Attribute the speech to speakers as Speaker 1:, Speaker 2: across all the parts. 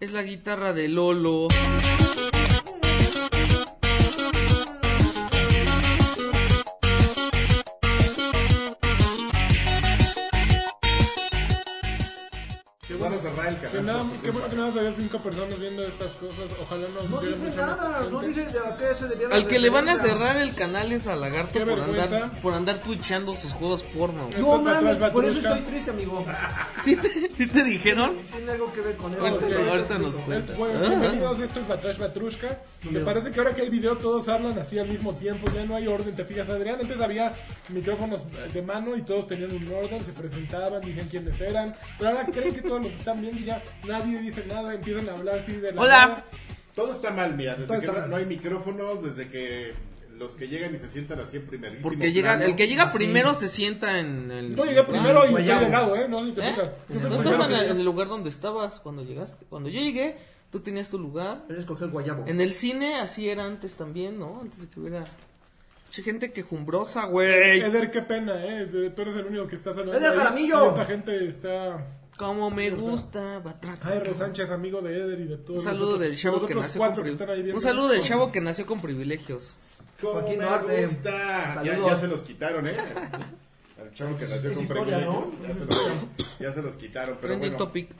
Speaker 1: Es la guitarra de Lolo.
Speaker 2: Qué
Speaker 3: Van
Speaker 2: bueno,
Speaker 3: a cerrar el canal.
Speaker 2: que nada, qué bueno que nada más había cinco personas viendo estas cosas. Ojalá nos
Speaker 4: No
Speaker 2: hubiera
Speaker 4: dije
Speaker 2: mucha más
Speaker 4: nada, no
Speaker 2: gente.
Speaker 4: dije de a qué se debía la
Speaker 1: Al que le van a
Speaker 4: referencia.
Speaker 1: cerrar el canal es a Lagarto
Speaker 2: Qué
Speaker 1: por andar,
Speaker 2: vergüenza.
Speaker 1: por andar twitcheando sus juegos porno. güey.
Speaker 2: Esto
Speaker 4: No
Speaker 2: es atrás,
Speaker 4: mames, por eso
Speaker 2: Batrushka.
Speaker 4: estoy triste, amigo.
Speaker 1: ¿Sí te, sí te dijeron?
Speaker 4: Tiene algo que ver con eso.
Speaker 1: Ahorita,
Speaker 4: Porque-
Speaker 1: ahorita nos
Speaker 2: Eh,
Speaker 1: cuentas.
Speaker 2: Bueno,
Speaker 1: Ah,
Speaker 2: bienvenidos, esto es Batrash Batrushka. Me parece que ahora que hay video todos hablan así al mismo tiempo, ya no hay orden, te fijas Adrián, antes había micrófonos de mano y todos tenían un orden, se presentaban, dicen quiénes eran, pero ahora creen que todos los están viendo y ya nadie dice nada, empiezan a hablar así de la
Speaker 1: Hola.
Speaker 2: nada.
Speaker 3: Todo está mal, mira,
Speaker 4: Todo
Speaker 3: desde que
Speaker 4: está
Speaker 3: no,
Speaker 4: mal.
Speaker 3: no hay micrófonos, desde que los que llegan y se sientan así en primerísimo
Speaker 1: Porque llega,
Speaker 3: plano.
Speaker 1: el que llega
Speaker 2: Ah,
Speaker 1: primero se sienta en el.
Speaker 2: Yo llegué primero y estoy
Speaker 4: guayabo.
Speaker 2: llegado, eh, no, ni te
Speaker 1: Ah, ¿Eh?
Speaker 2: fijas. Yo soy
Speaker 1: No
Speaker 2: el
Speaker 1: estás
Speaker 2: primero
Speaker 1: en
Speaker 2: que
Speaker 1: el, en
Speaker 2: llegué.
Speaker 1: el lugar donde estabas cuando llegaste. Cuando yo llegué, tú tenías tu lugar.
Speaker 4: Él escogió el guayabo.
Speaker 1: En el cine así era antes también, ¿no? Antes de que hubiera. Mucha gente quejumbrosa, güey.
Speaker 2: Eder, qué pena, eh, tú eres el único que está hablando.
Speaker 4: Eder Jaramillo.
Speaker 2: Esta gente está...
Speaker 1: Como me gusta, Batraca.
Speaker 2: R. Sánchez, amigo de Eder y de todos
Speaker 1: Un saludo
Speaker 2: nosotros.
Speaker 1: del chavo
Speaker 2: Los
Speaker 1: que
Speaker 2: otros
Speaker 1: nació con
Speaker 2: cuatro que están ahí
Speaker 1: privilegios.
Speaker 2: viendo
Speaker 1: Un saludo del
Speaker 2: esto.
Speaker 1: chavo que nació con privilegios.
Speaker 3: ¿Cómo
Speaker 4: Joaquín
Speaker 3: me
Speaker 4: Norte.
Speaker 3: gusta? Ya,
Speaker 4: Saludos.
Speaker 3: ya se los quitaron, ¿eh? Al chavo que nació
Speaker 4: Es
Speaker 3: con
Speaker 4: historia, ¿no?
Speaker 3: privilegios, ya, se los, ya se los quitaron, pero
Speaker 1: Trending
Speaker 3: bueno.
Speaker 1: topic.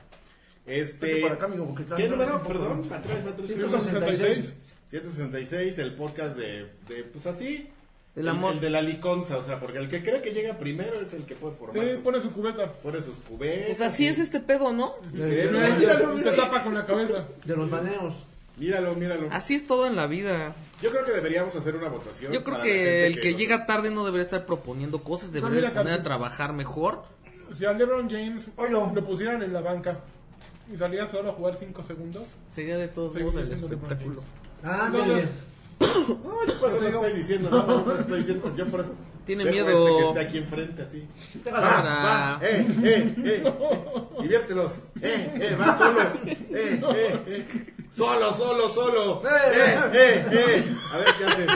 Speaker 3: Este,
Speaker 4: Vete para acá, amigo, porque claro,
Speaker 3: ¿Qué
Speaker 4: no,
Speaker 3: número?
Speaker 4: tampoco.
Speaker 3: Perdón, atrás, atrás.
Speaker 4: Sí,
Speaker 2: 166.
Speaker 3: 166, el podcast de, de pues así.
Speaker 1: El amor.
Speaker 3: El de la liconza, o sea, porque el que cree que llega primero es el que puede
Speaker 2: Sí,
Speaker 3: formar sus,
Speaker 2: pone su cubeta.
Speaker 3: pone sus cubetas.
Speaker 1: Pues así es este pedo, ¿no?
Speaker 3: y cree-
Speaker 2: Mira,
Speaker 3: míralo,
Speaker 2: y
Speaker 3: míralo,
Speaker 2: te tapa con la cabeza.
Speaker 4: De los maneos.
Speaker 3: míralo, míralo.
Speaker 1: Así es todo en la vida.
Speaker 3: Yo creo que deberíamos hacer una votación.
Speaker 1: Yo creo
Speaker 3: para la gente
Speaker 1: que el que
Speaker 3: nos-
Speaker 1: llega tarde no debería estar proponiendo cosas, debería
Speaker 2: mira,
Speaker 1: de poner a
Speaker 2: Carmen.
Speaker 1: trabajar mejor.
Speaker 2: Si a LeBron James
Speaker 4: Oilo.
Speaker 2: lo pusieran en la banca y salía solo a jugar 5 segundos,
Speaker 1: Sería de todos
Speaker 2: Sí,
Speaker 1: modos
Speaker 2: sí,
Speaker 1: el
Speaker 2: sí, sí,
Speaker 1: espectáculo.
Speaker 4: Ah,
Speaker 2: No,
Speaker 4: mire.
Speaker 2: no.
Speaker 3: No, yo por eso pues, no estoy diciendo nada, yo por eso estoy diciendo, yo por eso
Speaker 1: Tiene
Speaker 3: dejo
Speaker 1: miedo.
Speaker 3: este que está aquí enfrente así.
Speaker 1: Para-
Speaker 3: Va, eh, eh, eh, diviértelos, eh, eh, va solo, eh, eh, eh, solo, solo, solo, eh, eh, eh, a ver qué haces.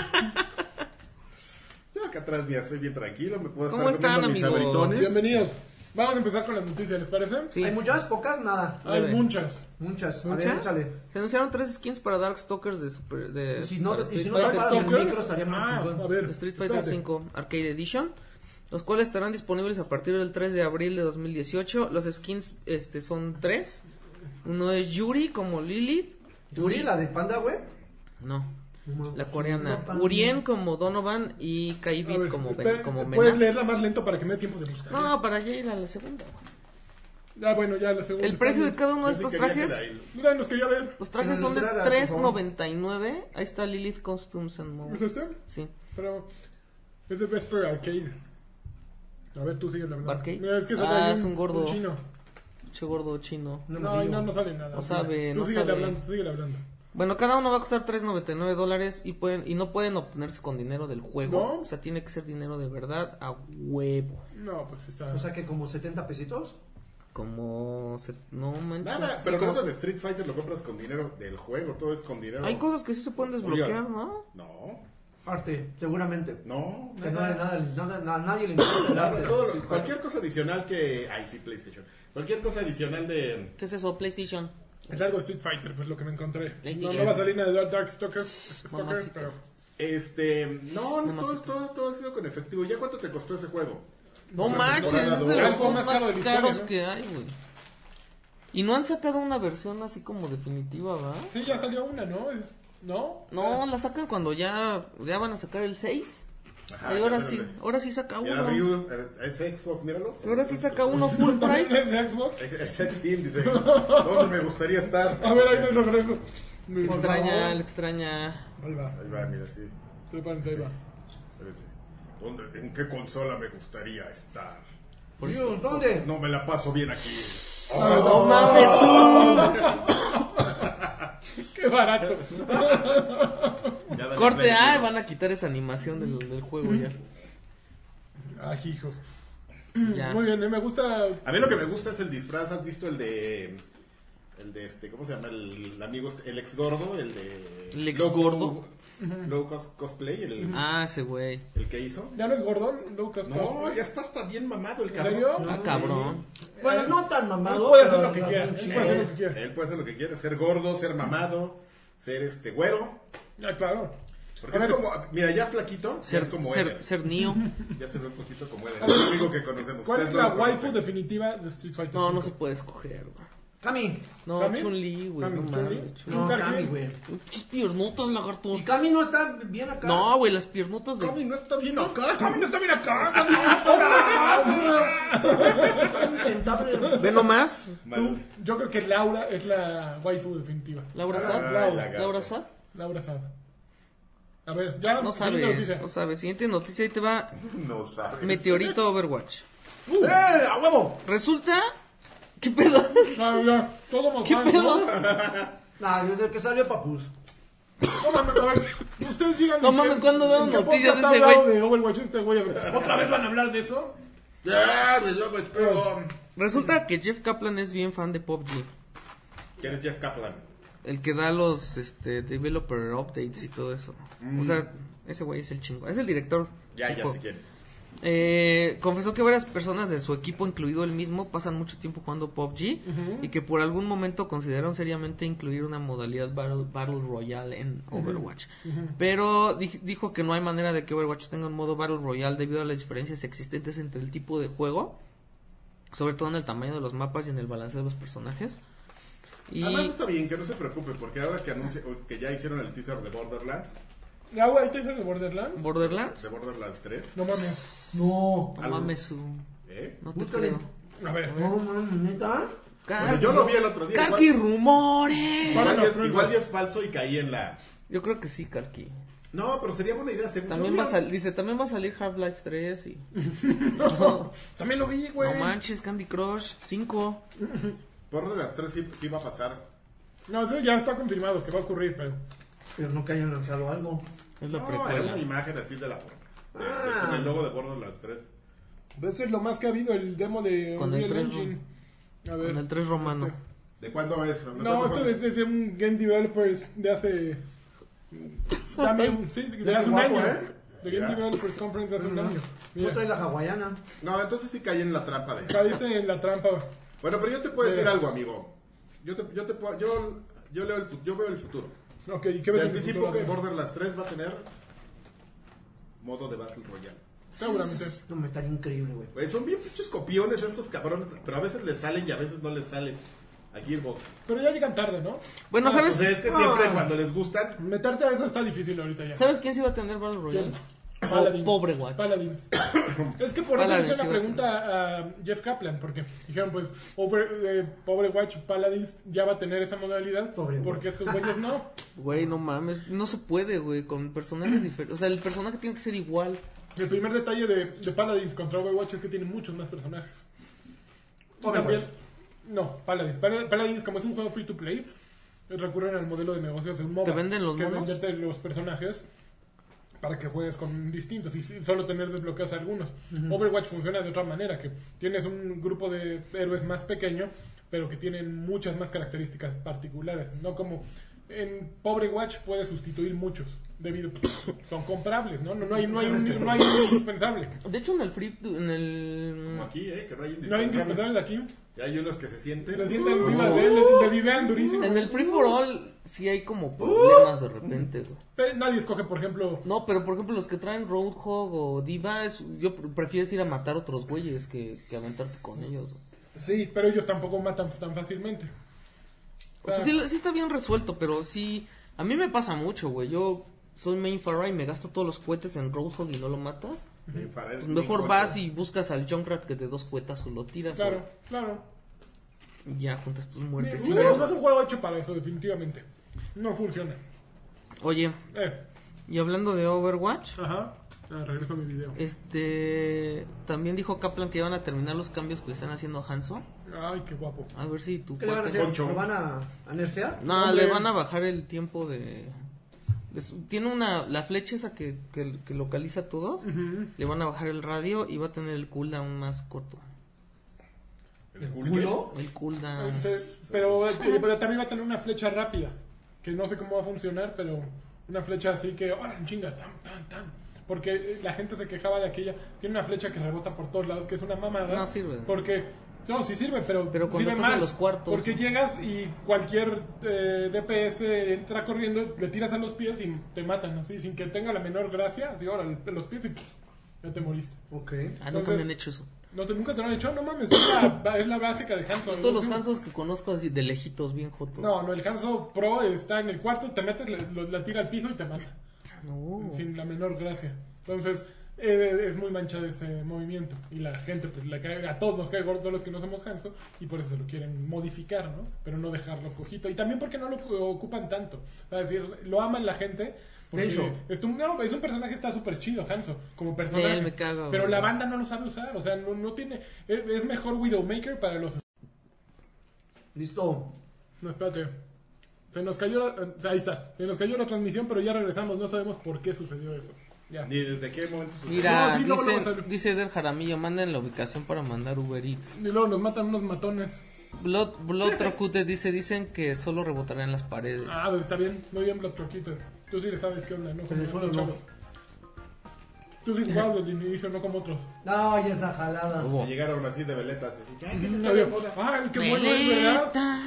Speaker 3: Yo acá atrás, mira, estoy bien tranquilo, me puedo
Speaker 1: ¿Cómo
Speaker 3: estar
Speaker 1: están,
Speaker 3: comiendo mis
Speaker 1: amigos?
Speaker 3: abritones.
Speaker 2: bienvenidos. Vamos a empezar con las noticias, ¿les parece?
Speaker 1: Sí.
Speaker 4: Hay muchas, pocas, nada.
Speaker 2: Hay
Speaker 1: Dale.
Speaker 2: muchas.
Speaker 4: Muchas. A ver,
Speaker 1: ¿Muchas?
Speaker 4: échale.
Speaker 1: Se anunciaron tres skins para Darkstalkers de Super. De,
Speaker 4: Y si no-
Speaker 1: para
Speaker 4: y si
Speaker 1: Street
Speaker 4: no
Speaker 1: Fighter
Speaker 4: preparas
Speaker 1: V.
Speaker 4: Ah, el
Speaker 2: ¿Soccer?
Speaker 4: micro estaría más
Speaker 2: Ah,
Speaker 4: chingón.
Speaker 2: a ver.
Speaker 1: Street Fighter
Speaker 2: espérate.
Speaker 1: 5 Arcade Edition, los cuales estarán disponibles a partir del 3 de abril de 2018. Los skins este, son tres. Uno es Yuri como Lilith.
Speaker 4: Yuri, la de panda, güey.
Speaker 1: No,
Speaker 4: No,
Speaker 1: la coreana.
Speaker 4: no, pan.
Speaker 1: Urien como Donovan y
Speaker 2: A
Speaker 1: Kaibit
Speaker 2: ver,
Speaker 1: como, Ben-
Speaker 2: espera,
Speaker 1: como
Speaker 2: Puedes
Speaker 1: Mena.
Speaker 2: leerla más lento para que me dé tiempo de buscar.
Speaker 1: No, para allá ir a la segunda.
Speaker 2: Ya, bueno, ya la segunda.
Speaker 1: El precio de cada uno de
Speaker 3: Yo sí
Speaker 1: estos
Speaker 3: quería que
Speaker 1: trajes.
Speaker 3: la-
Speaker 2: Mira, nos quería ver.
Speaker 1: Los trajes
Speaker 4: Que
Speaker 1: son de
Speaker 4: nos librara, por favor.
Speaker 1: 3.99. Ahí está Lilith Costumes and More.
Speaker 2: ¿Es este?
Speaker 1: Sí.
Speaker 2: Pero es de Vesper Arcade. A ver, tú sigue la verdad.
Speaker 1: ¿Arcade?
Speaker 2: Mira, es que sale
Speaker 1: Ah,
Speaker 2: ahí
Speaker 1: es un gordo.
Speaker 2: chino.
Speaker 1: Che gordo chino.
Speaker 4: No,
Speaker 2: No,
Speaker 4: me
Speaker 2: y
Speaker 4: digo.
Speaker 2: no, no sale nada.
Speaker 1: No sabe,
Speaker 2: Tú
Speaker 1: no
Speaker 2: síguele
Speaker 1: sabe.
Speaker 2: hablando, tú síguele hablando.
Speaker 1: Bueno, cada uno va a costar 3.99 dólares y pueden y no pueden obtenerse con dinero del juego.
Speaker 2: ¿No?
Speaker 1: O sea, tiene que ser dinero de verdad a huevo.
Speaker 2: No, pues está.
Speaker 4: O sea que como 70 pesitos.
Speaker 1: Como se, no manches.
Speaker 3: Nada, pero
Speaker 1: Pues, Como
Speaker 3: nada
Speaker 1: se-
Speaker 3: de Street Fighter lo compras con dinero del juego, todo es con dinero.
Speaker 1: Hay cosas que sí se pueden desbloquear, ¿no?
Speaker 3: No,
Speaker 4: Arte, seguramente.
Speaker 3: no,
Speaker 4: Que no
Speaker 3: nada.
Speaker 4: hay nada, nada, na- nadie le importa el arte.
Speaker 3: Todo lo- cualquier cosa adicional que. Ay, sí, PlayStation. Cualquier cosa adicional de.
Speaker 1: ¿Qué es eso? PlayStation.
Speaker 2: Es algo de Street Fighter, pues lo que me encontré. No,
Speaker 1: PlayStation.
Speaker 2: no va a salir nada de Dark Stalker, Stalker
Speaker 1: Mamacita.
Speaker 2: pero
Speaker 3: Este. No, no, todo,
Speaker 1: Mamacita.
Speaker 3: todo, todo ha sido con efectivo. ¿Ya cuánto te costó ese juego?
Speaker 1: No
Speaker 3: Una
Speaker 1: manches,
Speaker 3: temporada
Speaker 1: es de
Speaker 3: dos.
Speaker 1: los
Speaker 2: El juego
Speaker 1: juegos más
Speaker 2: más caro de la historia,
Speaker 1: caros
Speaker 2: ¿no?
Speaker 1: que hay, güey. Y no han sacado una versión así como definitiva, ¿va?
Speaker 2: sí, ya salió una, ¿no? Es- ¿No?
Speaker 1: No, la sacan cuando ya, ya van a sacar el 6.
Speaker 3: Ajá,
Speaker 2: Ah,
Speaker 1: y ahora
Speaker 3: ya,
Speaker 1: sí,
Speaker 3: dale.
Speaker 1: ahora sí saca
Speaker 3: Mira,
Speaker 1: uno.
Speaker 3: Ryu, eh, es Xbox, míralo.
Speaker 1: Ahora sí saca uno full
Speaker 2: ¿También
Speaker 1: price.
Speaker 2: es de Xbox?
Speaker 3: Es es Xbox Team, dice. ¿Dónde me gustaría estar?
Speaker 2: A ver, ahí me regreso. Por
Speaker 1: Extraña,
Speaker 2: favor.
Speaker 1: le extraña.
Speaker 2: Ahí va,
Speaker 3: Ahí va, mira, sí.
Speaker 2: prepárense, ahí va.
Speaker 3: Espérense. ¿Dónde, ¿En qué consola me gustaría estar?
Speaker 4: Dios, ¿dónde?
Speaker 3: No me la paso bien aquí. Oh.
Speaker 1: No mames. uh,
Speaker 2: Qué barato.
Speaker 3: Ya dale play,
Speaker 1: Corte A,
Speaker 3: mira.
Speaker 1: van a quitar esa animación del, del juego ya.
Speaker 2: Ay, hijos.
Speaker 1: Ya.
Speaker 2: Muy bien, eh, me gusta.
Speaker 3: A mí lo que me gusta es el disfraz, ¿has visto el de el de este, ¿cómo se llama? El, el amigo, este, el ex gordo, el de
Speaker 1: ¿El ex
Speaker 3: Loco-
Speaker 1: gordo?
Speaker 3: Low Cost Cosplay, el,
Speaker 1: Ah, ese güey.
Speaker 3: el que hizo.
Speaker 2: ¿Ya no es Gordon? Lucas.
Speaker 3: No, ya está hasta bien mamado el
Speaker 2: ¿En
Speaker 3: cabrón.
Speaker 2: serio?
Speaker 1: Ah, cabrón.
Speaker 4: Bueno, no tan mamado.
Speaker 2: puede
Speaker 4: pero
Speaker 2: hacer lo que
Speaker 4: las
Speaker 2: quiera,
Speaker 4: un
Speaker 2: él
Speaker 4: chingo.
Speaker 2: puede hacer lo que quiera.
Speaker 3: Él puede hacer lo que quiera, ser gordo, ser mamado, ser este güero.
Speaker 2: Ah, claro.
Speaker 3: Porque
Speaker 2: A
Speaker 3: es
Speaker 2: ver.
Speaker 3: como, mira, ya flaquito, ya
Speaker 1: Ser,
Speaker 3: es como
Speaker 1: ser,
Speaker 3: Eder.
Speaker 1: ser Neo.
Speaker 3: Ya se ve un poquito como Eder. Es el único que conocemos.
Speaker 2: ¿Cuál
Speaker 3: Ustedes
Speaker 2: es
Speaker 3: no
Speaker 2: la
Speaker 3: lo
Speaker 2: waifu
Speaker 3: conocen.
Speaker 2: definitiva de Street Fighter?
Speaker 1: No, no
Speaker 2: V?
Speaker 1: se puede escoger, güey.
Speaker 4: Cami.
Speaker 1: No,
Speaker 2: ¿Cami?
Speaker 1: Chun-Li, güey.
Speaker 2: ¿Cami?
Speaker 1: No
Speaker 2: ¿Chun-Li?
Speaker 1: mames, Chun-Li.
Speaker 4: No,
Speaker 2: Nunca
Speaker 4: Cami,
Speaker 2: vi.
Speaker 4: güey.
Speaker 1: Pinches piernotas, lagarto.
Speaker 4: Y Cami no está bien acá.
Speaker 1: No, güey, las piernotas de.
Speaker 3: Cami no está bien acá.
Speaker 2: ¡Cami no Ah, está bien acá! Cami!
Speaker 4: Sentable.
Speaker 1: Ve nomás.
Speaker 2: Tú,
Speaker 3: Mal.
Speaker 2: yo creo que Laura es la waifu definitiva.
Speaker 1: Laura
Speaker 3: Ay,
Speaker 1: Sad.
Speaker 2: Laura.
Speaker 3: lagarto.
Speaker 1: Laura Sad.
Speaker 2: Laura Sada. A ver, ya.
Speaker 1: No
Speaker 2: siguiente
Speaker 1: sabes,
Speaker 2: noticia.
Speaker 1: no sabes. Siguiente noticia, ahí te va.
Speaker 3: No sabes.
Speaker 1: Meteorito Overwatch.
Speaker 2: ¡Uh!
Speaker 3: ¡Eh, a huevo!
Speaker 1: Resulta. ¿Qué pedo?
Speaker 2: No, ya, todo
Speaker 1: ¿Qué
Speaker 3: Ah,
Speaker 2: mojado.
Speaker 1: pedo?
Speaker 2: ¿no?
Speaker 4: Nah, desde Ah, que salió Papus.
Speaker 2: No mames, a ver, ustedes digan.
Speaker 1: No mames, ¿cuándo dan noticias
Speaker 2: de
Speaker 1: ese güey?
Speaker 2: de Overwatch este güey? A ver, ¿Otra vez van a hablar de eso?
Speaker 3: Ya, pues yo me espero.
Speaker 1: Resulta que Jeff Kaplan es bien fan de PUBG.
Speaker 3: ¿Quién es Jeff Kaplan?
Speaker 1: El que da los este, developer updates y todo eso. O sea, ese güey es el chingo. Es el director.
Speaker 3: Mm. Ya,
Speaker 1: del
Speaker 3: ya
Speaker 1: juego.
Speaker 3: sé quién.
Speaker 1: Eh, confesó que varias personas de su equipo, incluido él mismo, pasan mucho tiempo jugando PUBG y que por algún momento consideraron seriamente incluir una modalidad Battle, battle Royale en Overwatch. Pero di- dijo que no hay manera de que Overwatch tenga un modo Battle Royale debido a las diferencias existentes entre el tipo de juego, sobre todo en el tamaño de los mapas y en el balanceo de los personajes. Y
Speaker 3: Además está bien, que no se preocupe, porque ahora que anuncia, o que ya hicieron el teaser de Borderlands,
Speaker 2: ¿La güey te hizo de Borderlands?
Speaker 3: de
Speaker 1: Borderlands,
Speaker 3: Borderlands 3,
Speaker 2: No mames.
Speaker 4: No.
Speaker 1: no mames, su-
Speaker 3: ¿eh?
Speaker 1: no te
Speaker 4: Búscale.
Speaker 1: creo.
Speaker 2: A ver.
Speaker 4: No, mames, neta.
Speaker 1: Ah,
Speaker 3: Bueno, yo lo vi el otro día. igual-
Speaker 1: Kaki rumores.
Speaker 3: Igual,
Speaker 2: Para
Speaker 3: si es,
Speaker 2: los
Speaker 3: igual si
Speaker 2: frutos.
Speaker 3: es falso y caí en la.
Speaker 1: Yo creo que sí, Kaki.
Speaker 3: No, pero sería buena idea. según
Speaker 1: También
Speaker 3: yo,
Speaker 1: va a sal- dice, también va a salir Half-Life 3 y...
Speaker 2: También lo vi, güey.
Speaker 1: No manches, Candy Crush 5.
Speaker 3: Borderlands 3 sí, sí va a pasar.
Speaker 2: No, eso ya está confirmado que va a ocurrir, pero.
Speaker 4: Pero no que hayan lanzado algo.
Speaker 1: Es la
Speaker 3: No, era
Speaker 1: precuela.
Speaker 3: una imagen así de la. de- de-
Speaker 4: Ah.
Speaker 3: con el logo de Borderlands 3.
Speaker 2: Eso es lo más que ha habido, el demo de
Speaker 1: Con el
Speaker 2: Unreal
Speaker 1: tres
Speaker 2: Engine. A ver.
Speaker 1: Con el
Speaker 3: Este
Speaker 1: 3 romano.
Speaker 3: ¿De cuándo va eso? ¿De
Speaker 2: No,
Speaker 3: cuándo
Speaker 2: esto
Speaker 3: fue?
Speaker 2: es de un game developers de hace. También, sí, de
Speaker 4: Mira
Speaker 2: hace
Speaker 4: qué
Speaker 2: un
Speaker 4: guapo,
Speaker 2: año.
Speaker 4: ¿eh?
Speaker 2: De Game
Speaker 3: Ya.
Speaker 2: Developers Conference hace un año.
Speaker 4: No trae
Speaker 2: Mira,
Speaker 4: la hawaiana.
Speaker 3: No, entonces sí caí en la trampa de.
Speaker 2: caíste en la trampa.
Speaker 3: Bueno, pero yo te puedo decir
Speaker 2: Mira.
Speaker 3: algo, amigo. Yo te, yo te puedo, yo, yo leo el, fu- yo veo el futuro.
Speaker 2: Ok, ¿y qué
Speaker 3: Te
Speaker 2: ves en el
Speaker 3: anticipo
Speaker 2: futuro?
Speaker 3: que Borderlands 3 va a tener modo de Battle Royale.
Speaker 2: Seguramente.
Speaker 4: No me estaría increíble, güey.
Speaker 3: Güey, son bien pinches copiones estos cabrones, pero a veces les salen y a veces no les salen. A Gearbox.
Speaker 2: Pero ya llegan tarde, ¿no?
Speaker 1: Bueno,
Speaker 3: Pues
Speaker 1: ¿sabes,
Speaker 3: es que siempre
Speaker 4: Ah.
Speaker 3: cuando les gustan,
Speaker 2: Meterte a eso está difícil ahorita ya.
Speaker 1: ¿sabes quién se iba a tener Battle Royale?
Speaker 2: ¿Quién?
Speaker 1: Oh,
Speaker 2: Paladins.
Speaker 1: pobre Watch.
Speaker 2: Paladins. es que por
Speaker 1: Paladins,
Speaker 2: eso hice
Speaker 1: sí,
Speaker 2: una pregunta a Jeff Kaplan, porque dijeron, pues, over- eh, pobre Watch, Paladins ya va a tener esa modalidad,
Speaker 4: Pobre
Speaker 2: porque estos güeyes no.
Speaker 1: Güey, no mames. No se puede, güey, con personajes diferentes. O sea, el personaje tiene que ser igual.
Speaker 2: El primer detalle de, de Paladins contra Overwatch es que tiene muchos más personajes. Y
Speaker 4: Overwatch.
Speaker 2: también- no, Paladins. Pal- Paladins, como es un juego free to play, recurren al modelo de negocios de un MOBA.
Speaker 1: ¿Te venden los
Speaker 2: que
Speaker 1: monos?
Speaker 2: venderte los personajes para que juegues con distintos y si- solo tener desbloqueados algunos. Overwatch funciona de otra manera, que tienes un grupo de héroes más pequeño, pero que tienen muchas más características particulares. No como en Pobre Watch puedes sustituir muchos, debido son comprables, ¿no? No, no hay, no hay, un, no hay un indispensable.
Speaker 1: De hecho, en el free... En el...
Speaker 3: como aquí, ¿eh? Que no hay
Speaker 2: No hay
Speaker 3: indispensables.
Speaker 2: indispensables aquí.
Speaker 3: Y hay unos que se sienten.
Speaker 2: Se sientan encima de él, le, le vivean durísimo.
Speaker 1: En el free for all sí hay como problemas de repente, güey.
Speaker 2: Pe- Nadie escoge, por ejemplo,
Speaker 1: No, pero por ejemplo los que traen Roadhog o Diva, es- yo pre- prefiero ir a matar otros güeyes que, que aventarte con ellos. güey.
Speaker 2: sí, pero ellos tampoco matan tan fácilmente.
Speaker 1: O sea, sí, sí está bien resuelto, pero sí. A mí me pasa mucho, güey. Yo soy main Farah y me gasto todos los cohetes en Roadhog y no lo matas. Pues mejor vas y buscas al Junkrat que de dos cuetas o lo tiras.
Speaker 2: Claro, claro.
Speaker 1: o ya juntas tus
Speaker 2: Sí, no, no es
Speaker 1: muertecillas.
Speaker 2: un juego hecho para eso, definitivamente. No funciona.
Speaker 1: Oye,
Speaker 2: Eh,
Speaker 1: y hablando de Overwatch,
Speaker 2: ajá. Ah, regreso a mi video.
Speaker 1: Eh. este. También dijo Kaplan que iban a terminar los cambios que le están haciendo a Hanzo.
Speaker 2: Ay, qué guapo.
Speaker 1: A ver si tu
Speaker 4: ¿Qué le van a
Speaker 1: cuate-
Speaker 4: hacer?
Speaker 3: Poncho.
Speaker 4: ¿Lo van a, a nerfear?
Speaker 1: No,
Speaker 2: Hombre.
Speaker 1: le van a bajar el tiempo de... de su- Tiene una... La flecha esa que, que, que localiza a todos. Le van a bajar el radio y va a tener el cooldown más corto.
Speaker 3: ¿El culo?
Speaker 4: ¿Culo?
Speaker 1: El cooldown...
Speaker 2: eh, Este, pero, eh, pero también va a tener una flecha rápida. Que no sé cómo va a funcionar, pero Una flecha así que, ¡ahora en chinga! ¡Tan, tan, tan! Porque eh, la gente se quejaba de aquella. Tiene una flecha que rebota por todos lados, que es una mamada.
Speaker 1: No sirve.
Speaker 2: Porque. No, sí sirve, pero.
Speaker 1: Pero cuando
Speaker 2: sirve
Speaker 1: estás en los cuartos.
Speaker 2: Porque llegas y cualquier eh, DPS entra corriendo, le tiras a los pies y te matan, así, sin que tenga la menor gracia. Así, ahora, los pies y. ¡pum! Ya te moriste.
Speaker 4: Ok.
Speaker 1: Ah, nunca
Speaker 2: Entonces-
Speaker 1: me han hecho eso.
Speaker 2: No te, nunca te lo han hecho, no mames, es la, es la básica del Hanzo.
Speaker 1: Todos los cansos que conozco así de lejitos, bien jotos.
Speaker 2: No, no, el Hanzo Pro está en el cuarto, te metes, le- lo- la tira al piso y te mata.
Speaker 1: No.
Speaker 2: Sin la menor gracia. Entonces, eh, es muy manchado ese movimiento. Y la gente, pues le cae, a todos nos cae gordo los que no somos Hanzo. Y por eso se lo quieren modificar, ¿no? Pero no dejarlo cojito. Y también porque no lo cu- ocupan tanto. O sea, es decir, lo aman la gente. Porque
Speaker 4: hecho.
Speaker 2: es un, no, es un personaje que está súper chido, Hanzo. Como personaje.
Speaker 1: él me cago,
Speaker 2: pero
Speaker 1: güey.
Speaker 2: la banda no lo sabe usar. O sea, no, no tiene. Es, es mejor Widowmaker para los
Speaker 4: Listo.
Speaker 2: No, espérate. Se nos cayó la... eh, Ahí está. Se nos cayó la transmisión, pero ya regresamos. No sabemos por qué sucedió eso. Ya.
Speaker 3: Ni desde qué momento sucedió.
Speaker 1: Mira,
Speaker 2: No, sí, luego, luego
Speaker 1: dice,
Speaker 2: sale.
Speaker 1: dice Eder Jaramillo, manden la ubicación para mandar Uber Eats.
Speaker 2: Y luego nos matan unos matones.
Speaker 1: Blood, Blood Trocute dice, dicen que solo rebotará en las paredes.
Speaker 2: Ah, pues está bien. Muy bien, Black Troquita. Tú sí le sabes qué onda, ¿no? Como
Speaker 4: Pero yo
Speaker 2: otros
Speaker 4: no.
Speaker 2: chavos. Tú sí jugabas desde el inicio, no como otros.
Speaker 4: No, ya esa jalada.
Speaker 1: Hubo.
Speaker 3: Y llegaron así de veletas. Así, "Ay, ¿qué te está de
Speaker 2: Adiós.
Speaker 3: moda?"
Speaker 2: Ay, qué bueno es, ¿verdad?
Speaker 1: Veleta.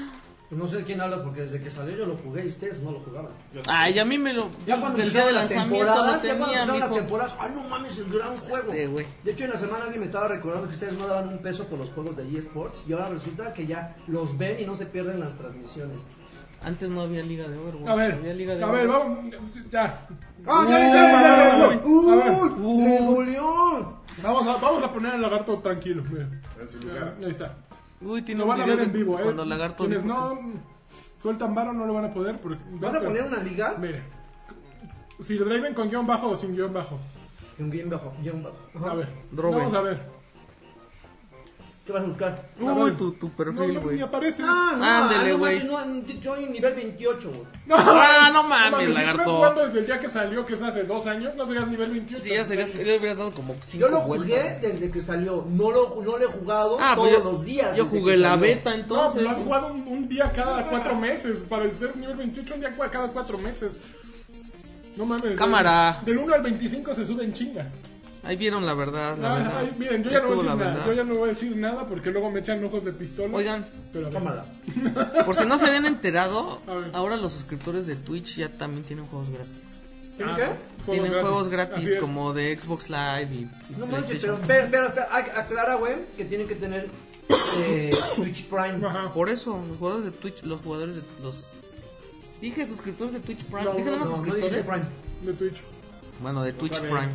Speaker 4: No sé de quién hablas porque desde que salió yo lo jugué y ustedes no lo jugaban.
Speaker 1: Ay, a mí me lo...
Speaker 4: Ya cuando
Speaker 1: del día de
Speaker 4: empezaron las
Speaker 1: lanzamiento lo
Speaker 4: temporadas, ya cuando
Speaker 1: tenía,
Speaker 4: empezaron las
Speaker 1: mijo.
Speaker 4: temporadas, ah, no mames, el gran juego.
Speaker 1: Este, güey.
Speaker 4: de hecho, en la semana alguien me estaba recordando que ustedes no daban un peso por los juegos de eSports y ahora resulta que ya los ven y no se pierden las transmisiones.
Speaker 1: Antes no había Liga de Oro, güey.
Speaker 2: A ver,
Speaker 1: Había Liga de
Speaker 2: a
Speaker 1: Oro.
Speaker 2: ver, vamos. Ya.
Speaker 4: ¡Ah,
Speaker 2: ya,
Speaker 4: ya,
Speaker 2: ya, ya, ya!
Speaker 4: ¡Uy!
Speaker 2: A ver.
Speaker 4: ¡Regoleón!
Speaker 2: Vamos a, vamos a poner al lagarto tranquilo. Mira.
Speaker 3: En su lugar.
Speaker 2: Ahí está.
Speaker 1: Uy, tiene
Speaker 2: Lo
Speaker 1: un
Speaker 2: van a
Speaker 1: video
Speaker 2: ver en
Speaker 1: de
Speaker 2: vivo, ¿eh?
Speaker 1: cuando Lagarto
Speaker 2: Quienes
Speaker 1: dijo que-
Speaker 2: no sueltan varo no lo van a poder. Porque,
Speaker 4: ¿Vas a poner una liga?
Speaker 2: Mire. Si lo Draven con guión bajo o sin guión bajo.
Speaker 4: Y un guión bajo, guión bajo. Ajá.
Speaker 2: A ver.
Speaker 1: Droven.
Speaker 2: Vamos a ver.
Speaker 4: ¿Qué vas a buscar?
Speaker 1: Uy, tu, tu perfil,
Speaker 2: no, no,
Speaker 1: güey.
Speaker 2: ni aparece.
Speaker 1: Ándele,
Speaker 4: Ah, no,
Speaker 1: güey.
Speaker 4: manches, no, yo en nivel 28, güey.
Speaker 2: No,
Speaker 1: Ah, no mames,
Speaker 2: si estás
Speaker 1: lagarto.
Speaker 2: jugando desde el día que salió, que es hace dos años, no serías nivel 28.
Speaker 1: Sí, ya serías, le hubieras dado como cinco
Speaker 4: Yo lo jugué
Speaker 1: vueltas.
Speaker 4: desde que salió. No lo, no lo he jugado
Speaker 1: Ah,
Speaker 4: todos
Speaker 1: pues yo,
Speaker 4: los días.
Speaker 1: Yo
Speaker 4: desde que
Speaker 1: jugué la
Speaker 4: salió.
Speaker 1: beta
Speaker 2: No,
Speaker 1: entonces.
Speaker 2: lo pues, has jugado un, un día cada cuatro meses. Para ser nivel 28, un día cua- cada cuatro meses. No mames.
Speaker 1: Cámara.
Speaker 2: Del, del 1 al 25 se suben chingas.
Speaker 1: Ahí vieron la verdad, la
Speaker 2: Ah,
Speaker 1: verdad.
Speaker 2: ay, miren, yo
Speaker 1: Ahí
Speaker 2: ya, no
Speaker 1: estuvo
Speaker 2: voy a
Speaker 1: la
Speaker 2: decir nada,
Speaker 1: verdad.
Speaker 2: yo ya no voy a decir nada porque luego me echan ojos de pistola.
Speaker 1: Oigan.
Speaker 2: pero a ver.
Speaker 4: Cámara.
Speaker 1: Por si no se habían enterado,
Speaker 2: A ver.
Speaker 1: ahora los suscriptores de Twitch ya también tienen juegos gratis.
Speaker 4: ¿Tiene
Speaker 2: Ah,
Speaker 4: qué?
Speaker 1: tienen juegos
Speaker 2: Así
Speaker 1: gratis
Speaker 2: es.
Speaker 1: como de Xbox Live y, y
Speaker 4: No manches, pero
Speaker 1: PlayStation.
Speaker 4: espera, espera, espera, ac- aclara, güey, que tienen que tener eh, Twitch Prime.
Speaker 2: Ajá.
Speaker 1: Por eso, los jugadores de Twitch, los jugadores de los dije suscriptores de Twitch Prime,
Speaker 2: No,
Speaker 1: dije
Speaker 2: no,
Speaker 1: nada más
Speaker 4: No, no dijiste
Speaker 1: suscriptores.
Speaker 4: Prime.
Speaker 2: De Twitch.
Speaker 1: bueno, de Twitch
Speaker 3: sabe.
Speaker 1: Prime.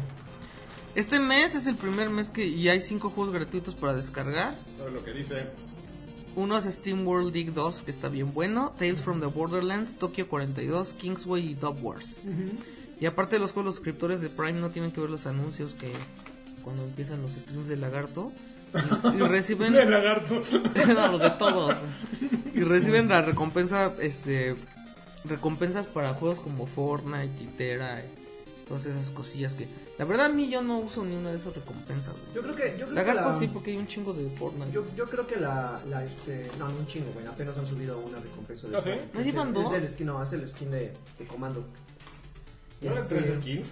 Speaker 1: Este mes es el primer mes que y hay cinco juegos gratuitos para descargar.
Speaker 3: ¿Sabes lo que dice?
Speaker 1: Uno es Steam World Dig 2, que está bien bueno. Tales from the Borderlands, Tokyo 42, Kingsway y Dub Wars. Y aparte de los juegos, los suscriptores de Prime no tienen que ver los anuncios que cuando empiezan los streams de Lagarto. Y, y reciben.
Speaker 2: De lagarto.
Speaker 1: No, los de todos. güey. Y reciben la recompensa, este. Recompensas para juegos como Fortnite, Titera, y todas esas cosillas que. La verdad, a mí yo no uso ni una de esas recompensas, güey.
Speaker 4: Yo creo que, yo creo que
Speaker 1: Lagarto
Speaker 4: la,
Speaker 1: sí, porque hay un chingo de Fortnite.
Speaker 4: yo, yo creo que la, la, este, no, no un chingo, güey, apenas han subido una recompensa. de
Speaker 2: ¿Ah, sí?
Speaker 4: Prime.
Speaker 1: ¿No
Speaker 4: Es
Speaker 1: llevan
Speaker 4: el-
Speaker 1: dos?
Speaker 4: Es el skin, no, es el skin de, de comando.
Speaker 3: ¿No eran
Speaker 4: Este,
Speaker 3: tres skins?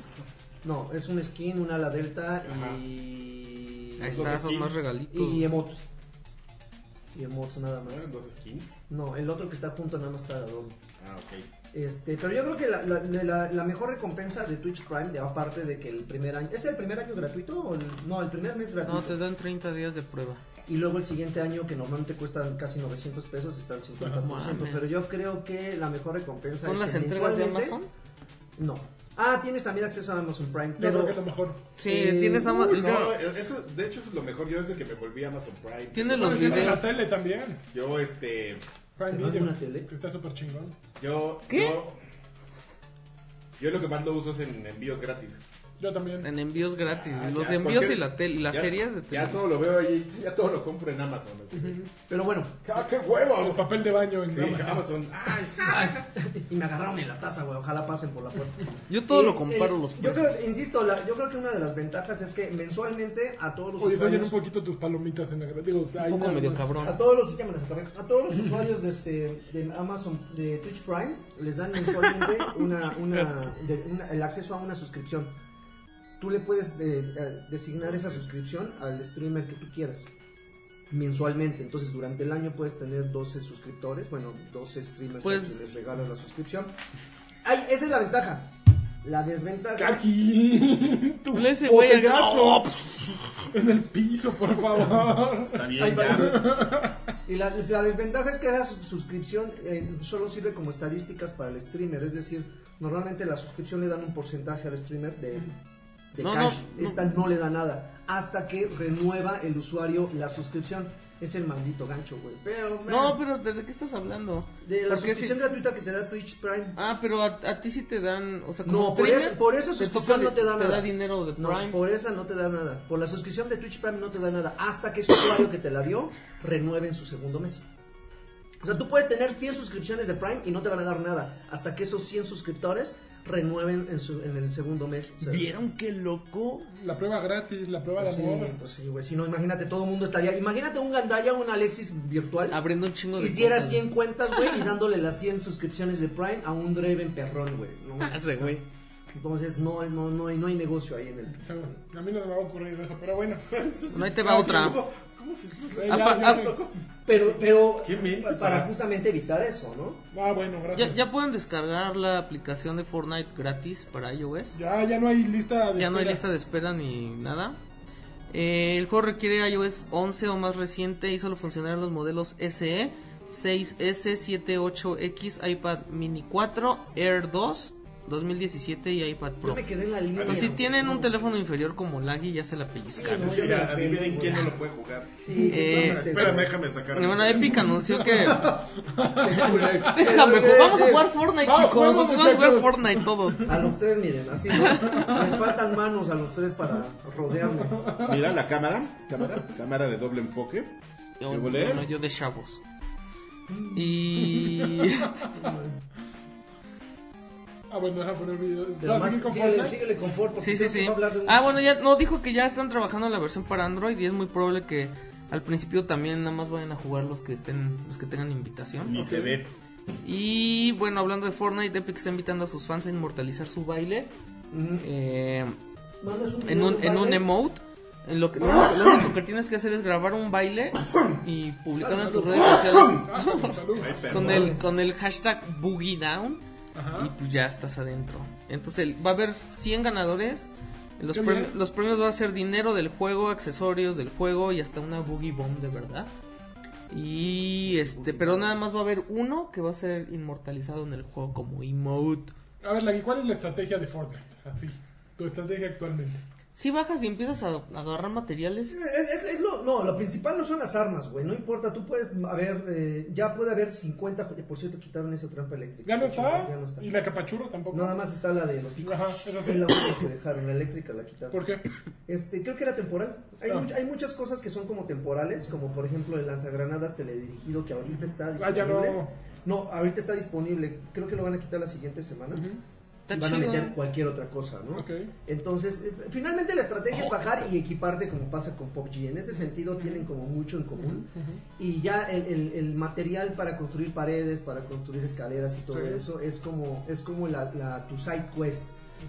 Speaker 4: No, es un skin, una ala delta
Speaker 3: Ajá.
Speaker 4: y...
Speaker 1: Ahí está, son
Speaker 3: skins.
Speaker 1: más regalitos.
Speaker 4: Y emotes. Y emotes nada
Speaker 3: ¿No
Speaker 4: más.
Speaker 3: eran dos skins?
Speaker 4: No, el otro que está junto nada más está adorno.
Speaker 3: Ah, ok.
Speaker 4: Este, pero yo creo que la, la- de la- la mejor recompensa de Twitch Prime, de- aparte de que el primer año... ¿Es el primer año gratuito? O el- no, el primer mes gratuito.
Speaker 1: No, te dan 30 días de prueba.
Speaker 4: Y luego el siguiente año, que normalmente cuestan casi 900 pesos, está al 50%.
Speaker 1: mames.
Speaker 4: pero yo creo que la mejor recompensa
Speaker 1: ¿Son
Speaker 4: es
Speaker 1: las
Speaker 4: que
Speaker 1: entregas de
Speaker 4: mensualmente-
Speaker 1: Amazon?
Speaker 4: No. Ah, tienes también acceso a Amazon Prime,
Speaker 2: Yo creo
Speaker 4: pero...
Speaker 2: que es lo mejor.
Speaker 1: Sí,
Speaker 4: Eh,
Speaker 1: tienes Amazon.
Speaker 3: No, eh, eso, de hecho, eso es lo mejor. Yo desde que me volví a Amazon Prime.
Speaker 1: Tiene los
Speaker 2: Bueno, tiene la
Speaker 1: videos.
Speaker 2: tele también.
Speaker 3: Yo, este.
Speaker 2: Prime
Speaker 4: ¿Te dan
Speaker 2: Video,
Speaker 4: una tele?
Speaker 2: Que está súper chingón.
Speaker 3: Yo.
Speaker 1: ¿Qué?
Speaker 3: Yo, yo lo que más lo uso es en envíos gratis.
Speaker 2: Yo también.
Speaker 1: En envíos gratis.
Speaker 3: Ah,
Speaker 1: los
Speaker 3: ya,
Speaker 1: envíos
Speaker 3: cualquier-
Speaker 1: y la tele, y las
Speaker 3: ya-
Speaker 1: series de
Speaker 3: Ya
Speaker 1: tele.
Speaker 3: todo lo veo ahí, ya todo lo compro en Amazon. así.
Speaker 4: Pero bueno,
Speaker 3: ¡Ah, qué huevo!
Speaker 2: El papel de baño en
Speaker 3: Sí,
Speaker 2: Amazon.
Speaker 3: Amazon. ¡Ay!
Speaker 4: y me agarraron en la taza, güey. Ojalá pasen por la puerta.
Speaker 1: Yo todo
Speaker 4: Y,
Speaker 1: lo comparo
Speaker 4: eh,
Speaker 1: los
Speaker 4: yo
Speaker 1: precios.
Speaker 4: creo, insisto, la- yo creo que una de las ventajas es que mensualmente a todos los
Speaker 2: Oye, se oyen
Speaker 4: usuarios.
Speaker 2: un poquito tus palomitas en la Digo, ahí
Speaker 1: Un poco
Speaker 2: nada
Speaker 1: medio
Speaker 2: más.
Speaker 1: cabrón.
Speaker 4: A todos los, ya me las acabé. a todos los usuarios de, este, de Amazon, de Twitch Prime, les dan mensualmente una, una- de- una- el acceso a una suscripción. Tú le puedes eh, eh, designar esa suscripción al streamer que tú quieras mensualmente. Entonces, durante el año puedes tener 12 suscriptores, bueno, 12 streamers
Speaker 1: Pues-
Speaker 4: a quienes les regalas la suscripción. Ay, esa es la ventaja. La desventaja.
Speaker 2: Caqui, tu
Speaker 1: Ese güey,
Speaker 2: botellazo
Speaker 1: no,
Speaker 2: en el piso, por favor.
Speaker 3: Está
Speaker 4: Ahí
Speaker 3: bien,
Speaker 4: va.
Speaker 3: ya.
Speaker 4: Y la, la desventaja es que esa sus- suscripción eh, solo sirve como estadísticas para el streamer, es decir, normalmente la suscripción le dan un porcentaje al streamer de, de
Speaker 1: No,
Speaker 4: cash,
Speaker 1: no, no.
Speaker 4: esta no le da nada, hasta que renueva el usuario la suscripción. Es el maldito gancho, güey. Pero,
Speaker 1: No,
Speaker 4: man,
Speaker 1: pero ¿de qué estás hablando?
Speaker 4: de la
Speaker 1: Porque si-
Speaker 4: suscripción gratuita que te da Twitch Prime.
Speaker 1: Ah, pero a, a ti sí te dan, o sea, como
Speaker 4: No, por,
Speaker 1: streamer,
Speaker 4: esa- por esa
Speaker 1: te
Speaker 4: suscripción
Speaker 1: toca-
Speaker 4: no te da nada.
Speaker 1: dinero de
Speaker 4: No,
Speaker 1: Prime.
Speaker 4: por esa no te da nada. Por la suscripción de Twitch Prime no te da nada. Hasta que ese usuario que te la dio renueve en su segundo mes. O sea, tú puedes tener 100 suscripciones de Prime y no te van a dar nada. Hasta que esos 100 suscriptores renueven en, su- en el segundo mes. O sea,
Speaker 1: ¿Vieron qué loco?
Speaker 2: La prueba gratis, la prueba de
Speaker 4: Pues sí,
Speaker 2: amor.
Speaker 4: pues sí, güey. Si no, imagínate, todo el mundo estaría. Imagínate un Gandaya, un Alexis virtual.
Speaker 1: Abriendo un chingo de
Speaker 4: Hiciera
Speaker 1: cuentas.
Speaker 4: 100 cuentas, güey, y dándole las 100 suscripciones de Prime a un Draven perrón, güey. No,
Speaker 1: Ah, ese
Speaker 4: o sea,
Speaker 1: güey.
Speaker 4: Entonces, no, no, no, hay- no hay negocio ahí en el
Speaker 2: O sea, A mí no se me va a ocurrir eso, pero bueno.
Speaker 1: No, ahí te va otra.
Speaker 3: ¿Cómo, cómo se.?
Speaker 2: Eh,
Speaker 1: Ah,
Speaker 2: ya,
Speaker 1: pa-
Speaker 2: ya
Speaker 1: ah,
Speaker 2: te-
Speaker 4: Pero, pero
Speaker 3: Qué mente
Speaker 4: para,
Speaker 3: para-
Speaker 4: justamente evitar eso, ¿no?
Speaker 2: Ah, bueno,
Speaker 1: Ya,
Speaker 2: gracias.
Speaker 1: ya pueden descargar la aplicación de Fortnite gratis para iOS.
Speaker 2: Ya, ya no hay lista de.
Speaker 1: Ya no hay
Speaker 2: espera.
Speaker 1: lista de espera ni nada. Eh, el juego requiere iOS 11 o más reciente y solo funcionarán los modelos E, SE, 6S, 78X, iPad Mini 4, Air 2, 2017 y iPad
Speaker 4: Yo
Speaker 1: Pro.
Speaker 4: me quedé en la línea.
Speaker 1: Entonces, si
Speaker 4: güey.
Speaker 1: tienen un
Speaker 4: No,
Speaker 1: teléfono inferior como Laggy, ya se la pellizcan.
Speaker 3: Es que ya adivinen quién no lo puede jugar.
Speaker 4: Sí,
Speaker 1: Eh,
Speaker 4: este,
Speaker 3: Espérame, déjame sacar.
Speaker 1: Bueno, Epic anunció que.
Speaker 4: güey.
Speaker 1: Déjame jugar. Vamos a jugar Fortnite,
Speaker 2: Vamos,
Speaker 1: chicos.
Speaker 2: vamos,
Speaker 1: Vamos a jugar
Speaker 2: muchachos.
Speaker 1: Fortnite todos.
Speaker 4: eh, A los tres, miren, así, ¿no? Les faltan manos a los tres para rodearme.
Speaker 3: Mira la cámara, cámara, cámara de doble enfoque.
Speaker 1: Yo,
Speaker 3: ¿Qué volé?
Speaker 1: bueno, yo de chavos. Y.
Speaker 2: Ah, bueno, deja poner video.
Speaker 4: Pero
Speaker 2: Ya,
Speaker 4: más,
Speaker 2: seguí con
Speaker 4: síguele,
Speaker 2: Fortnite.
Speaker 4: síguele con Ford. porque
Speaker 1: Sí, sí,
Speaker 4: creo que
Speaker 1: sí.
Speaker 4: va a hablar de un-
Speaker 1: Ah, bueno, ya no dijo que ya están trabajando en la versión para Android y es muy probable que al principio también nada más vayan a jugar los que estén los que tengan invitación.
Speaker 3: Ni se ve.
Speaker 1: Y bueno, hablando de Fortnite, Epic está invitando a sus fans a inmortalizar su baile.
Speaker 4: Ujú.
Speaker 1: Eh,
Speaker 4: Mm. Mandas un
Speaker 1: en
Speaker 4: video
Speaker 1: un,
Speaker 4: de
Speaker 1: en un
Speaker 4: baile. Ah.
Speaker 1: emote. En lo, que, lo, único- lo único que tienes que hacer es grabar un baile y publicarlo en tus redes sociales
Speaker 2: Ah, salud, salud.
Speaker 3: Ay, perdón.
Speaker 1: con el, con el hashtag Boogie Down y
Speaker 2: Ajá.
Speaker 1: pues ya estás adentro. Entonces el- va a haber 100 ganadores. Los,
Speaker 2: Qué
Speaker 1: premi-
Speaker 2: bien.
Speaker 1: los premios van a ser dinero del juego, accesorios del juego y hasta una Boogie Bomb de verdad. Y este, pero nada más va a haber uno que va a ser inmortalizado en el juego como emote.
Speaker 2: A ver, Lagui, ¿cuál es la estrategia de Fortnite? Así, tu estrategia actualmente.
Speaker 1: Si bajas y empiezas a, a agarrar materiales,
Speaker 4: Es, es- es lo, no, lo principal no son las armas, güey. No importa, tú puedes haber. eh, ya puede haber 50. ju- Por cierto, quitaron esa trampa eléctrica.
Speaker 2: Ya no está.
Speaker 4: Ya no está.
Speaker 2: Y la capachuro tampoco.
Speaker 4: Nada más está la de los picos.
Speaker 2: Ajá, esa sí.
Speaker 4: Es la única que dejaron, la eléctrica la quitaron.
Speaker 2: ¿Por qué?
Speaker 4: Este, creo que era temporal. Hay,
Speaker 2: Ah.
Speaker 4: much- hay muchas cosas que son como temporales, como por ejemplo el lanzagranadas teledirigido que ahorita está
Speaker 2: Ah, ya
Speaker 4: disponible.
Speaker 2: no.
Speaker 4: No, ahorita está disponible. Creo que lo van a quitar la siguiente semana.
Speaker 2: Ujú.
Speaker 1: está
Speaker 4: Y van a
Speaker 1: chido. ¿eh?
Speaker 4: meter cualquier otra cosa, ¿no?
Speaker 2: Ok.
Speaker 4: Entonces, eh, finalmente la estrategia
Speaker 2: Oh.
Speaker 4: es bajar y equiparte como pasa con PUBG. En ese sentido tienen como mucho en común. Y ya el, el- el material para construir paredes, para construir escaleras y todo
Speaker 2: Sí.
Speaker 4: eso es como es como la, la- tu side quest.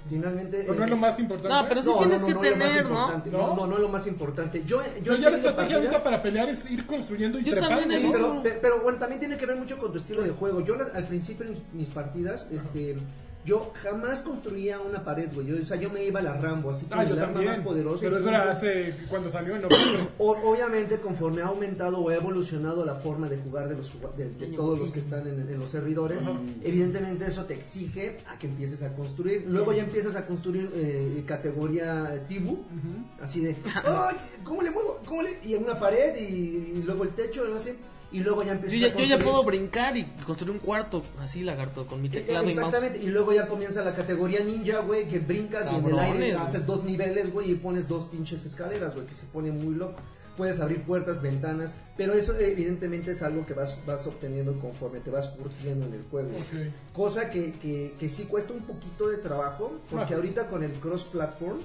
Speaker 4: Finalmente
Speaker 2: Pero no es
Speaker 4: eh,
Speaker 2: lo más importante.
Speaker 1: No, pero sí tienes que
Speaker 4: es lo más
Speaker 1: tener, ¿no?
Speaker 4: importante.
Speaker 2: ¿No?
Speaker 4: ¿no? No, no es lo más importante. Yo,
Speaker 2: Yo
Speaker 4: yo
Speaker 2: ya la
Speaker 4: he tenido
Speaker 2: estrategia
Speaker 4: partidas-
Speaker 2: ahorita para pelear es ir construyendo y
Speaker 1: Yo
Speaker 2: trepando.
Speaker 1: también
Speaker 4: Sí,
Speaker 1: ¿no?
Speaker 4: pero, pe- pero bueno, también tiene que ver mucho con tu estilo de juego. Yo la- al principio en mis, mis partidas, este, yo jamás construía una pared, güey. Yo, o sea, yo me iba a la Rambo, así como
Speaker 2: Ah, yo
Speaker 4: el arma más
Speaker 2: también.
Speaker 4: poderosa.
Speaker 2: Pero
Speaker 4: Y-
Speaker 2: eso era hace cuando salió en noviembre.
Speaker 4: O- obviamente, conforme ha aumentado o ha evolucionado la forma de jugar de, los, jugua- de, de todos los que están en, en los servidores, evidentemente eso te exige a que empieces a construir. Luego ya empiezas a construir eh, categoría Tibu, así de, "Ay, ¿cómo le muevo? ¿Cómo le-?" Y en una pared y, y luego el techo, y así. y luego ya empiezas
Speaker 1: Yo ya,
Speaker 4: a
Speaker 1: yo ya
Speaker 4: construir-
Speaker 1: puedo brincar y construir un cuarto así, lagarto, con mi teclado y mouse.
Speaker 4: E- Exactamente, y luego ya comienza la categoría ninja, güey, que brincas y en el aire
Speaker 1: Cabrones, güey.
Speaker 4: haces dos niveles, güey, y pones dos pinches escaleras, güey, que se pone muy loco. Puedes abrir puertas, ventanas, pero eso evidentemente es algo que vas, vas obteniendo conforme te vas curtiendo en el juego.
Speaker 2: Ok.
Speaker 4: Cosa que, que, que sí cuesta un poquito de trabajo, porque
Speaker 2: Ah.
Speaker 4: ahorita con el cross-platform,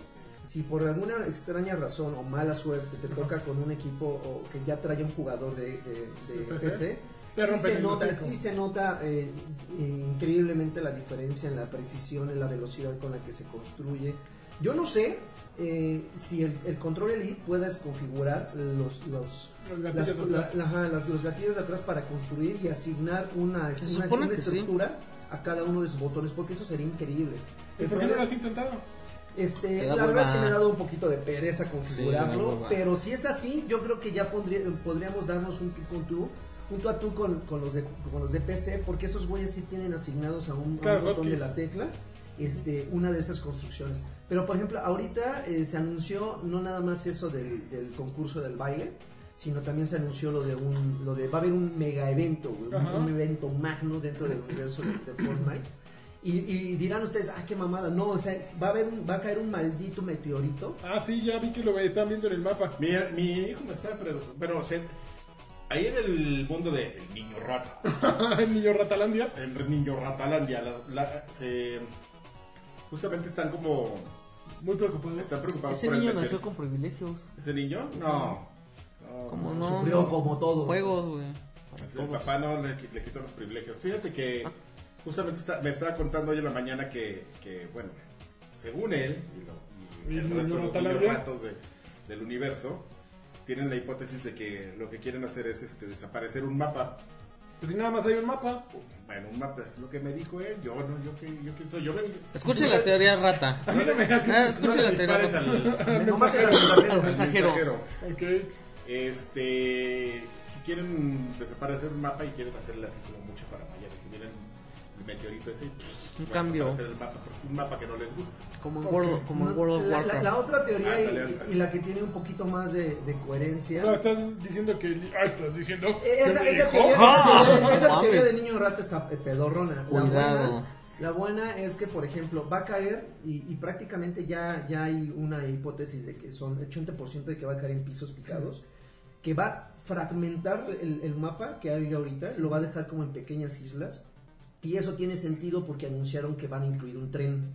Speaker 4: si por alguna extraña razón o mala suerte te toca con un equipo o que ya trae un jugador de, de- de
Speaker 2: ¿De PC?
Speaker 4: PC,
Speaker 2: Te
Speaker 4: sí
Speaker 2: rompen
Speaker 4: se
Speaker 2: el
Speaker 4: nota,
Speaker 2: hocico.
Speaker 4: sí se nota eh, increíblemente la diferencia en la precisión, en la velocidad con la que se construye. Yo no sé eh, si el, el control elite puedas configurar los, los,
Speaker 2: Los
Speaker 4: las-
Speaker 2: gatillos de atrás.
Speaker 4: las- ajá, las- los gatillos de atrás para construir y asignar una,
Speaker 1: Se
Speaker 4: una-
Speaker 1: supone
Speaker 4: una
Speaker 1: que sí.
Speaker 4: estructura a cada uno de sus botones, porque eso sería increíble.
Speaker 2: ¿Y
Speaker 4: El
Speaker 2: por qué no
Speaker 4: problema-
Speaker 2: lo has intentado?
Speaker 4: este,
Speaker 1: Te
Speaker 4: la
Speaker 1: da
Speaker 4: verdad es que
Speaker 1: hueva.
Speaker 4: me ha dado un poquito de
Speaker 1: Sí, me
Speaker 4: pereza
Speaker 1: da
Speaker 4: configurarlo,
Speaker 1: hueva.
Speaker 4: pero si es así, yo creo que ya pondría- podríamos darnos un pico tú, junto a tú con, con los de, con los de PC, porque esos güeyes sí tienen asignados a un, a un
Speaker 2: Claro,
Speaker 4: botón de
Speaker 2: hotkeys.
Speaker 4: la tecla este, una de esas construcciones. Pero por ejemplo, ahorita eh, se anunció no nada más eso del, del concurso del baile, sino también se anunció lo de un, lo de va a haber un mega evento, güey, un-
Speaker 2: Ajá.
Speaker 4: un evento magno dentro del universo de, de Fortnite. Y, y dirán ustedes, ah, qué mamada. No, o sea, va a, haber un- va a caer un maldito meteorito.
Speaker 2: Ah, sí, ya vi que lo están viendo en el mapa.
Speaker 3: Mi, mi hijo me está preguntando. Bueno, o sea, ahí en el mundo del niño rata,
Speaker 2: el niño Ratalandia.
Speaker 3: el niño ratalandia, la, la- se, justamente están como.
Speaker 2: Muy preocupado.
Speaker 3: Están preocupados
Speaker 1: Ese
Speaker 3: por el
Speaker 1: niño
Speaker 3: meteorito.
Speaker 1: nació con privilegios.
Speaker 3: ¿Ese niño? No. No,
Speaker 1: Como
Speaker 3: pues,
Speaker 1: no.
Speaker 4: Sufrió como todo.
Speaker 1: Juegos, güey.
Speaker 3: El papá no le, qui- le quitó los privilegios. Fíjate que justamente está- me estaba contando hoy en la mañana que, que, bueno, según él y, lo, y
Speaker 2: Y
Speaker 3: el
Speaker 2: lo-
Speaker 3: resto
Speaker 2: lo
Speaker 3: de los
Speaker 2: talabré.
Speaker 3: niños ratos de- del universo, tienen la hipótesis de que lo que quieren hacer es este, desaparecer un mapa.
Speaker 2: Pues si nada más hay un mapa.
Speaker 3: Bueno, un mapa es lo que me dijo él. Yo, no, yo, qué- yo quién soy. Yo me,
Speaker 1: Escuchen la teoría rata.
Speaker 2: A mí no me
Speaker 1: Ah,
Speaker 3: no
Speaker 1: escuchen
Speaker 3: le
Speaker 1: la
Speaker 3: dispares
Speaker 1: teoría
Speaker 3: al,
Speaker 1: rata.
Speaker 3: al
Speaker 4: No mates al
Speaker 1: Al
Speaker 4: mensajero.
Speaker 1: mensajero.
Speaker 3: mensajero.
Speaker 2: Ok.
Speaker 3: Este. Quieren desaparecer un mapa y quieren hacerle así como mucha paranoia de que miren el meteorito ese. pues, y, pff,
Speaker 1: Un
Speaker 3: va a
Speaker 1: cambio.
Speaker 3: desaparecer el mapa, porque un mapa que no les gusta.
Speaker 1: Como en World, como en World of
Speaker 4: la, la-
Speaker 1: Warcraft.
Speaker 4: la otra teoría y-
Speaker 3: Ándale, ándale.
Speaker 4: y, la que tiene un poquito más de, de coherencia.
Speaker 2: Ah, No, estás diciendo que. Ah, estás diciendo.
Speaker 4: Eh, Esa,
Speaker 2: que
Speaker 4: esa
Speaker 2: me dijo.
Speaker 4: teoría, esa teoría-
Speaker 1: ¡Ah!
Speaker 4: esa
Speaker 1: No
Speaker 4: teoría de
Speaker 1: mames.
Speaker 4: niño rata está eh, pedorrona. La
Speaker 1: Cuidado.
Speaker 4: buena, la buena es que, por ejemplo, va a caer y, y prácticamente ya, ya hay una hipótesis de que son 80% de que va a caer en pisos picados, que va a fragmentar el, el mapa que hay ahorita, lo va a dejar como en pequeñas islas. Y eso tiene sentido porque anunciaron que van a incluir un tren.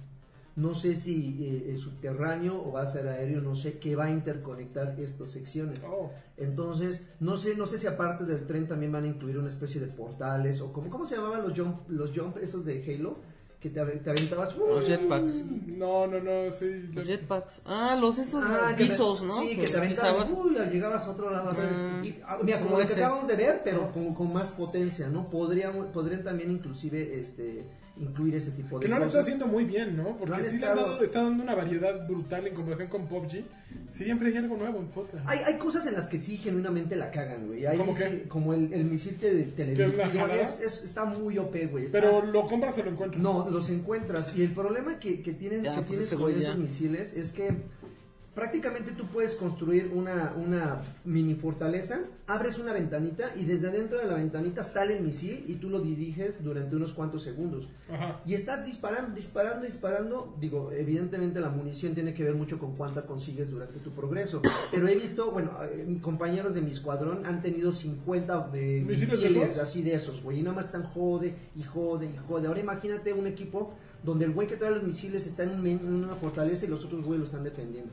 Speaker 4: No sé si eh, es subterráneo o va a ser aéreo, no sé qué va a interconectar estas secciones.
Speaker 2: Oh,
Speaker 4: Entonces, no sé, no sé si aparte del tren también van a incluir una especie de portales o como, ¿cómo se llamaban los jump, los jump esos de Halo? Que te, ave- te aventabas.
Speaker 1: Los jetpacks.
Speaker 2: No, no, no, sí.
Speaker 1: Los jetpacks. Ah, los esos
Speaker 4: Ah, que te-
Speaker 1: pisos, ¿no?
Speaker 4: Sí, que,
Speaker 1: Que
Speaker 4: te aventabas.
Speaker 1: pisabas.
Speaker 4: Uy, llegabas a otro lado. así.
Speaker 1: Ah.
Speaker 4: Y, ah, mira, como
Speaker 1: Como
Speaker 4: lo que
Speaker 1: ese.
Speaker 4: acabamos de ver, pero con, con más potencia, ¿no? Podrían, podrían también inclusive este, incluir ese tipo de
Speaker 2: Que no lo está
Speaker 4: cosas.
Speaker 2: haciendo muy bien, ¿no?
Speaker 4: No
Speaker 2: Porque
Speaker 4: han
Speaker 2: sí le han
Speaker 4: estado-
Speaker 2: dado, está dando una variedad brutal en comparación con PUBG. Siempre hay algo nuevo en Fortnite.
Speaker 4: Hay, hay cosas en las que sí genuinamente la cagan, güey. Ahí
Speaker 2: ¿Cómo
Speaker 4: sí,
Speaker 2: qué?
Speaker 4: como el, el misil te-
Speaker 2: ¿Que es la
Speaker 4: teledirigido
Speaker 2: jalada?
Speaker 4: es- es- está muy OP, güey. está-
Speaker 2: Pero lo compras o lo encuentras.
Speaker 4: No, los encuentras. Y el problema que, que tienen,
Speaker 1: Ya,
Speaker 4: que
Speaker 1: pues
Speaker 4: tienes
Speaker 1: ese
Speaker 4: con
Speaker 1: güey ya.
Speaker 4: esos misiles es que prácticamente tú puedes construir una, una mini fortaleza, abres una ventanita y desde adentro de la ventanita sale el misil y tú lo diriges durante unos cuantos segundos.
Speaker 2: Ajá.
Speaker 4: Y estás disparando, disparando, disparando. Digo, evidentemente la munición tiene que ver mucho con cuánta consigues durante tu progreso. Pero he visto, bueno, eh, compañeros de mi escuadrón han tenido 50 eh,
Speaker 2: ¿Misiles de
Speaker 4: misiles
Speaker 2: esos?
Speaker 4: así de esos, güey. Y nada más están jode y jode y jode. Ahora imagínate un equipo donde el güey que trae los misiles está en, un men- en una fortaleza y los otros güeyes lo están defendiendo.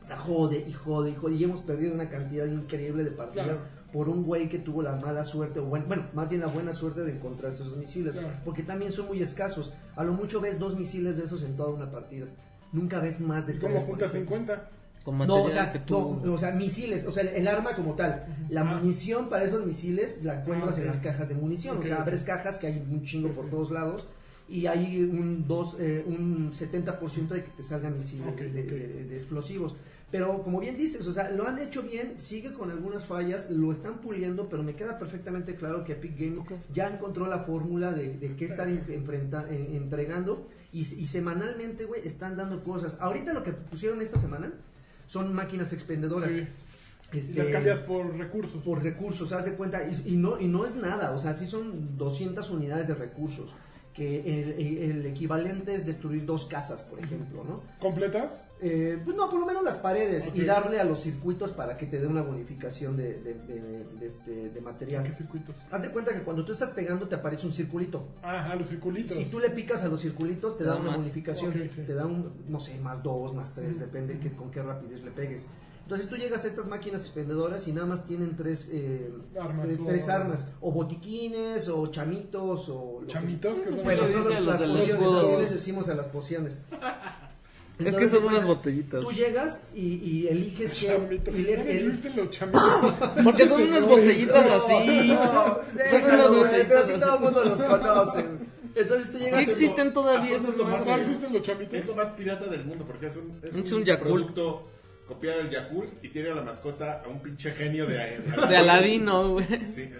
Speaker 4: Está jode y jode y jode. Y hemos perdido una cantidad increíble de partidas.
Speaker 2: Claro.
Speaker 4: Por un güey que tuvo la mala suerte, o buen- bueno, más bien la buena suerte de encontrar esos misiles
Speaker 2: Claro.
Speaker 4: porque también son muy escasos. A lo mucho ves dos misiles de esos en toda una partida. Nunca ves más de
Speaker 2: ¿Y cómo
Speaker 4: tres, por
Speaker 2: juntas
Speaker 4: ejemplo.
Speaker 2: 50?
Speaker 1: Con
Speaker 4: No,
Speaker 1: material
Speaker 4: o sea,
Speaker 1: que tú.
Speaker 4: no, o sea, misiles, o sea, el arma como tal. La munición para esos misiles la encuentras
Speaker 2: Ah, ok.
Speaker 4: en las cajas de munición.
Speaker 2: Ok.
Speaker 4: O sea, abres cajas que hay un chingo por todos lados y hay un, dos, eh, un 70% de que te salgan misiles
Speaker 2: Ok,
Speaker 4: de,
Speaker 2: ok.
Speaker 4: de- de explosivos. Pero como bien dices, o sea, lo han hecho bien, sigue con algunas fallas, lo están puliendo, pero me queda perfectamente claro que Epic Game ya encontró la fórmula de, de qué estar en- enfrenta- en- entregando y, y semanalmente, güey, están dando cosas. Ahorita lo que pusieron esta semana son máquinas expendedoras.
Speaker 2: Sí. Y
Speaker 4: Este,
Speaker 2: las cambias por recursos.
Speaker 4: por recursos, haz de cuenta, y, y no, y no es nada, o sea, sí son 200 unidades de recursos, que el, el- el equivalente es destruir dos casas, por ejemplo, ¿no?
Speaker 2: ¿Completas?
Speaker 4: Eh, pues no, por lo menos las paredes
Speaker 2: Ok.
Speaker 4: y darle a los circuitos para que te dé una bonificación de, de- de- de este, de
Speaker 2: ¿A
Speaker 4: material.
Speaker 2: qué circuitos?
Speaker 4: Haz de cuenta que cuando tú estás pegando te aparece un circulito.
Speaker 2: Ah, a los circulitos.
Speaker 4: Si tú le picas a los circulitos, te da
Speaker 1: Nada
Speaker 4: una
Speaker 1: más.
Speaker 4: bonificación.
Speaker 2: Ok, sí.
Speaker 4: Te da un, no sé, más dos, más tres, depende que- con qué rapidez le pegues. Entonces tú llegas a estas máquinas expendedoras y nada más tienen tres, eh,
Speaker 2: Armas
Speaker 4: tres,
Speaker 2: o-
Speaker 4: tres armas. O botiquines, o chamitos, o... lo que-
Speaker 2: Chamitos, que son
Speaker 1: Bueno,
Speaker 2: los-
Speaker 1: sí,
Speaker 4: son
Speaker 1: de los
Speaker 4: las
Speaker 1: de los
Speaker 4: pociones,
Speaker 1: escudos.
Speaker 4: así les decimos a las pociones.
Speaker 1: es que
Speaker 4: Entonces,
Speaker 1: son unas
Speaker 4: bueno,
Speaker 1: botellitas.
Speaker 4: Tú llegas y, y eliges que...
Speaker 2: chamitos.
Speaker 4: y le-
Speaker 2: ¿Cómo
Speaker 4: el-
Speaker 2: dijiste los chamitos?
Speaker 1: Porque son unas botellitas
Speaker 4: No,
Speaker 1: así.
Speaker 4: no,
Speaker 1: son
Speaker 4: déjalo,
Speaker 1: unas
Speaker 4: güey, pero
Speaker 1: botellitas
Speaker 4: sí
Speaker 1: así.
Speaker 4: todo el mundo los conoce. güey. Entonces tú
Speaker 1: Sí
Speaker 4: llegas y-
Speaker 1: existen todavía
Speaker 3: Aparte
Speaker 1: esas
Speaker 3: es lo
Speaker 1: madres.
Speaker 3: más
Speaker 2: ¿No existen los chamitos?
Speaker 3: Es lo más pirata del mundo porque es un,
Speaker 1: Es un Yakult.
Speaker 3: producto copiado del Yakult y tiene a la mascota a un pinche genio de,
Speaker 1: De Aladino, güey.
Speaker 3: Sí.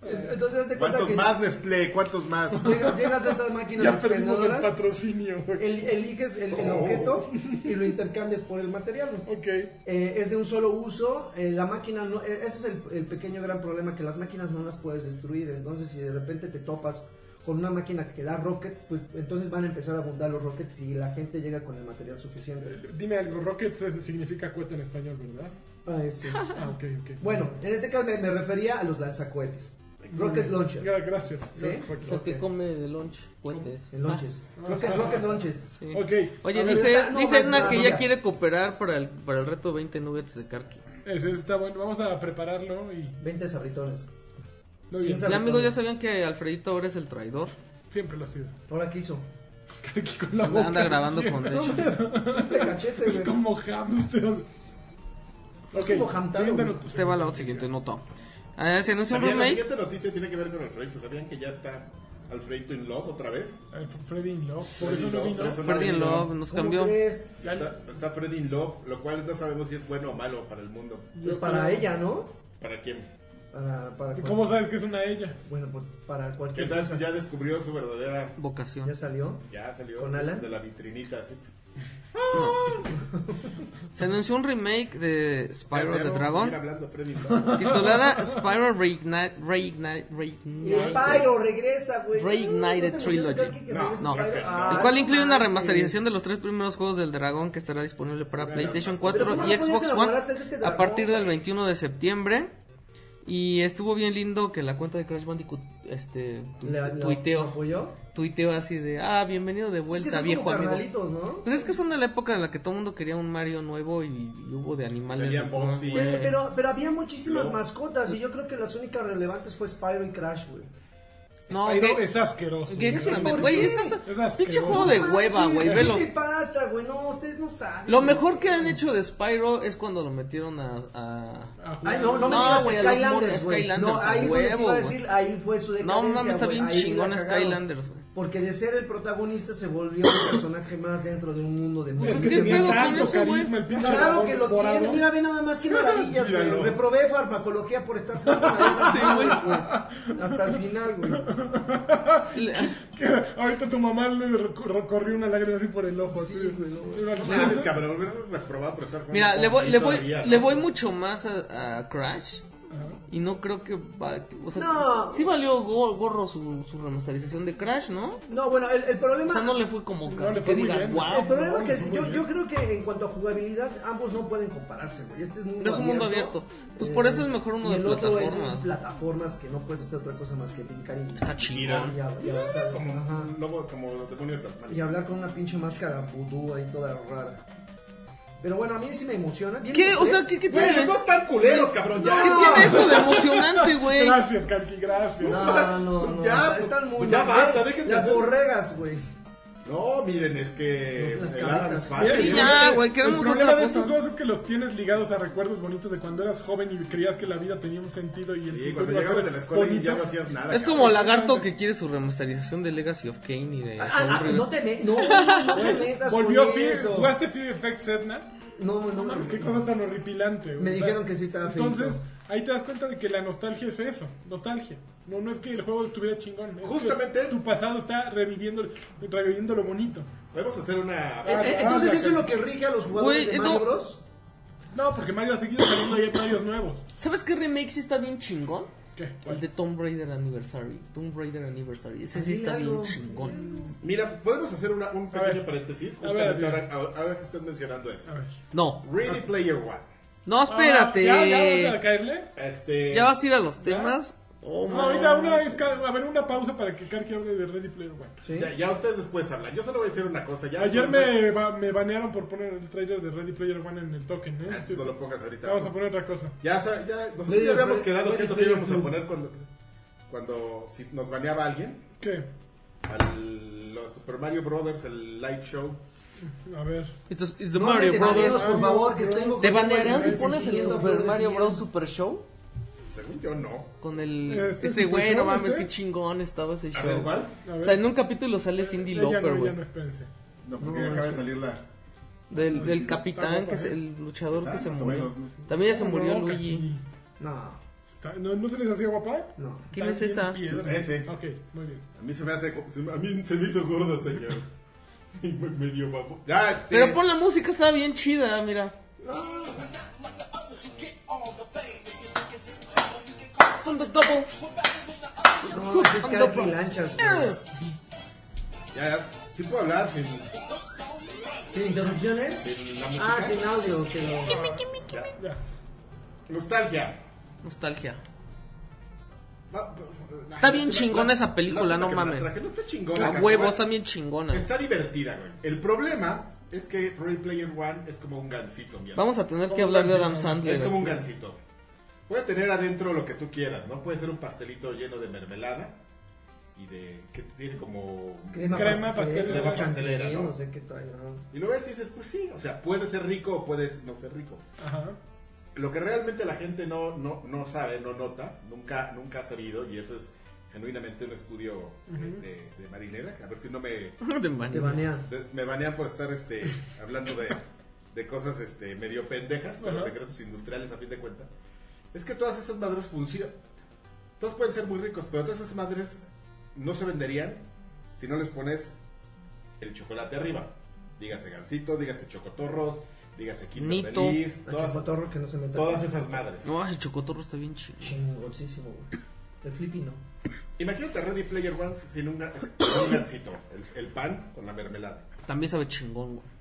Speaker 4: Entonces haz de cuenta
Speaker 3: ¿Cuántos
Speaker 4: que
Speaker 3: más Nestlé? ¿Cuántos más?
Speaker 4: llega- llegas a estas máquinas
Speaker 2: Ya perdimos el
Speaker 4: expendedoras,
Speaker 2: patrocinio, güey.
Speaker 4: el- eliges el, el
Speaker 3: Oh.
Speaker 4: objeto y lo intercambias por el material. güey.
Speaker 2: Ok.
Speaker 4: Eh, es de un solo uso, eh, la máquina no, eh, ese es el, el pequeño gran problema, que las máquinas no las puedes destruir, entonces si de repente te topas con una máquina que da rockets, pues entonces van a empezar a abundar los rockets y la gente llega con el material suficiente.
Speaker 2: Dime algo, Rockets es- significa cohete en español, ¿verdad?
Speaker 4: Ah, ese.
Speaker 2: Ah, ok, ok.
Speaker 4: Bueno, en este caso me, me refería a los lanzacohetes. Rocket launcher.
Speaker 2: Gra- Gracias.
Speaker 4: Sí.
Speaker 2: Gracias,
Speaker 1: O
Speaker 2: Joaquín.
Speaker 1: sea, que come de lunch? Cohetes.
Speaker 4: En launches. Rocket, rocket launches.
Speaker 1: Sí.
Speaker 2: Ok.
Speaker 1: Oye,
Speaker 2: A ver,
Speaker 1: dice,
Speaker 4: está- no,
Speaker 1: dice
Speaker 4: más
Speaker 1: Edna
Speaker 4: una
Speaker 1: que ya
Speaker 4: ronda.
Speaker 1: quiere cooperar para el, para el reto 20 nuggets de Karki.
Speaker 2: Ese está bueno. Vamos a prepararlo y.
Speaker 4: 20 sabritones.
Speaker 2: Muy bien.
Speaker 4: Sí,
Speaker 1: Ya amigos, ya sabían que Alfredito ahora es el traidor.
Speaker 2: Siempre lo ha sido.
Speaker 4: ¿Ahora qué hizo?
Speaker 2: Aquí con la
Speaker 1: Anda,
Speaker 2: boca.
Speaker 1: anda grabando
Speaker 2: llena.
Speaker 1: con Desh.
Speaker 4: Te cachete,
Speaker 2: Es
Speaker 4: güey.
Speaker 2: como hamster.
Speaker 4: Es
Speaker 2: Ok,
Speaker 4: como hamtaro,
Speaker 2: siguiente
Speaker 4: güey.
Speaker 2: noticia.
Speaker 1: Usted va a la siguiente nota. Ah, se anunció un
Speaker 3: También la
Speaker 1: remake.
Speaker 3: siguiente noticia tiene que ver con Alfredito. ¿Sabían que ya está Alfredito in Love otra vez?
Speaker 2: Ay, F- Freddy in Love. Por
Speaker 3: Freddy
Speaker 2: eso
Speaker 3: in
Speaker 2: no
Speaker 3: Love,
Speaker 2: vino.
Speaker 3: por eso no
Speaker 1: Freddy and
Speaker 3: vino.
Speaker 1: Love nos
Speaker 4: ¿Cómo
Speaker 1: cambió.
Speaker 4: crees?
Speaker 2: Ya-
Speaker 3: Está, está Freddy in Love, lo cual no sabemos si es bueno o malo para el mundo.
Speaker 4: Pues
Speaker 2: yo
Speaker 4: para
Speaker 2: creo-
Speaker 4: ella, ¿no?
Speaker 3: ¿Para quién?
Speaker 4: Para, para cual-
Speaker 2: ¿Cómo sabes que es una ella?
Speaker 4: Bueno, por- para
Speaker 3: ¿Qué
Speaker 4: cualquier
Speaker 3: tal
Speaker 1: pues,
Speaker 4: cosa.
Speaker 3: si ya descubrió su verdadera...
Speaker 4: ¿Ya
Speaker 1: Vocación.
Speaker 4: salió?
Speaker 3: Ya salió
Speaker 4: ¿Con Alan?
Speaker 3: de la vitrinita, así.
Speaker 1: Se anunció un remake de Spyro
Speaker 3: Ya, ya
Speaker 1: the
Speaker 3: vamos a seguir
Speaker 1: Dragon.
Speaker 3: hablando, Freddy in Love.
Speaker 1: Titulada Spyro Reignite. Reignite. Reignite.
Speaker 4: Spyro, regresa, güey.
Speaker 1: Reignited
Speaker 4: ¿No te emociona,
Speaker 1: Trilogy.
Speaker 4: Karki, que
Speaker 3: No,
Speaker 4: regrese
Speaker 1: no.
Speaker 4: Spyro?
Speaker 3: El
Speaker 4: Ah,
Speaker 1: El cual
Speaker 4: no
Speaker 1: incluye una
Speaker 4: manches.
Speaker 1: remasterización de los tres primeros juegos del dragón que estará disponible para
Speaker 3: Una
Speaker 1: PlayStation
Speaker 3: remaster.
Speaker 1: 4
Speaker 4: Pero
Speaker 1: y
Speaker 4: ¿cómo
Speaker 1: Xbox
Speaker 4: puedes
Speaker 1: One
Speaker 4: enamorarte de este
Speaker 1: a
Speaker 4: dragón?
Speaker 1: partir del 21 de septiembre. Y estuvo bien lindo que la cuenta de Crash Bandicoot este, tu-
Speaker 4: ¿Le- le- ¿lo
Speaker 1: tuiteó,
Speaker 4: apoyó?
Speaker 1: tuiteó así de, ah, bienvenido de
Speaker 4: Es que
Speaker 1: vuelta,
Speaker 4: son
Speaker 1: viejo
Speaker 4: como
Speaker 1: amigo.
Speaker 4: carnalitos, ¿no?
Speaker 1: Pues es que son de la época en la que todo el mundo quería un Mario nuevo y, y hubo de animales.
Speaker 3: Sería
Speaker 1: de todo,
Speaker 3: Bowser.
Speaker 1: güey.
Speaker 4: Pero, pero, pero había muchísimas
Speaker 3: No.
Speaker 4: mascotas y yo creo que las únicas relevantes fue Spyro y Crash, güey.
Speaker 1: no,
Speaker 2: Ay, no,
Speaker 1: que-
Speaker 2: es asqueroso.
Speaker 1: que
Speaker 2: güey.
Speaker 1: exactamente,
Speaker 4: ¿Por
Speaker 1: güey,
Speaker 4: qué?
Speaker 1: estás-
Speaker 2: Es asqueroso.
Speaker 1: pinche juego de
Speaker 4: No
Speaker 1: hueva,
Speaker 4: manches,
Speaker 1: güey, velo.
Speaker 4: ¿Qué te pasa, güey? No, ustedes no saben.
Speaker 1: Lo mejor que han hecho de Spyro es cuando lo metieron a- a
Speaker 2: Ah, jugar.
Speaker 4: Ay, no, no, me
Speaker 1: No,
Speaker 4: digas que
Speaker 1: güey, a los monos,
Speaker 4: Skylanders, güey.
Speaker 1: Skylanders,
Speaker 4: no,
Speaker 1: a
Speaker 4: ahí fue lo que
Speaker 1: huevo,
Speaker 4: iba a
Speaker 1: güey.
Speaker 4: decir, ahí fue su decadencia,
Speaker 1: No, mames, está
Speaker 4: güey,
Speaker 1: bien
Speaker 4: ahí la
Speaker 1: chingón
Speaker 4: cagaron.
Speaker 1: Skylanders, güey.
Speaker 4: Porque de ser el protagonista se volvió un personaje más dentro de un mundo de
Speaker 2: Es
Speaker 4: música.
Speaker 2: que
Speaker 1: ¿Qué pedo
Speaker 2: tenía
Speaker 1: con
Speaker 2: tanto
Speaker 1: ese güey?
Speaker 2: carisma el pinche
Speaker 4: Claro
Speaker 2: dragón
Speaker 4: que lo
Speaker 2: morado.
Speaker 4: tiene, mira, ve nada más que maravillas, güey.
Speaker 3: Míralo.
Speaker 4: Reprobé farmacología por estar jugando a esas madres, güey. Hasta el final, güey.
Speaker 1: Le-
Speaker 2: Que ahorita tu mamá le recor- corrió una lágrima así por el ojo.
Speaker 4: Sí,
Speaker 2: así.
Speaker 4: güey, no.
Speaker 2: Iba a-
Speaker 3: No mames, cabrón, hubiera reprobado por estar jugando
Speaker 1: Mira, le voy,
Speaker 3: con
Speaker 1: le
Speaker 3: Freddy
Speaker 1: voy,
Speaker 3: todavía, ¿no?
Speaker 1: le voy mucho más a, a Crash. Y no creo que va, o sea,
Speaker 4: No.
Speaker 1: sí valió go- gorro su, su remasterización de Crash, ¿no?
Speaker 4: No, bueno, el, el problema...
Speaker 1: O sea, no le fue como
Speaker 2: No,
Speaker 1: casi
Speaker 2: le fue
Speaker 1: que
Speaker 2: muy
Speaker 1: digas,
Speaker 2: bien.
Speaker 1: wow.
Speaker 4: El problema
Speaker 2: No,
Speaker 4: es
Speaker 2: no,
Speaker 4: que
Speaker 2: no,
Speaker 4: yo,
Speaker 2: no.
Speaker 4: yo creo que en cuanto a jugabilidad, ambos no pueden compararse, güey. Este es mundo
Speaker 1: No es un mundo abierto. Pues por eso es mejor uno
Speaker 4: y
Speaker 1: de
Speaker 4: el otro es
Speaker 1: plataformas.
Speaker 4: plataformas que no puedes hacer otra cosa más que brincar y...
Speaker 1: Está chingón.
Speaker 4: Y, hab- y avanzar.
Speaker 3: Como
Speaker 4: Ajá.
Speaker 3: un lobo, como los demonios de Tasmania.
Speaker 4: Y hablar con una pinche máscara putú ahí toda rara. Pero bueno, a mí sí me emociona. ¿Viene
Speaker 1: ¿Qué?
Speaker 4: el E
Speaker 1: O sea,
Speaker 4: tres?
Speaker 1: ¿qué, qué
Speaker 3: Güey,
Speaker 1: tiene?
Speaker 3: los dos están culeros, cabrón, ya.
Speaker 1: ¿Qué tiene esto de emocionante, güey?
Speaker 2: Gracias, Kalki, gracias.
Speaker 4: No, no, no.
Speaker 3: Ya,
Speaker 4: o sea, están muy
Speaker 3: ya
Speaker 4: mal.
Speaker 3: basta, déjenme
Speaker 4: Las
Speaker 3: hacer-
Speaker 4: borregas, güey.
Speaker 3: No, miren, es que
Speaker 4: Los- las
Speaker 3: el
Speaker 4: cabritas.
Speaker 3: Alan es
Speaker 2: Mira,
Speaker 3: fácil.
Speaker 1: Sí,
Speaker 2: el
Speaker 1: ya,
Speaker 2: problema-
Speaker 1: güey, queremos
Speaker 2: El problema
Speaker 1: otra
Speaker 2: de estos
Speaker 1: cosa.
Speaker 2: juegos es que los tienes ligados a recuerdos bonitos de cuando eras joven y creías que la vida tenía un sentido y el
Speaker 3: Sí,
Speaker 2: futuro
Speaker 3: cuando
Speaker 2: iba a
Speaker 3: llegabas
Speaker 2: ser
Speaker 3: de la escuela y
Speaker 2: bonito.
Speaker 3: ya no hacías nada.
Speaker 1: Es como Lagarto que quiere su remasterización de Legacy of Kane y de...
Speaker 4: Ah, ah,
Speaker 1: Hombre.
Speaker 4: no te me- no, no te metas con
Speaker 2: Volvió Fear,
Speaker 4: eso.
Speaker 2: jugaste Fear Effect Sedna.
Speaker 4: No, no, no.
Speaker 2: No mames, qué cosa tan horripilante. güey.
Speaker 4: Me dijeron que sí estaba feíto.
Speaker 2: Entonces, ahí te das cuenta de que la nostalgia es eso, nostalgia. No, no es que el juego estuviera chingón. es que
Speaker 3: Justamente.
Speaker 2: tu pasado está reviviendo, reviviendo lo bonito.
Speaker 3: Podemos hacer una.
Speaker 4: Eh, eh, Entonces
Speaker 2: Ah,
Speaker 4: eso es lo que rige a los jugadores
Speaker 1: Güey,
Speaker 4: de
Speaker 1: no.
Speaker 4: Mario Bros.
Speaker 2: No, porque Mario ha seguido saliendo ahí Marios nuevos.
Speaker 1: ¿Sabes qué remake sí está bien chingón?
Speaker 2: ¿Qué?
Speaker 1: El de Tomb Raider Anniversary. Tomb Raider Anniversary.
Speaker 2: Ah,
Speaker 1: Ese sí está bien chingón.
Speaker 3: Mira, podemos hacer una- un
Speaker 2: A
Speaker 3: pequeño
Speaker 2: ver.
Speaker 3: paréntesis
Speaker 2: A ver,
Speaker 3: justamente
Speaker 2: dime.
Speaker 3: ahora, ahora- ahora que estás mencionando eso.
Speaker 2: A ver.
Speaker 1: No.
Speaker 3: Ready Player One.
Speaker 1: No, espérate.
Speaker 2: Ah, ¿Ya, ya vas a caerle?
Speaker 3: Este.
Speaker 1: ¿Ya vas a ir a los temas? Oh,
Speaker 2: No,
Speaker 1: man.
Speaker 2: ahorita una, es- a ver, una pausa para que Karki hable de Ready Player One.
Speaker 4: Sí.
Speaker 3: ya- ya ustedes después hablan. Yo solo voy a decir una cosa. Ya
Speaker 2: Ayer me, ba- me banearon por poner el trailer de Ready Player One en el token, ¿eh?
Speaker 3: Ah, entonces no lo pongas ahorita.
Speaker 2: Vamos a poner otra cosa.
Speaker 3: Ya, sa- ya, nosotros
Speaker 4: Player
Speaker 3: ya habíamos
Speaker 4: Play-
Speaker 3: quedado que es
Speaker 4: Ready
Speaker 3: lo que
Speaker 4: Player
Speaker 3: íbamos a
Speaker 4: Club.
Speaker 3: poner cuando, cuando si nos baneaba alguien.
Speaker 2: ¿Qué?
Speaker 3: Al los Super Mario Brothers, el live show.
Speaker 2: A ver.
Speaker 1: Esto es it's the
Speaker 4: No
Speaker 1: Mario
Speaker 4: te
Speaker 1: Brothers.
Speaker 4: banees, por favor, que estoy
Speaker 1: ¿Te banearán si
Speaker 4: estoy
Speaker 1: pones el
Speaker 4: sintiendo
Speaker 1: Super
Speaker 4: por
Speaker 1: Mario
Speaker 4: dentro.
Speaker 1: Bros. Super Show?
Speaker 3: Según yo, no.
Speaker 1: Con el...
Speaker 2: Este
Speaker 1: ese
Speaker 2: Super
Speaker 1: güey, no
Speaker 2: Show,
Speaker 1: mames,
Speaker 2: este.
Speaker 1: qué chingón estaba ese
Speaker 3: A
Speaker 1: show.
Speaker 3: ver, ¿cuál?
Speaker 1: O
Speaker 2: A ver.
Speaker 1: sea, en un capítulo sale Cindy
Speaker 2: Eh, ya
Speaker 1: Lauper,
Speaker 2: no, ya
Speaker 1: güey.
Speaker 2: no, espérense.
Speaker 3: No, porque acaba de salir la.
Speaker 1: Del, del capitán,
Speaker 2: guapa,
Speaker 1: que es
Speaker 2: ¿eh?
Speaker 1: el luchador
Speaker 3: Está
Speaker 1: que se
Speaker 3: más o
Speaker 1: murió.
Speaker 3: menos, ¿no?
Speaker 1: También ya se
Speaker 2: No,
Speaker 1: murió
Speaker 2: no,
Speaker 1: Luigi.
Speaker 2: Kaki.
Speaker 4: No,
Speaker 2: Está- ¿No, ¿No se les hacía guapa?
Speaker 4: no.
Speaker 1: ¿Quién
Speaker 2: Está
Speaker 1: es
Speaker 2: bien
Speaker 1: esa?
Speaker 2: piedra.
Speaker 3: Ese.
Speaker 2: Ok, muy bien.
Speaker 3: A mí se me hace. se me- A mí se me hizo gordo, señor. Y me- Medio babo. Ya, este.
Speaker 1: Pero pon la música, estaba bien chida, mira. Son the double.
Speaker 4: No, es que
Speaker 1: Ando
Speaker 4: hay lanchas, güey.
Speaker 3: Ya, ya. Sí puedo hablar sin,
Speaker 4: ¿Sin interrupciones?
Speaker 3: sin la música.
Speaker 4: Ah, sin audio, pero...
Speaker 3: Ya.
Speaker 2: Ya.
Speaker 3: Nostalgia.
Speaker 1: Nostalgia.
Speaker 3: Va-
Speaker 1: Está bien
Speaker 3: lástima-
Speaker 1: chingona esa
Speaker 3: lástima
Speaker 1: película, no
Speaker 3: que me la
Speaker 1: mames.
Speaker 3: traje, No está chingona.
Speaker 1: A
Speaker 3: Cacahuate.
Speaker 1: huevos, está bien chingona.
Speaker 3: Está divertida, güey. El problema es que Ready Player One es como un gansito, mierda.
Speaker 1: Vamos a tener que
Speaker 2: Como
Speaker 1: hablar de
Speaker 2: Nancy,
Speaker 1: Adam
Speaker 2: ¿no?
Speaker 1: Sandler.
Speaker 3: Es como un gansito. Puede tener adentro lo que tú quieras, ¿no? Puede ser un pastelito lleno de mermelada y de. que tiene como.
Speaker 2: Crema pastelera.
Speaker 4: crema
Speaker 3: Pastelera,
Speaker 4: chantilly,
Speaker 3: ¿no?
Speaker 4: No sé qué trae, no.
Speaker 3: Y lo ves y dices, pues sí, o sea, puede ser rico o puede no ser rico.
Speaker 2: Ajá.
Speaker 3: Lo que realmente la gente no, no, no sabe, no nota, nunca, nunca ha sabido, y eso es genuinamente un estudio de, de- de Marinela, a ver si no me,
Speaker 1: De
Speaker 4: Te
Speaker 1: manera.
Speaker 4: banean.
Speaker 3: de- me banean por estar este, hablando de, de cosas este, medio pendejas, pero
Speaker 2: Ajá.
Speaker 3: secretos industriales a fin de cuenta. Es que todas esas madres funcionan. Todos pueden ser muy ricos, pero todas esas madres no se venderían si no les pones el chocolate arriba. Dígase gansito, dígase chocotorros, dígase Kinder
Speaker 1: Nito.
Speaker 3: Feliz,
Speaker 4: A
Speaker 3: todas,
Speaker 4: Chocotorro que no se meta.
Speaker 3: todas esas madres.
Speaker 1: No, el chocotorro está bien chido.
Speaker 4: Chingoncísimo, güey. El flippy no.
Speaker 3: Imagínate a Ready Player One sin un, ga- sin un gansito, el, el pan con la mermelada.
Speaker 1: También sabe chingón, güey.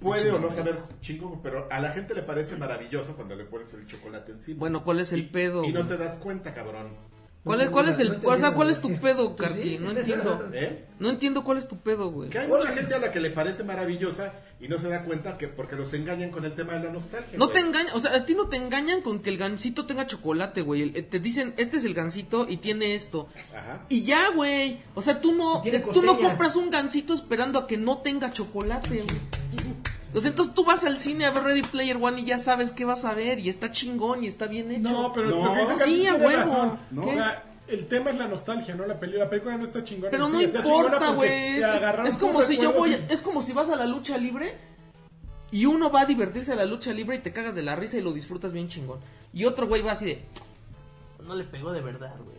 Speaker 3: Puede o no saber chingo, pero a la gente le parece maravilloso cuando le pones el chocolate encima.
Speaker 1: Bueno, ¿cuál es el
Speaker 3: Y-
Speaker 1: pedo,
Speaker 3: Y no
Speaker 1: güey?
Speaker 3: te das cuenta, cabrón.
Speaker 1: ¿Cuál es, cuál es
Speaker 4: No
Speaker 1: el,
Speaker 4: entendí
Speaker 1: o sea, cuál es
Speaker 4: nada.
Speaker 1: tu pedo,
Speaker 4: Pues sí.
Speaker 1: Karki? No entiendo.
Speaker 3: ¿Eh?
Speaker 1: No entiendo cuál es tu pedo, güey.
Speaker 3: Que hay mucha gente a la que le parece maravillosa y no se da cuenta que porque los engañan con el tema de la nostalgia.
Speaker 1: No
Speaker 3: güey.
Speaker 1: te engañan, o sea, a ti no te engañan con que el gansito tenga chocolate, güey. El- eh, Te dicen, este es el gansito y tiene esto.
Speaker 3: Ajá.
Speaker 1: Y ya, güey. O sea, tú no,
Speaker 4: Tiene
Speaker 1: tú no
Speaker 4: costeña.
Speaker 1: compras un gansito esperando a que no tenga chocolate, güey. O sea, entonces tú vas al cine a ver Ready Player One y ya sabes qué vas a ver y está chingón y está bien hecho.
Speaker 2: No, pero
Speaker 3: No.
Speaker 2: lo que dice Karki
Speaker 1: Sí, a
Speaker 2: tiene
Speaker 1: huevo.
Speaker 2: razón.
Speaker 1: No.
Speaker 2: O sea, el tema es la nostalgia, no la película. La película no está chingona.
Speaker 1: Pero
Speaker 2: en
Speaker 1: no
Speaker 2: sí, está chingona
Speaker 1: importa,
Speaker 2: porque
Speaker 1: güey.
Speaker 2: te
Speaker 1: Es-
Speaker 2: agarraron
Speaker 1: Es
Speaker 2: tus
Speaker 1: como si yo
Speaker 2: recuerdos
Speaker 1: voy,
Speaker 2: y-
Speaker 1: es como si vas a la lucha libre y uno va a divertirse a la lucha libre y te cagas de la risa y lo disfrutas bien chingón. Y otro güey va así de, no le pegó de verdad, güey.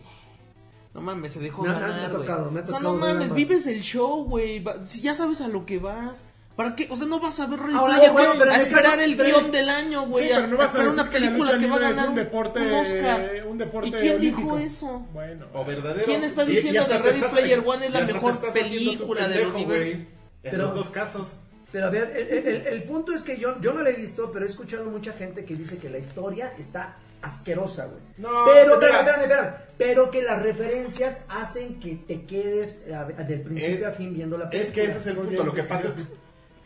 Speaker 1: No mames, se dejó
Speaker 4: Me ha- me ha
Speaker 1: ganar, güey.
Speaker 4: tocado, me ha
Speaker 1: O sea,
Speaker 4: tocado
Speaker 1: no
Speaker 4: ver
Speaker 1: mames,
Speaker 4: ambas.
Speaker 1: vives el show, güey. Va- Si ya sabes a lo que vas. ¿Para qué? O sea, no vas a ver Ready
Speaker 4: Ahora,
Speaker 1: Player
Speaker 4: bueno,
Speaker 1: One,
Speaker 4: pero
Speaker 1: a
Speaker 4: en mi
Speaker 1: esperar
Speaker 4: caso,
Speaker 1: el
Speaker 4: sí.
Speaker 1: guión del año, güey.
Speaker 2: Sí, pero no
Speaker 1: a
Speaker 2: vas a
Speaker 1: esperar
Speaker 2: decir
Speaker 1: una
Speaker 2: que la
Speaker 1: película
Speaker 2: lucha
Speaker 1: que, va a
Speaker 2: libre es
Speaker 1: ganar
Speaker 2: un
Speaker 1: un,
Speaker 2: deporte-
Speaker 1: un Oscar.
Speaker 2: un deporte
Speaker 1: ¿Y quién dijo
Speaker 2: olímpico?
Speaker 1: eso?
Speaker 2: Bueno.
Speaker 3: O verdadero.
Speaker 1: ¿Quién está
Speaker 3: Y- y
Speaker 1: diciendo
Speaker 3: hasta
Speaker 1: que
Speaker 3: te
Speaker 1: Ready
Speaker 3: estás-
Speaker 1: Player One es la
Speaker 3: y hasta
Speaker 1: mejor
Speaker 3: te estás haciendo tu
Speaker 1: película del
Speaker 3: güey,
Speaker 1: universo?
Speaker 3: En
Speaker 4: Pero-
Speaker 3: los dos casos.
Speaker 4: Pero a ver, el, el- el- el punto es que yo, yo no la he visto, pero he escuchado mucha gente que dice que la historia está asquerosa, güey.
Speaker 3: No,
Speaker 4: pero,
Speaker 3: mira.
Speaker 4: espérame, espérame, espérame. pero que las referencias hacen que te quedes a- a- del principio
Speaker 3: Eh,
Speaker 4: a fin viendo la película.
Speaker 3: Es que ese es el
Speaker 2: Muy
Speaker 3: punto.
Speaker 2: bien,
Speaker 3: Lo que
Speaker 2: pues,
Speaker 3: pasa es,
Speaker 2: gracias.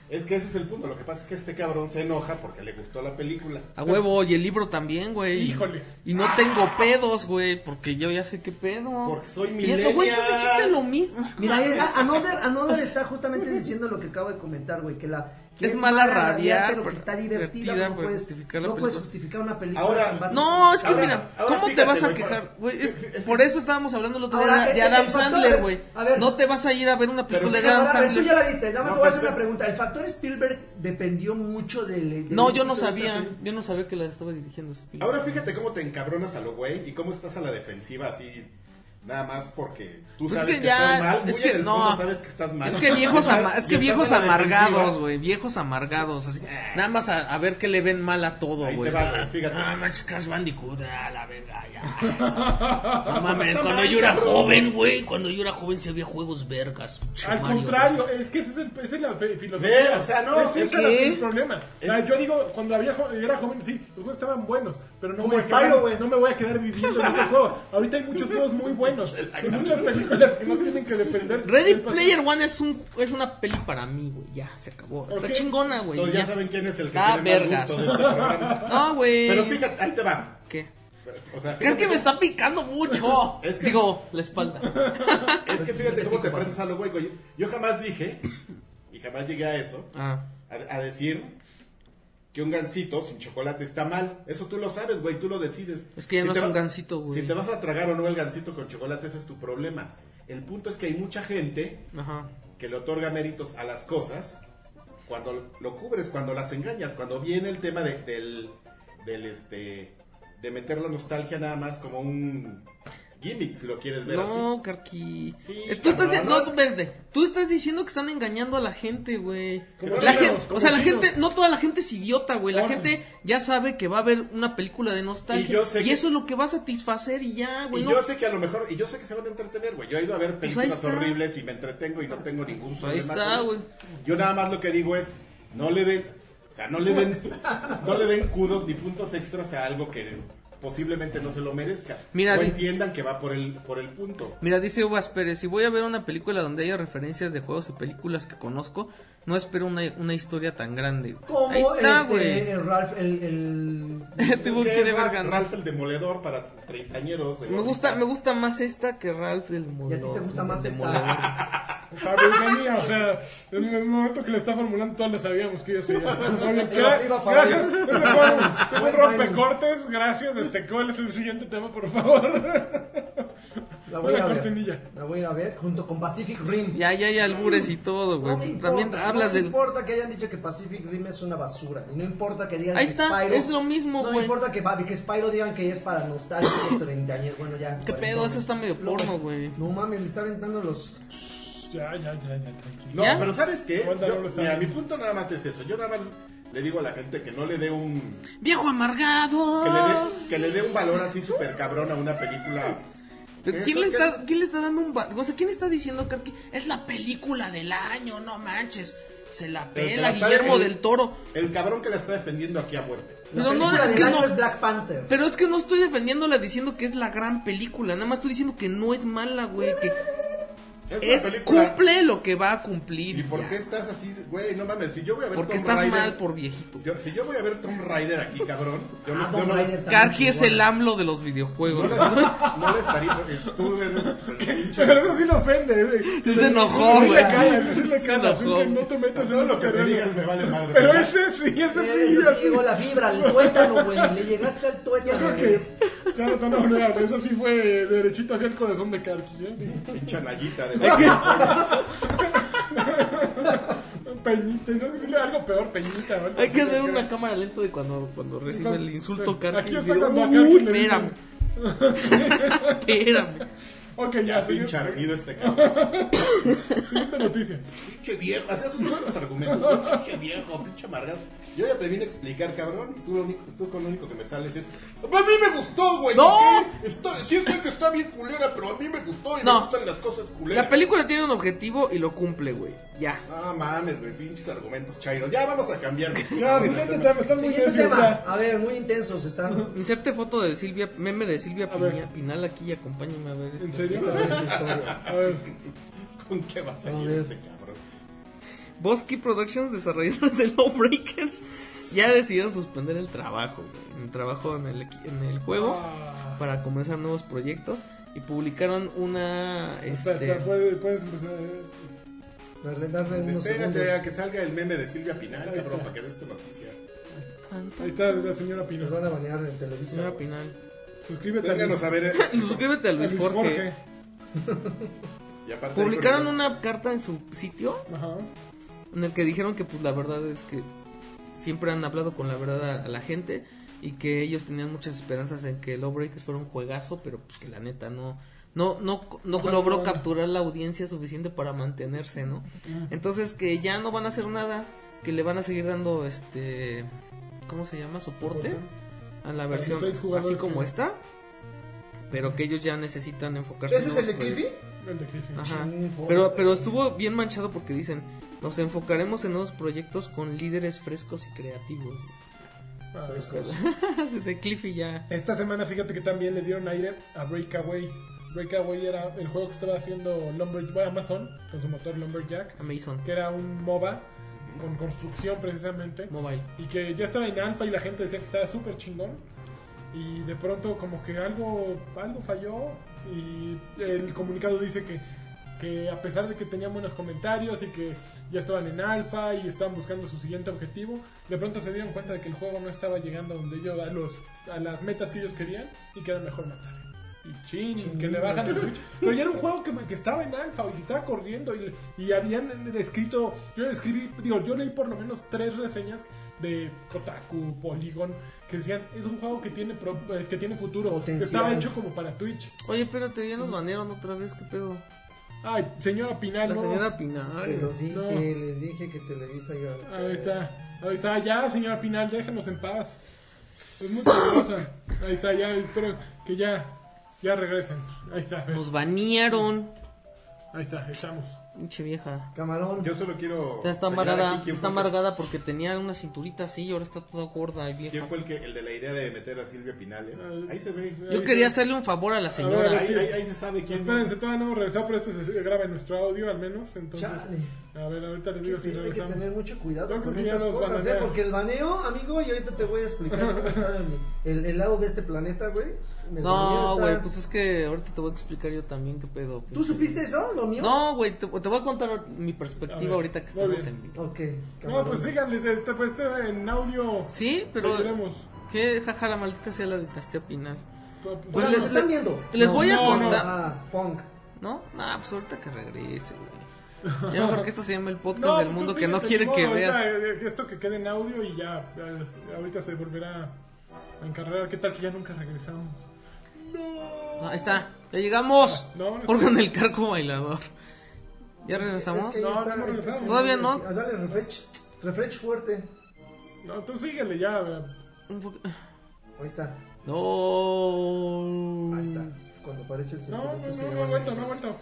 Speaker 3: es que ese es el punto. Lo que pasa es que este cabrón se enoja porque le gustó la película.
Speaker 1: A huevo, y el libro también, güey.
Speaker 2: Híjole.
Speaker 1: Y no tengo pedos, güey, porque yo ya sé qué pedo.
Speaker 3: Porque soy
Speaker 1: Y esto, Güey, tú
Speaker 3: millennial.
Speaker 1: dijiste lo mismo.
Speaker 4: Mira, eh,
Speaker 3: ah,
Speaker 4: a- Another, Another está justamente diciendo lo que acabo de comentar, güey, que la... que
Speaker 1: Es mala
Speaker 4: rabiar,
Speaker 1: rabiar,
Speaker 4: pero que
Speaker 1: pero
Speaker 4: está divertida,
Speaker 1: divertida,
Speaker 4: no,
Speaker 1: pero
Speaker 4: puedes,
Speaker 1: justificar la
Speaker 4: no puedes
Speaker 1: película.
Speaker 4: justificar una película.
Speaker 3: Ahora-
Speaker 4: con bases-
Speaker 1: No, es que
Speaker 3: Ahora,
Speaker 1: mira,
Speaker 3: ahora
Speaker 1: ¿cómo te
Speaker 3: fíjate,
Speaker 1: vas a
Speaker 3: güey,
Speaker 1: quejar?
Speaker 3: para-
Speaker 1: Güey, es-
Speaker 3: es- eh, es-
Speaker 1: por eso estábamos hablando el otro
Speaker 4: Ahora,
Speaker 1: día de- de
Speaker 4: el- el
Speaker 1: Adam
Speaker 4: factor-
Speaker 1: Sandler, güey.
Speaker 4: a ver.
Speaker 1: No te vas a ir a ver una película
Speaker 4: Pero,
Speaker 1: de Adam
Speaker 4: ahora, a ver, tú ya
Speaker 1: pues Sandler.
Speaker 4: la viste, nada más
Speaker 3: No,
Speaker 4: te voy a
Speaker 3: pues,
Speaker 4: hacer una
Speaker 3: pero-
Speaker 4: pregunta. ¿El factor Spielberg dependió mucho del... del
Speaker 1: No, yo
Speaker 4: éxito
Speaker 1: no
Speaker 4: de esta
Speaker 1: sabía,
Speaker 4: película?
Speaker 1: yo no sabía que la estaba dirigiendo Spielberg.
Speaker 3: Ahora fíjate cómo te encabronas a lo güey y cómo estás a la defensiva así. Nada más porque tú
Speaker 1: Pues es
Speaker 3: sabes
Speaker 1: que
Speaker 3: que,
Speaker 1: ya-
Speaker 3: estás mal.
Speaker 1: es
Speaker 3: muy
Speaker 1: que
Speaker 3: en el
Speaker 1: no.
Speaker 3: fondo sabes que estás mal.
Speaker 1: Es que viejos,
Speaker 3: Y
Speaker 1: ama-
Speaker 3: estás-
Speaker 1: es que
Speaker 3: y estás
Speaker 1: viejos
Speaker 3: a la
Speaker 1: amargados,
Speaker 3: defensiva.
Speaker 1: güey. Viejos amargados. Así. Nada más a, a ver qué le ven mal a todo,
Speaker 3: Ahí
Speaker 1: güey.
Speaker 3: te va, güey, fíjate.
Speaker 1: Ah, manches, Crash Bandicoot, ah, la verga, ya. No mames,
Speaker 3: Está
Speaker 1: cuando
Speaker 3: mal,
Speaker 1: yo era
Speaker 3: cabrón.
Speaker 1: joven, güey. Cuando yo era joven se había juegos vergas. pinche
Speaker 2: Al
Speaker 1: Mario,
Speaker 2: contrario, es que ese es, el, esa es la fe- filosofía.
Speaker 3: Ve, o sea, no,
Speaker 2: es, ese
Speaker 3: es
Speaker 2: era
Speaker 1: que-
Speaker 2: el problema. O sea, yo digo, cuando había jo- era joven, sí, los juegos estaban buenos, pero no,
Speaker 4: Como
Speaker 2: me voy, a
Speaker 4: el
Speaker 2: quedar,
Speaker 4: Pyro, güey.
Speaker 2: no me voy a quedar viviendo en esos juegos. Ahorita hay muchos juegos muy buenos y muchas películas que no tienen que depender.
Speaker 1: Ready
Speaker 2: del pasado.
Speaker 1: Player One es un es una peli para mí, güey. Ya, se acabó. Está
Speaker 2: Ok.
Speaker 1: chingona, güey.
Speaker 3: Todos
Speaker 1: ya.
Speaker 3: ya saben quién es el que
Speaker 1: Ah,
Speaker 3: tiene más
Speaker 1: vergas.
Speaker 3: gusto de este programa.
Speaker 1: No, güey.
Speaker 3: Pero fíjate, ahí te va.
Speaker 1: ¿Qué?
Speaker 3: O sea,
Speaker 1: Creo
Speaker 3: fíjate
Speaker 1: que me está picando mucho.
Speaker 3: Es que-
Speaker 1: Digo, la espalda.
Speaker 3: Es que fíjate cómo te prendes a lo güey, güey. Yo jamás dije, y jamás llegué a eso,
Speaker 1: Ah.
Speaker 3: a, a decir que un gansito sin chocolate está mal. Eso tú lo sabes, güey, tú lo decides.
Speaker 1: Es que ya no
Speaker 3: te
Speaker 1: es un gansito, güey.
Speaker 3: Si te vas a tragar o no el gansito con chocolate, ese es tu problema. El punto es que hay mucha gente
Speaker 1: Ajá.
Speaker 3: que le otorga méritos a las cosas cuando lo cubres, cuando las engañas, cuando viene el tema de- del, del, este, de meter la nostalgia nada más como un gimmick, si lo quieres ver así.
Speaker 1: No, Carqui.
Speaker 3: Sí,
Speaker 1: Eh, tú estás,
Speaker 3: cabrón.
Speaker 1: no, espérate. Tú estás diciendo que están engañando a la gente, güey.
Speaker 2: Como
Speaker 1: La
Speaker 2: chinos,
Speaker 1: gen-
Speaker 2: como
Speaker 1: o sea, la
Speaker 2: chinos.
Speaker 1: gente, no toda la gente es idiota, güey. La
Speaker 2: Ahora.
Speaker 1: gente ya sabe que va a haber una película de nostalgia.
Speaker 3: Y yo sé que-
Speaker 1: eso es lo que va a satisfacer y ya, güey.
Speaker 3: Y
Speaker 1: no-
Speaker 3: yo sé que a lo mejor, y yo sé que se van a entretener, güey. Yo he ido a ver
Speaker 1: Pues ahí
Speaker 3: películas
Speaker 1: está. Pues
Speaker 3: horribles y me entretengo y no tengo ningún problema.
Speaker 1: Ahí está,
Speaker 3: con eso.
Speaker 1: güey.
Speaker 3: Yo nada más lo que digo es, no le den, o sea, no le den, no le den kudos ni puntos extras a algo que posiblemente no se lo merezca.
Speaker 1: Mira,
Speaker 3: o
Speaker 1: di-
Speaker 3: entiendan que va por el, por el punto.
Speaker 1: Mira, dice Uvas Pérez, si voy a ver una película donde haya referencias de juegos y películas que conozco, no espero una, una historia tan grande. güey.
Speaker 4: Como
Speaker 1: Ahí está,
Speaker 4: este,
Speaker 1: güey.
Speaker 4: el Ralph, el, el-
Speaker 1: Tuvo
Speaker 3: Es
Speaker 1: que de
Speaker 3: Ralph,
Speaker 1: verga, ¿no?
Speaker 3: Ralph el demoledor para treintañeros. de
Speaker 1: Me
Speaker 3: ahorita.
Speaker 1: gusta, me gusta más esta que Ralph del
Speaker 4: Y a ti
Speaker 1: Moledor.
Speaker 4: te gusta más
Speaker 1: del
Speaker 4: esta.
Speaker 1: Moledor.
Speaker 2: O sea, bienvenida, o sea, en el momento que lo está formulando, todos lo sabíamos que yo soy.
Speaker 4: Iba para
Speaker 2: Gracias,
Speaker 4: allá.
Speaker 2: ese fue un- ese fue un
Speaker 4: Buen
Speaker 2: rompecortes, gracias. Este, ¿Cuál es el siguiente tema, por favor?
Speaker 4: La voy a
Speaker 2: Una
Speaker 4: ver.
Speaker 2: cortinilla.
Speaker 4: La voy a ver junto con Pacific Rim.
Speaker 1: Ya, ya, ya, albures y todo, güey.
Speaker 4: No me importa,
Speaker 1: También hablas
Speaker 4: no
Speaker 1: del...
Speaker 4: importa que hayan dicho que Pacific Rim es una basura. Y no importa que digan
Speaker 1: Ahí
Speaker 4: que
Speaker 1: está,
Speaker 4: Spyro-
Speaker 1: es lo mismo,
Speaker 4: No
Speaker 1: güey.
Speaker 4: importa que, que Spyro digan que es para nostálgicos 30 años. Bueno, ya.
Speaker 1: ¿Qué pedo? Eso está medio
Speaker 4: Lo-
Speaker 1: porno, güey.
Speaker 4: No mames, le está aventando los.
Speaker 2: Ya, ya, ya, ya, tranquilo.
Speaker 3: No,
Speaker 1: ¿Ya?
Speaker 3: pero ¿sabes qué?
Speaker 2: Wanda
Speaker 3: Yo-
Speaker 2: no lo está
Speaker 3: mira, mi
Speaker 2: viendo.
Speaker 3: punto nada más es eso. Yo nada más le digo a la gente que no le dé un...
Speaker 1: Viejo amargado.
Speaker 3: Que le dé, que le dé un valor así súper cabrón a una película
Speaker 1: Pero
Speaker 3: ¿Qué?
Speaker 1: ¿Quién le,
Speaker 3: ¿Qué?
Speaker 1: está, ¿Quién le está dando un valor? O sea, ¿quién le está diciendo que aquí es la película del año? No manches. Se la
Speaker 3: Pero te
Speaker 1: pela
Speaker 3: la está-
Speaker 1: Guillermo
Speaker 3: el-
Speaker 1: del Toro.
Speaker 3: El cabrón que la está defendiendo aquí a muerte.
Speaker 4: La
Speaker 1: Pero no,
Speaker 4: película
Speaker 1: es
Speaker 4: del
Speaker 1: que
Speaker 4: año
Speaker 1: no.
Speaker 4: es Black Panther.
Speaker 1: Pero es que no estoy defendiéndola diciendo que es la gran película. Nada más estoy diciendo que no es mala, güey. Que
Speaker 3: una
Speaker 1: es,
Speaker 3: película-
Speaker 1: cumple lo que va a cumplir.
Speaker 3: ¿Y por
Speaker 1: ya.
Speaker 3: qué estás así? Güey, no mames, si yo voy a ver
Speaker 1: Porque
Speaker 3: Tomb
Speaker 1: estás
Speaker 3: Raider-
Speaker 1: mal por viejito.
Speaker 3: yo- si yo voy a ver Tomb Raider aquí, cabrón. Yo no-
Speaker 4: Ah,
Speaker 3: yo
Speaker 4: Tomb
Speaker 3: no-
Speaker 4: Raider está
Speaker 1: Karki
Speaker 4: muy
Speaker 1: es el
Speaker 4: chingona.
Speaker 1: AMLO de los
Speaker 3: No,
Speaker 1: videojuegos.
Speaker 3: le- no le estaría. porque Tú eres el pinche.
Speaker 2: Pero eso sí lo ofende, güey.
Speaker 1: Sí se enojó,
Speaker 2: Sí le
Speaker 1: güey.
Speaker 2: cae, eso sí le
Speaker 1: Se
Speaker 2: cae, así
Speaker 1: enojó.
Speaker 2: que no te metas en
Speaker 3: Todo
Speaker 2: ese
Speaker 3: lo que me
Speaker 2: terreno.
Speaker 3: digas me vale madre.
Speaker 2: Pero
Speaker 3: ¿verdad?
Speaker 2: ese sí, ese
Speaker 4: Mira,
Speaker 2: sí,
Speaker 4: eso sí
Speaker 2: así.
Speaker 4: llegó la fibra, al tuétano, güey. Le llegaste al
Speaker 2: Yo
Speaker 4: tuétano.
Speaker 2: creo
Speaker 4: güey.
Speaker 2: que ya lo están hablando, eso sí fue derechito hacia el corazón de Karki, ¿eh?
Speaker 3: Pinche Nayita de
Speaker 2: Peñita, no sé si le algo peor, peñita. ¿vale?
Speaker 1: Hay que hacer una cámara lenta de cuando, cuando recibe el insulto Karki.
Speaker 2: Aquí
Speaker 1: y
Speaker 2: está
Speaker 1: digo,
Speaker 2: cuando a
Speaker 1: "Uy,
Speaker 2: Karki le dicen-
Speaker 1: espérame, espérame.
Speaker 2: Ok,
Speaker 3: Ya,
Speaker 2: ya,
Speaker 3: pinche
Speaker 2: siguiente
Speaker 3: ardido este cabrón.
Speaker 2: siguiente noticia.
Speaker 3: Pinche viejo. Hacía sus otros argumentos. güey, Pinche viejo, pinche amargado. Yo ya te vine a explicar, cabrón. Y tú, lo único, tú con lo único que me sales es. A mí me gustó, güey.
Speaker 1: ¡No!
Speaker 3: ¿qué? Está- sí, es que está bien culera, pero a mí me gustó y
Speaker 1: No.
Speaker 3: me gustan las cosas culeras.
Speaker 1: La película tiene un objetivo y lo cumple, güey. Ya.
Speaker 3: Ah, mames, güey, pinches argumentos chairos. Ya vamos a cambiar.
Speaker 2: Ya, siguiente tema, están muy
Speaker 4: Siguiente
Speaker 2: necios
Speaker 4: tema.
Speaker 2: ya.
Speaker 4: A ver, muy intensos están.
Speaker 1: Inserte foto de Silvia, meme de Silvia
Speaker 2: A ver.
Speaker 1: Piña- Pinal aquí y acompáñame a ver esto.
Speaker 2: ¿En serio?
Speaker 4: Esta vez la historia.
Speaker 2: A ver,
Speaker 3: ¿Con qué vas a
Speaker 4: A
Speaker 3: ir
Speaker 4: ver.
Speaker 3: este cabrón?
Speaker 1: Bosky Productions, desarrolladores de Lawbreakers, ya decidieron suspender el trabajo, güey, el trabajo en el, equi- en el juego
Speaker 2: Ah.
Speaker 1: para comenzar nuevos proyectos y publicaron una
Speaker 2: espera,
Speaker 1: este,
Speaker 2: espera, puedes, puedes empezar. eh.
Speaker 4: Darle, darle unos
Speaker 3: Espérate a
Speaker 4: segundos.
Speaker 3: que salga el meme de Silvia Pinal,
Speaker 2: Ahí
Speaker 3: cabrón,
Speaker 2: está.
Speaker 3: para que des tu noticia.
Speaker 1: tanta
Speaker 2: Ahí está la señora Pino.
Speaker 4: Nos van a banear en televisión.
Speaker 1: señora Pinal.
Speaker 2: Suscríbete
Speaker 3: Vénganos a ver. eh,
Speaker 1: Suscríbete a Luis Jorge.
Speaker 3: Y aparte
Speaker 1: Publicaron
Speaker 3: ahí con-
Speaker 1: una carta en su sitio
Speaker 2: Ajá.
Speaker 1: en el que dijeron que pues la verdad es que siempre han hablado con la verdad a, a la gente y que ellos tenían muchas esperanzas en que Lawbreakers fuera un juegazo, pero pues que la neta no no, no, no
Speaker 2: Ajá,
Speaker 1: logró
Speaker 2: no.
Speaker 1: capturar la audiencia suficiente para mantenerse, ¿no? Entonces que ya no van a hacer nada, que le van a seguir dando este, ¿cómo se llama? Soporte a la versión
Speaker 2: 16 jugadores
Speaker 1: así como
Speaker 2: que-
Speaker 1: está, pero que ellos ya necesitan enfocarse. en
Speaker 5: ¿Ese es el
Speaker 1: nuevos
Speaker 5: de Cliffy?
Speaker 1: proyectos.
Speaker 2: El de Cliffy.
Speaker 1: Ajá.
Speaker 4: Chingón.
Speaker 1: Pero, pero estuvo bien manchado porque dicen, nos enfocaremos en nuevos proyectos con líderes frescos y creativos.
Speaker 2: Ah,
Speaker 1: de Cliffy ya.
Speaker 2: Esta semana fíjate que también le dieron aire a Breakaway. Breakaway era el juego que estaba haciendo Lumberjack, bueno, Amazon, con su motor Lumberjack,
Speaker 1: Amazon.
Speaker 2: que era un MOBA con construcción precisamente.
Speaker 1: Mobile.
Speaker 2: y que ya estaba en alfa y la gente decía que estaba súper chingón y de pronto como que algo algo falló y el comunicado dice que que a pesar de que tenían buenos comentarios y que ya estaban en alfa y estaban buscando su siguiente objetivo, de pronto se dieron cuenta de que el juego no estaba llegando a donde ellos, a los a las metas que ellos querían y que era mejor matar. Y chin, que le bajan el switch. Pero ya era un juego que, que estaba en alfa y que estaba corriendo y, y habían escrito, yo escribí, digo, yo leí por lo menos tres reseñas de Kotaku, Polygon, que decían, es un juego que tiene pro- eh, que tiene futuro,
Speaker 4: Potencial.
Speaker 2: estaba hecho como para Twitch.
Speaker 1: Oye, espérate, ya nos banearon otra vez, ¿qué pedo?
Speaker 2: Ay, señora Pinal,
Speaker 1: La
Speaker 2: no.
Speaker 1: señora Pinar.
Speaker 4: Se los dije,
Speaker 2: No. Ah,
Speaker 4: les dije que Televisa iba
Speaker 2: Ahí está. Ahí está, ya, señora Pinal, déjanos en paz. Es muy peligrosa. Ahí está, ya, espero que ya, ya regresen. Ahí está, ve.
Speaker 1: Nos banearon.
Speaker 2: ahí está, estamos.
Speaker 1: Pinche vieja.
Speaker 4: Camarón.
Speaker 3: Yo solo quiero.
Speaker 1: Ya está
Speaker 3: señalar
Speaker 1: amargada,
Speaker 3: aquí quién
Speaker 1: está
Speaker 3: fue el que-
Speaker 1: amargada porque tenía una cinturita así y ahora está toda gorda y
Speaker 3: ¿Quién
Speaker 1: vieja.
Speaker 3: fue el, que, el de la idea de meter a Silvia Pinal? eh?
Speaker 1: Ah,
Speaker 3: Ahí se ve.
Speaker 1: Yo quería hacerle un favor a la
Speaker 2: ver,
Speaker 1: señora.
Speaker 3: Ahí, ahí- ahí se sabe quién.
Speaker 2: Espérense, todavía no hemos regresado, pero esto se graba en nuestro audio al menos. Entonces,
Speaker 4: Chale.
Speaker 2: a ver, ahorita les
Speaker 4: Sí,
Speaker 2: digo si
Speaker 4: hay que
Speaker 2: regresamos.
Speaker 4: tener mucho
Speaker 2: Yo
Speaker 4: cuidado
Speaker 2: creo
Speaker 4: con
Speaker 2: que ya
Speaker 4: estas
Speaker 2: nos
Speaker 4: cosas, ¿eh?
Speaker 2: bananean.
Speaker 4: Porque el baneo, amigo, y ahorita te voy a explicar cómo está el, el, el lado de este planeta, güey. El baneo
Speaker 1: No,
Speaker 4: está-
Speaker 1: güey, pues es que ahorita te voy a explicar yo también qué pedo.
Speaker 4: ¿Tú supiste eso, lo mío?
Speaker 1: No, güey, te, te voy a contar mi
Speaker 2: A
Speaker 1: perspectiva
Speaker 2: ver,
Speaker 1: ahorita que
Speaker 2: muy
Speaker 1: estamos
Speaker 2: bien.
Speaker 1: en...
Speaker 4: Ok,
Speaker 2: No,
Speaker 4: camarón.
Speaker 2: pues síganles, este, pues este en audio.
Speaker 1: Sí, pero...
Speaker 2: seguiremos.
Speaker 1: ¿Qué? Jaja, la maldita sea la dedicaste a Pinal.
Speaker 4: Pues
Speaker 1: Pues
Speaker 4: les,
Speaker 1: les-
Speaker 4: están
Speaker 1: les-
Speaker 4: viendo.
Speaker 1: les voy
Speaker 2: a
Speaker 1: contar-
Speaker 4: Ah, funk.
Speaker 1: ¿No? Nah, pues ahorita que regrese, güey. Ya mejor que esto se llame el podcast del
Speaker 2: pues tú
Speaker 1: mundo que
Speaker 2: síguete,
Speaker 1: no quiere
Speaker 2: ni
Speaker 1: que
Speaker 2: modo,
Speaker 1: veas.
Speaker 2: ahorita, eh, Esto que quede en audio y ya. eh, Ahorita se volverá a encargar. ¿Qué tal que ya nunca regresamos? No.
Speaker 1: No, ahí está, ya llegamos.
Speaker 2: Ah, No, no
Speaker 1: Porque en el carco bailador. ¿Ya regresamos?
Speaker 4: Es que ahí
Speaker 2: No,
Speaker 4: está,
Speaker 2: no, no,
Speaker 4: este,
Speaker 2: no.
Speaker 1: Todavía no.
Speaker 4: Ah, Dale refresh, refresh fuerte.
Speaker 2: No, tú síguele ya. eh.
Speaker 1: Un poco-
Speaker 4: Ahí está,
Speaker 1: No.
Speaker 4: ahí está. Cuando aparece el
Speaker 2: No,
Speaker 4: cinturón,
Speaker 2: no, no,
Speaker 4: pues,
Speaker 2: no,
Speaker 4: te
Speaker 2: no aguanto,
Speaker 4: van
Speaker 2: no aguanto.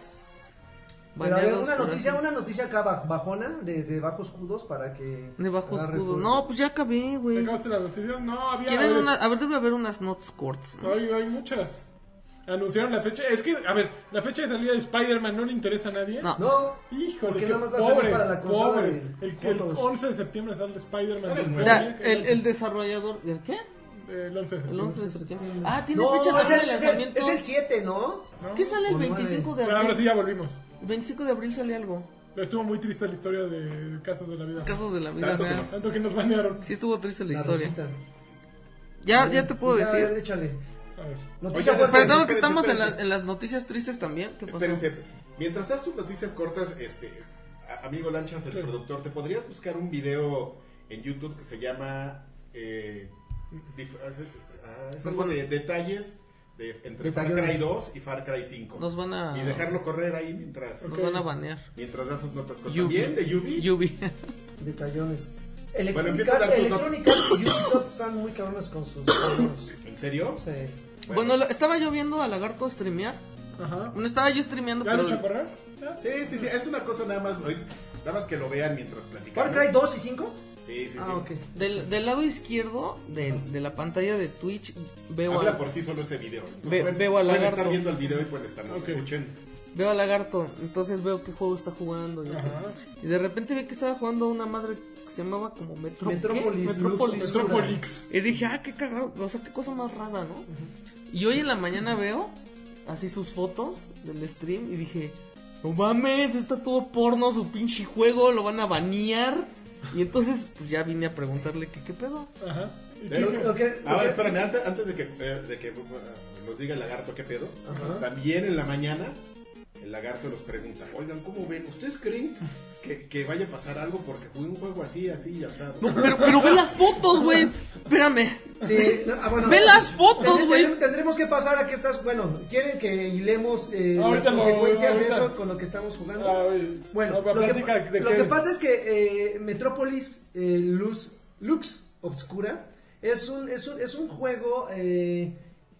Speaker 4: Pero a ver,
Speaker 1: Baneados
Speaker 4: una
Speaker 1: por
Speaker 4: noticia,
Speaker 1: así.
Speaker 4: una noticia acá baj- bajona de, de bajos escudos para que.
Speaker 1: De bajo
Speaker 4: agarre
Speaker 1: escudo.
Speaker 4: fuerte.
Speaker 1: No, pues ya acabé,
Speaker 2: ¿Te
Speaker 1: güey.
Speaker 2: acabaste la noticia? No, había.
Speaker 1: Quieren
Speaker 2: oye,
Speaker 1: una. A ver, debe haber unas notes corts. ¿no?
Speaker 2: Hay, hay muchas. Anunciaron la fecha. Es que, a ver, la fecha de salida de Spider-Man no le interesa a nadie.
Speaker 1: No.
Speaker 4: No,
Speaker 2: Híjole,
Speaker 4: Porque
Speaker 2: qué
Speaker 4: nada más va a salir
Speaker 2: pobres,
Speaker 4: para la consola
Speaker 2: pobres.
Speaker 4: de
Speaker 2: El, el
Speaker 4: Jotos.
Speaker 2: 11 de septiembre sale Spider-Man. del Sony,
Speaker 1: Da-
Speaker 2: que
Speaker 1: el,
Speaker 2: es
Speaker 1: el desarrollador. ¿El qué?
Speaker 2: El 11 de
Speaker 1: El
Speaker 2: septiembre.
Speaker 1: 11 de septiembre. Ah, tiene
Speaker 4: no,
Speaker 1: fecha
Speaker 4: es
Speaker 1: también
Speaker 4: el,
Speaker 1: de
Speaker 4: es, el,
Speaker 1: lanzamiento.
Speaker 4: es el 7, ¿no?
Speaker 2: ¿no?
Speaker 1: ¿Qué sale el
Speaker 4: O nueve.
Speaker 1: 25 de
Speaker 2: Pero ahora sí
Speaker 1: abril?
Speaker 2: ya volvimos.
Speaker 1: 25 de abril sale algo.
Speaker 2: Estuvo muy triste la historia de Casos de la Vida.
Speaker 1: Casos de la vida
Speaker 3: Tanto que
Speaker 1: real.
Speaker 2: Tanto que nos banearon.
Speaker 1: Sí estuvo triste la,
Speaker 4: La
Speaker 1: historia.
Speaker 4: Rosita.
Speaker 1: Ya, ya te puedo
Speaker 4: Ya,
Speaker 1: decir.
Speaker 4: ya, échale.
Speaker 2: A ver.
Speaker 4: Noticia
Speaker 2: pues,
Speaker 3: Oye,
Speaker 4: fuerte.
Speaker 1: Perdón,
Speaker 3: espérense,
Speaker 1: que estamos en, la-
Speaker 3: espérense.
Speaker 1: en las noticias tristes también. ¿Qué pasó?
Speaker 3: Espérense. Mientras das tus noticias cortas, este, a- amigo Lanchas, el
Speaker 2: Sí.
Speaker 3: productor, ¿te podrías buscar un video en YouTube que se llama eh, dif- ah, es- ah, es
Speaker 1: Nos
Speaker 3: algo
Speaker 1: van-
Speaker 3: de detalles de, entre Far
Speaker 4: Detallones.
Speaker 3: Cry 2 y Far Cry 5?
Speaker 1: Nos van a.
Speaker 3: Y dejarlo correr ahí mientras,
Speaker 1: Nos
Speaker 2: Ok.
Speaker 1: van a banear.
Speaker 3: mientras das sus notas cortas.
Speaker 1: Yubi.
Speaker 3: Bien, de Yubi.
Speaker 1: Yubi.
Speaker 4: Detallones.
Speaker 3: Bueno,
Speaker 4: Electronic
Speaker 3: empieza a
Speaker 4: Arts
Speaker 3: dar tus
Speaker 4: Electronic Arts y Ubisoft están muy cabrones con sus juegos.
Speaker 3: ¿En serio?
Speaker 4: No sé.
Speaker 1: bueno, lo- estaba yo viendo a Lagarto streamear.
Speaker 2: Ajá.
Speaker 1: No estaba yo streameando,
Speaker 2: ¿Ya lo echó a
Speaker 1: pero.
Speaker 2: correr?
Speaker 3: Sí, sí, sí. Es una cosa nada más. oye, Nada más que lo vean mientras platicamos.
Speaker 4: Far Cry 2 y 5?
Speaker 3: Sí, sí, sí.
Speaker 4: Ah, ok.
Speaker 1: Del, del lado izquierdo de, de la pantalla de Twitch veo
Speaker 3: Habla
Speaker 1: al,
Speaker 3: por sí solo ese video. Entonces,
Speaker 1: Ve-
Speaker 3: pueden-
Speaker 1: veo al
Speaker 3: pueden
Speaker 1: lagarto.
Speaker 3: estar viendo el video y pueden estarnos
Speaker 2: Ok.
Speaker 3: escuchando.
Speaker 1: veo a Lagarto. Entonces veo qué juego está jugando. Y, así.
Speaker 2: Ajá.
Speaker 1: y de repente vi que estaba jugando a una madre que se llamaba como Metro...
Speaker 4: Metrópolis,
Speaker 1: ¿qué? Metrópolis.
Speaker 4: Lux,
Speaker 2: Metropolix.
Speaker 1: Y dije, ah, qué cagado. O sea, qué cosa más rara, ¿no? Y hoy en la mañana veo así sus fotos del stream y dije, no mames, está todo porno su pinche juego, lo van a banear. Y entonces pues, ya vine a preguntarle que qué pedo.
Speaker 2: Ajá. ¿Y
Speaker 3: Pero-
Speaker 2: qué-
Speaker 4: Lo que- lo
Speaker 3: Ahora,
Speaker 4: que-
Speaker 3: espérame, antes, antes de que, eh, de que, eh, nos diga el lagarto qué pedo,
Speaker 4: Ajá.
Speaker 3: también en la mañana, el el lagarto nos pregunta, oigan, ¿cómo ven? ¿Ustedes creen que, que vaya a pasar algo porque jugué un juego así, así y asado?
Speaker 1: No, pero, pero ve las fotos, güey. Espérame.
Speaker 4: Sí, no, ah, bueno,
Speaker 1: Ve las fotos,
Speaker 4: Tendré-
Speaker 1: güey.
Speaker 4: tendremos- Tendremos que pasar a que estás. Bueno, quieren que hilemos eh, las
Speaker 2: Ahorita lo-
Speaker 4: consecuencias de
Speaker 2: ahorita.
Speaker 4: eso con lo que estamos jugando.
Speaker 2: Ah, oye.
Speaker 4: Bueno,
Speaker 2: No, pero
Speaker 4: lo, que,
Speaker 2: platica de
Speaker 4: lo
Speaker 2: qué.
Speaker 4: que pasa es que eh, Metrópolis eh, Luz, Lux Obscura es un, es un, es un juego eh,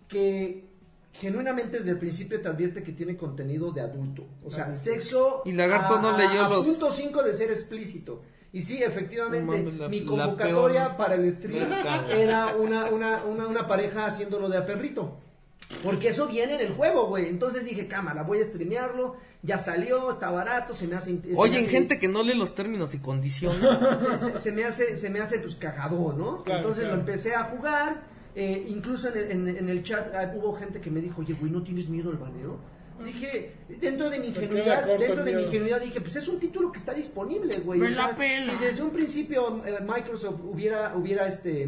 Speaker 4: que genuinamente desde el principio te advierte que tiene contenido de adulto. O sea, sexo.
Speaker 1: Y Lagarto no leyó
Speaker 4: a
Speaker 1: los-
Speaker 4: punto 5 de ser explícito. Y sí, efectivamente,
Speaker 1: No mames, la-
Speaker 4: mi
Speaker 1: la
Speaker 4: convocatoria
Speaker 1: peor-
Speaker 4: para el stream
Speaker 1: Verga, güey.
Speaker 4: era una, una, una, una pareja haciéndolo de a perrito. Porque eso viene en el juego, güey. Entonces dije, cámara, voy a streamearlo. Ya salió, está barato, se me hace. in- se me
Speaker 1: Oye,
Speaker 4: hace-
Speaker 1: gente que no lee los términos y condiciones.
Speaker 4: se, se- se me hace, se me hace pues cagado, ¿no?
Speaker 2: Claro,
Speaker 4: Entonces
Speaker 2: claro.
Speaker 4: lo empecé a jugar. eh, incluso en el, en- en el chat ah, hubo gente que me dijo, oye, güey, ¿no tienes miedo al baneo? Dije, dentro de mi
Speaker 2: queda
Speaker 4: ingenuidad,
Speaker 2: Mm. corto
Speaker 4: dentro
Speaker 2: el
Speaker 4: de mi
Speaker 2: miedo.
Speaker 4: ingenuidad dije, pues es un título que está disponible, güey.
Speaker 1: Me
Speaker 4: O sea,
Speaker 1: la pela.
Speaker 4: Si desde un principio eh, Microsoft hubiera, hubiera este,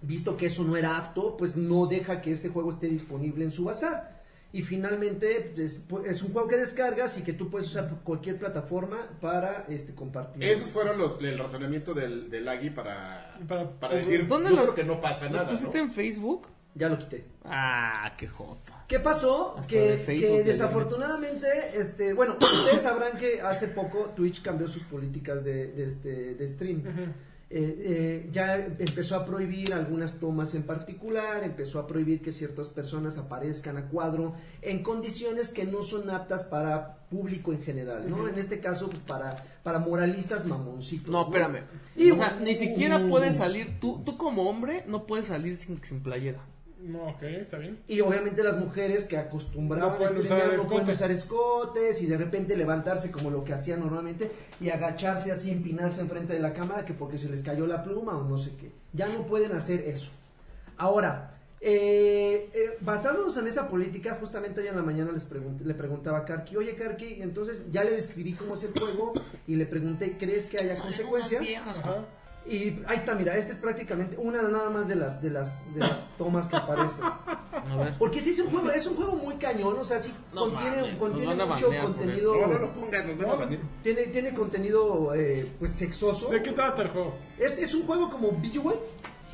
Speaker 4: visto que eso no era apto, pues no deja que este juego esté disponible en su bazar. Y finalmente pues, es, pues, es un juego que descargas y que tú puedes usar por cualquier plataforma para este, compartir.
Speaker 5: Esos fueron los, el razonamiento del, del Agui para,
Speaker 2: Para-
Speaker 5: para, decir,
Speaker 1: ¿Dónde
Speaker 5: yo
Speaker 1: lo-
Speaker 5: creo que no pasa
Speaker 1: ¿Lo
Speaker 5: nada, ¿no?
Speaker 1: pusiste en Facebook?
Speaker 4: Ya lo quité.
Speaker 1: Ah, qué jota.
Speaker 4: ¿Qué pasó?
Speaker 1: Hasta
Speaker 4: Que,
Speaker 1: de Facebook
Speaker 4: que
Speaker 1: le
Speaker 4: desafortunadamente, este, bueno, ustedes sabrán que hace poco Twitch cambió sus políticas de, de este, de stream. Eh, eh, ya empezó a prohibir algunas tomas en particular, empezó a prohibir que ciertas personas aparezcan a cuadro en condiciones que no son aptas para público en general, ¿no? En este caso, pues para, para moralistas mamoncitos.
Speaker 1: No, espérame.
Speaker 4: Y
Speaker 1: o sea,
Speaker 4: bueno,
Speaker 1: ni siquiera puedes salir, tú, tú como hombre no puedes salir sin, sin playera.
Speaker 2: No, ok, está bien.
Speaker 4: Y obviamente las mujeres que acostumbraban
Speaker 2: No
Speaker 4: a
Speaker 2: pueden
Speaker 4: streamear,
Speaker 2: usar
Speaker 4: no pueden
Speaker 2: escote.
Speaker 4: usar escotes y de repente levantarse como lo que hacían normalmente y agacharse así, empinarse enfrente de la cámara que porque se les cayó la pluma o no sé qué. Ya no pueden hacer eso. Ahora, eh, eh, basándonos en esa política, justamente hoy en la mañana les pregun- le preguntaba a Karki, oye Karki, entonces ya le describí cómo es el juego y le pregunté, ¿crees que haya consecuencias?
Speaker 2: Ajá.
Speaker 4: Y ahí está, mira, esta es prácticamente una nada más de las, de las, de las tomas que aparecen.
Speaker 1: A ver.
Speaker 4: Porque sí es un juego, es un juego muy cañón, o sea, sí
Speaker 1: No
Speaker 4: contiene,
Speaker 1: mames,
Speaker 4: contiene
Speaker 1: nos van a
Speaker 4: mucho
Speaker 1: banear por
Speaker 4: contenido.
Speaker 3: No, no lo pongan, nos van a banear.
Speaker 4: Tiene, tiene contenido eh, pues sexoso.
Speaker 2: ¿De qué trata el juego?
Speaker 4: Es, es un juego como Billboard.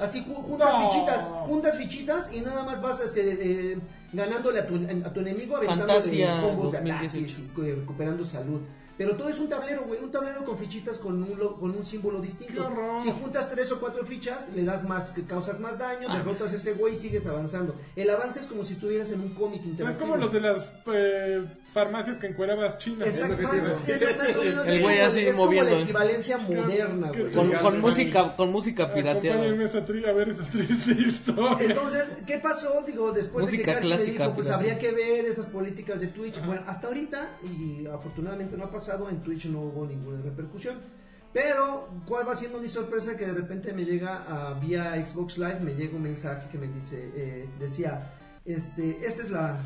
Speaker 4: Así ju- juntas
Speaker 2: No.
Speaker 4: fichitas, juntas fichitas y nada más vas este, eh, ganándole a tu, a tu enemigo aventando
Speaker 1: Fantasia
Speaker 4: combos de
Speaker 1: 2018.
Speaker 4: ataques y eh, recuperando salud. Pero todo es un tablero, güey, un tablero con fichitas con un, lo- con un símbolo
Speaker 2: ¡Qué
Speaker 4: distinto.
Speaker 2: horror!
Speaker 4: Si juntas tres o cuatro fichas, le das más, que causas más daño,
Speaker 1: Ah,
Speaker 4: derrotas a ese güey y sigues avanzando. El avance es como si estuvieras en un cómic
Speaker 2: O sea, Es
Speaker 4: interactivo.
Speaker 2: como los de las eh, farmacias que encuerabas chinas.
Speaker 4: Exacto,
Speaker 3: Es lo que te
Speaker 4: más-
Speaker 3: iba a decir.
Speaker 4: exacto, más o menos
Speaker 1: El
Speaker 4: es
Speaker 1: güey
Speaker 4: como-
Speaker 1: así
Speaker 4: es como
Speaker 1: moviendo,
Speaker 4: la
Speaker 1: ¿eh?
Speaker 4: equivalencia moderna,
Speaker 2: Qué-
Speaker 4: güey.
Speaker 1: Con,
Speaker 5: Ya
Speaker 1: con
Speaker 5: se
Speaker 1: música, con música
Speaker 2: Acompáñenme
Speaker 1: pirateada.
Speaker 2: a, esa tri- a ver esa triste historia.
Speaker 4: Entonces, ¿qué pasó? Digo, después
Speaker 1: Música
Speaker 4: de que Karki me
Speaker 1: clásica,
Speaker 4: dijo, pues
Speaker 1: pirata.
Speaker 4: habría que ver esas políticas de Twitch. Bueno, hasta ahorita, y afortunadamente no ha pasado, en Twitch no hubo ninguna repercusión. Pero, ¿cuál va siendo mi sorpresa? Que de repente me llega a- vía Xbox Live, me llega un mensaje que me dice, eh, decía, este, esa es la...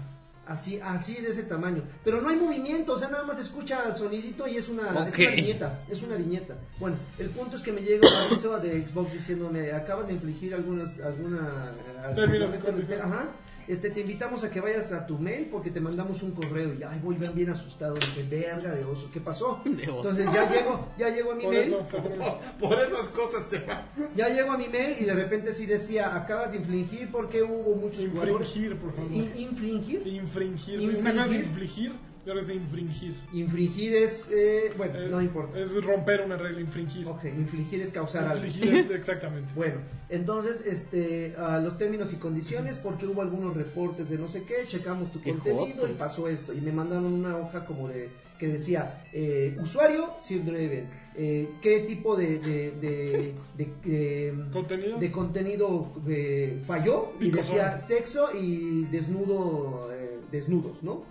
Speaker 4: Así, así de ese tamaño. Pero no hay movimiento, o sea, nada más escucha el sonidito y es una, es
Speaker 1: Ok.
Speaker 4: una viñeta. Es una viñeta. Bueno, el punto es que me llega un aviso de Xbox diciéndome, acabas de infligir algunas, alguna... eh,
Speaker 2: Términos y
Speaker 4: alguna-
Speaker 2: condiciones.
Speaker 4: Ajá. Este, te invitamos a que vayas a tu mail porque te mandamos un correo y ay, voy bien, bien asustado, dije, verga de oso, ¿qué pasó?
Speaker 1: De oso.
Speaker 4: Entonces ya llego, ya llego a mi
Speaker 2: Por
Speaker 4: mail,
Speaker 2: eso, se fueron.
Speaker 3: Por esas cosas te vas.
Speaker 4: ya llego a mi mail y de repente sí decía, acabas de infligir porque hubo muchos jugadores.
Speaker 2: infringir, por favor.
Speaker 4: In- infligir.
Speaker 2: infringir. Una cosa es
Speaker 4: Infringir.
Speaker 2: infligir y otra es infringir.
Speaker 4: Infringir es, eh, bueno,
Speaker 2: Eh,
Speaker 4: no importa.
Speaker 2: Es romper una regla, infringir.
Speaker 4: Ok, infligir es causar algo.
Speaker 2: Infligir, es- exactamente.
Speaker 4: Bueno, entonces, este, a los términos y condiciones, porque hubo algunos reportes de no sé qué, checamos tu
Speaker 1: Qué
Speaker 4: contenido
Speaker 1: jotos.
Speaker 4: y pasó esto. Y me mandaron una hoja como de, que decía, eh, usuario, Sir Draven, eh, qué tipo de, de, de, de, de-
Speaker 2: ¿Contenido?
Speaker 4: de contenido eh, falló, y
Speaker 2: Picosón.
Speaker 4: decía sexo y desnudo, eh, desnudos, ¿no?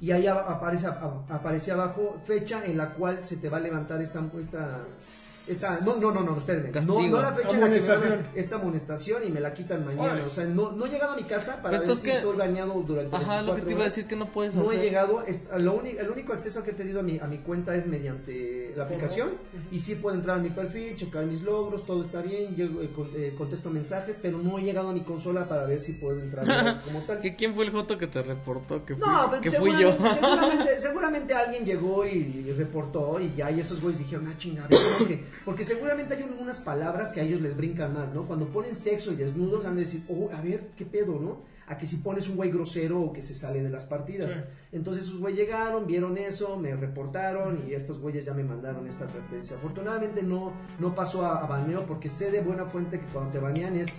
Speaker 4: Y ahí a- aparece, a- aparece abajo fecha en la cual se te va a levantar esta... esta, esta no, no, no, no, espérenme. No,
Speaker 1: Castigo.
Speaker 4: no la fecha en la que me van a-
Speaker 2: Amonestación.
Speaker 4: esta amonestación y me la quitan mañana.
Speaker 2: Órale.
Speaker 4: O sea, no, no he llegado a mi casa
Speaker 1: Pero
Speaker 4: para ver
Speaker 1: entonces
Speaker 4: si
Speaker 1: que-
Speaker 4: estoy bañado durante
Speaker 1: Ajá, lo que
Speaker 4: 24
Speaker 1: te iba a
Speaker 4: horas.
Speaker 1: decir que no puedes
Speaker 4: No he
Speaker 1: hacer.
Speaker 4: llegado, es- lo único, el único acceso que he tenido a mi, a mi cuenta es mediante la aplicación y sí puedo entrar a mi perfil, checar mis logros, todo está bien, llego, eh, con- eh, contesto mensajes, pero no he llegado a mi consola para ver si puedo entrar como tal.
Speaker 1: ¿Que ¿Quién fue el joto que te reportó que fui,
Speaker 4: No, pero
Speaker 1: que fui yo?
Speaker 4: seguramente, seguramente, seguramente, seguramente alguien llegó y, y reportó y ya, y esos güeyes dijeron, ah, chingada, porque, porque seguramente hay unas palabras que a ellos les brincan más, ¿no? Cuando ponen sexo y desnudos, han de decir, oh, a ver, qué pedo, ¿no? A que si pones un güey grosero o que se sale de las partidas.
Speaker 2: Sí.
Speaker 4: Entonces esos güeyes llegaron, vieron eso, me reportaron y estos güeyes ya me mandaron esta advertencia. Afortunadamente no, no pasó a, a baneo porque sé de buena fuente que cuando te banean es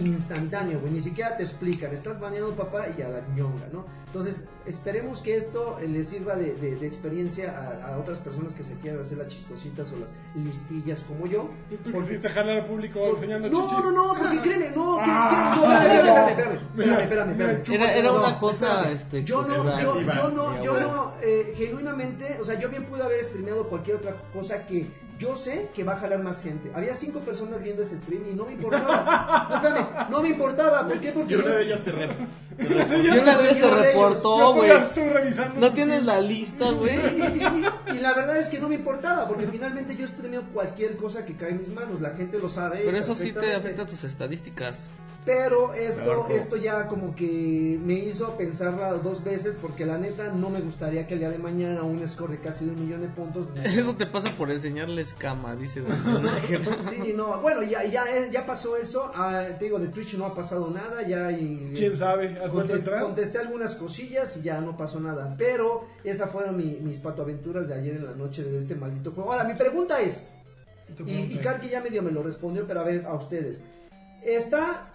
Speaker 4: instantáneo, güey. Ni siquiera te explican. Estás baneado, papá, y a la ñonga, ¿no? Entonces, esperemos que esto eh, le sirva de, de- de experiencia a, a otras personas que se quieran hacer las chistositas o las listillas como yo.
Speaker 2: Tú, tú
Speaker 4: Porque-
Speaker 2: quisiste jalar al público enseñando
Speaker 4: no,
Speaker 2: chichis.
Speaker 4: no, no, porque créeme, no, créeme,
Speaker 2: Ah.
Speaker 4: créeme, no,
Speaker 2: Mira,
Speaker 4: espérame, espérame, espérame, espérame, espérame,
Speaker 2: mira,
Speaker 4: espérame.
Speaker 2: chupa
Speaker 1: Era, era
Speaker 4: No,
Speaker 1: una cosa,
Speaker 4: espérame.
Speaker 1: este,
Speaker 4: Yo no,
Speaker 1: cultural.
Speaker 4: yo,
Speaker 3: Cultural.
Speaker 4: yo no, yo no, eh, genuinamente, o sea, yo bien pude haber streameado cualquier otra cosa que yo sé que va a jalar más gente. Había cinco personas viendo ese stream y no me importaba. No, espérame, no me importaba. ¿Por qué? Porque
Speaker 3: Y una
Speaker 4: yo-
Speaker 3: de ellas te re-
Speaker 1: Y una vez te
Speaker 4: Yo de ellos,
Speaker 2: No
Speaker 1: reportó, güey.
Speaker 2: estuvieras tú revisando.
Speaker 1: No
Speaker 2: tus-
Speaker 1: tienes la lista, güey.
Speaker 4: y, y- y la verdad es que no me importaba, porque finalmente yo streameo cualquier cosa que cae en mis manos, la gente lo sabe.
Speaker 1: Pero eso sí te
Speaker 4: perfectamente.
Speaker 1: afecta a tus estadísticas.
Speaker 4: Pero esto,
Speaker 3: Claro.
Speaker 4: esto ya como que me hizo pensarla dos veces, porque la neta no me gustaría que el día de mañana un score de casi de un millón de puntos.
Speaker 1: Eso te pasa por enseñarles cama, dice Daniel Nájera.
Speaker 4: Sí, no, bueno, ya, ya, es- ya pasó eso. ah, te digo, de Twitch no ha pasado nada. Ya y,
Speaker 2: ¿Quién sabe? ¿Has vuelto a
Speaker 4: Contest-
Speaker 2: entrar?
Speaker 4: contesté algunas cosillas y ya no pasó nada. Pero esas fueron mi- mis patoaventuras de ayer en la noche de este maldito juego. Ahora, mi pregunta es,
Speaker 2: Tu
Speaker 4: y, y
Speaker 2: pregunta
Speaker 4: Karki ya medio me lo respondió, pero a ver, a ustedes. ¿Está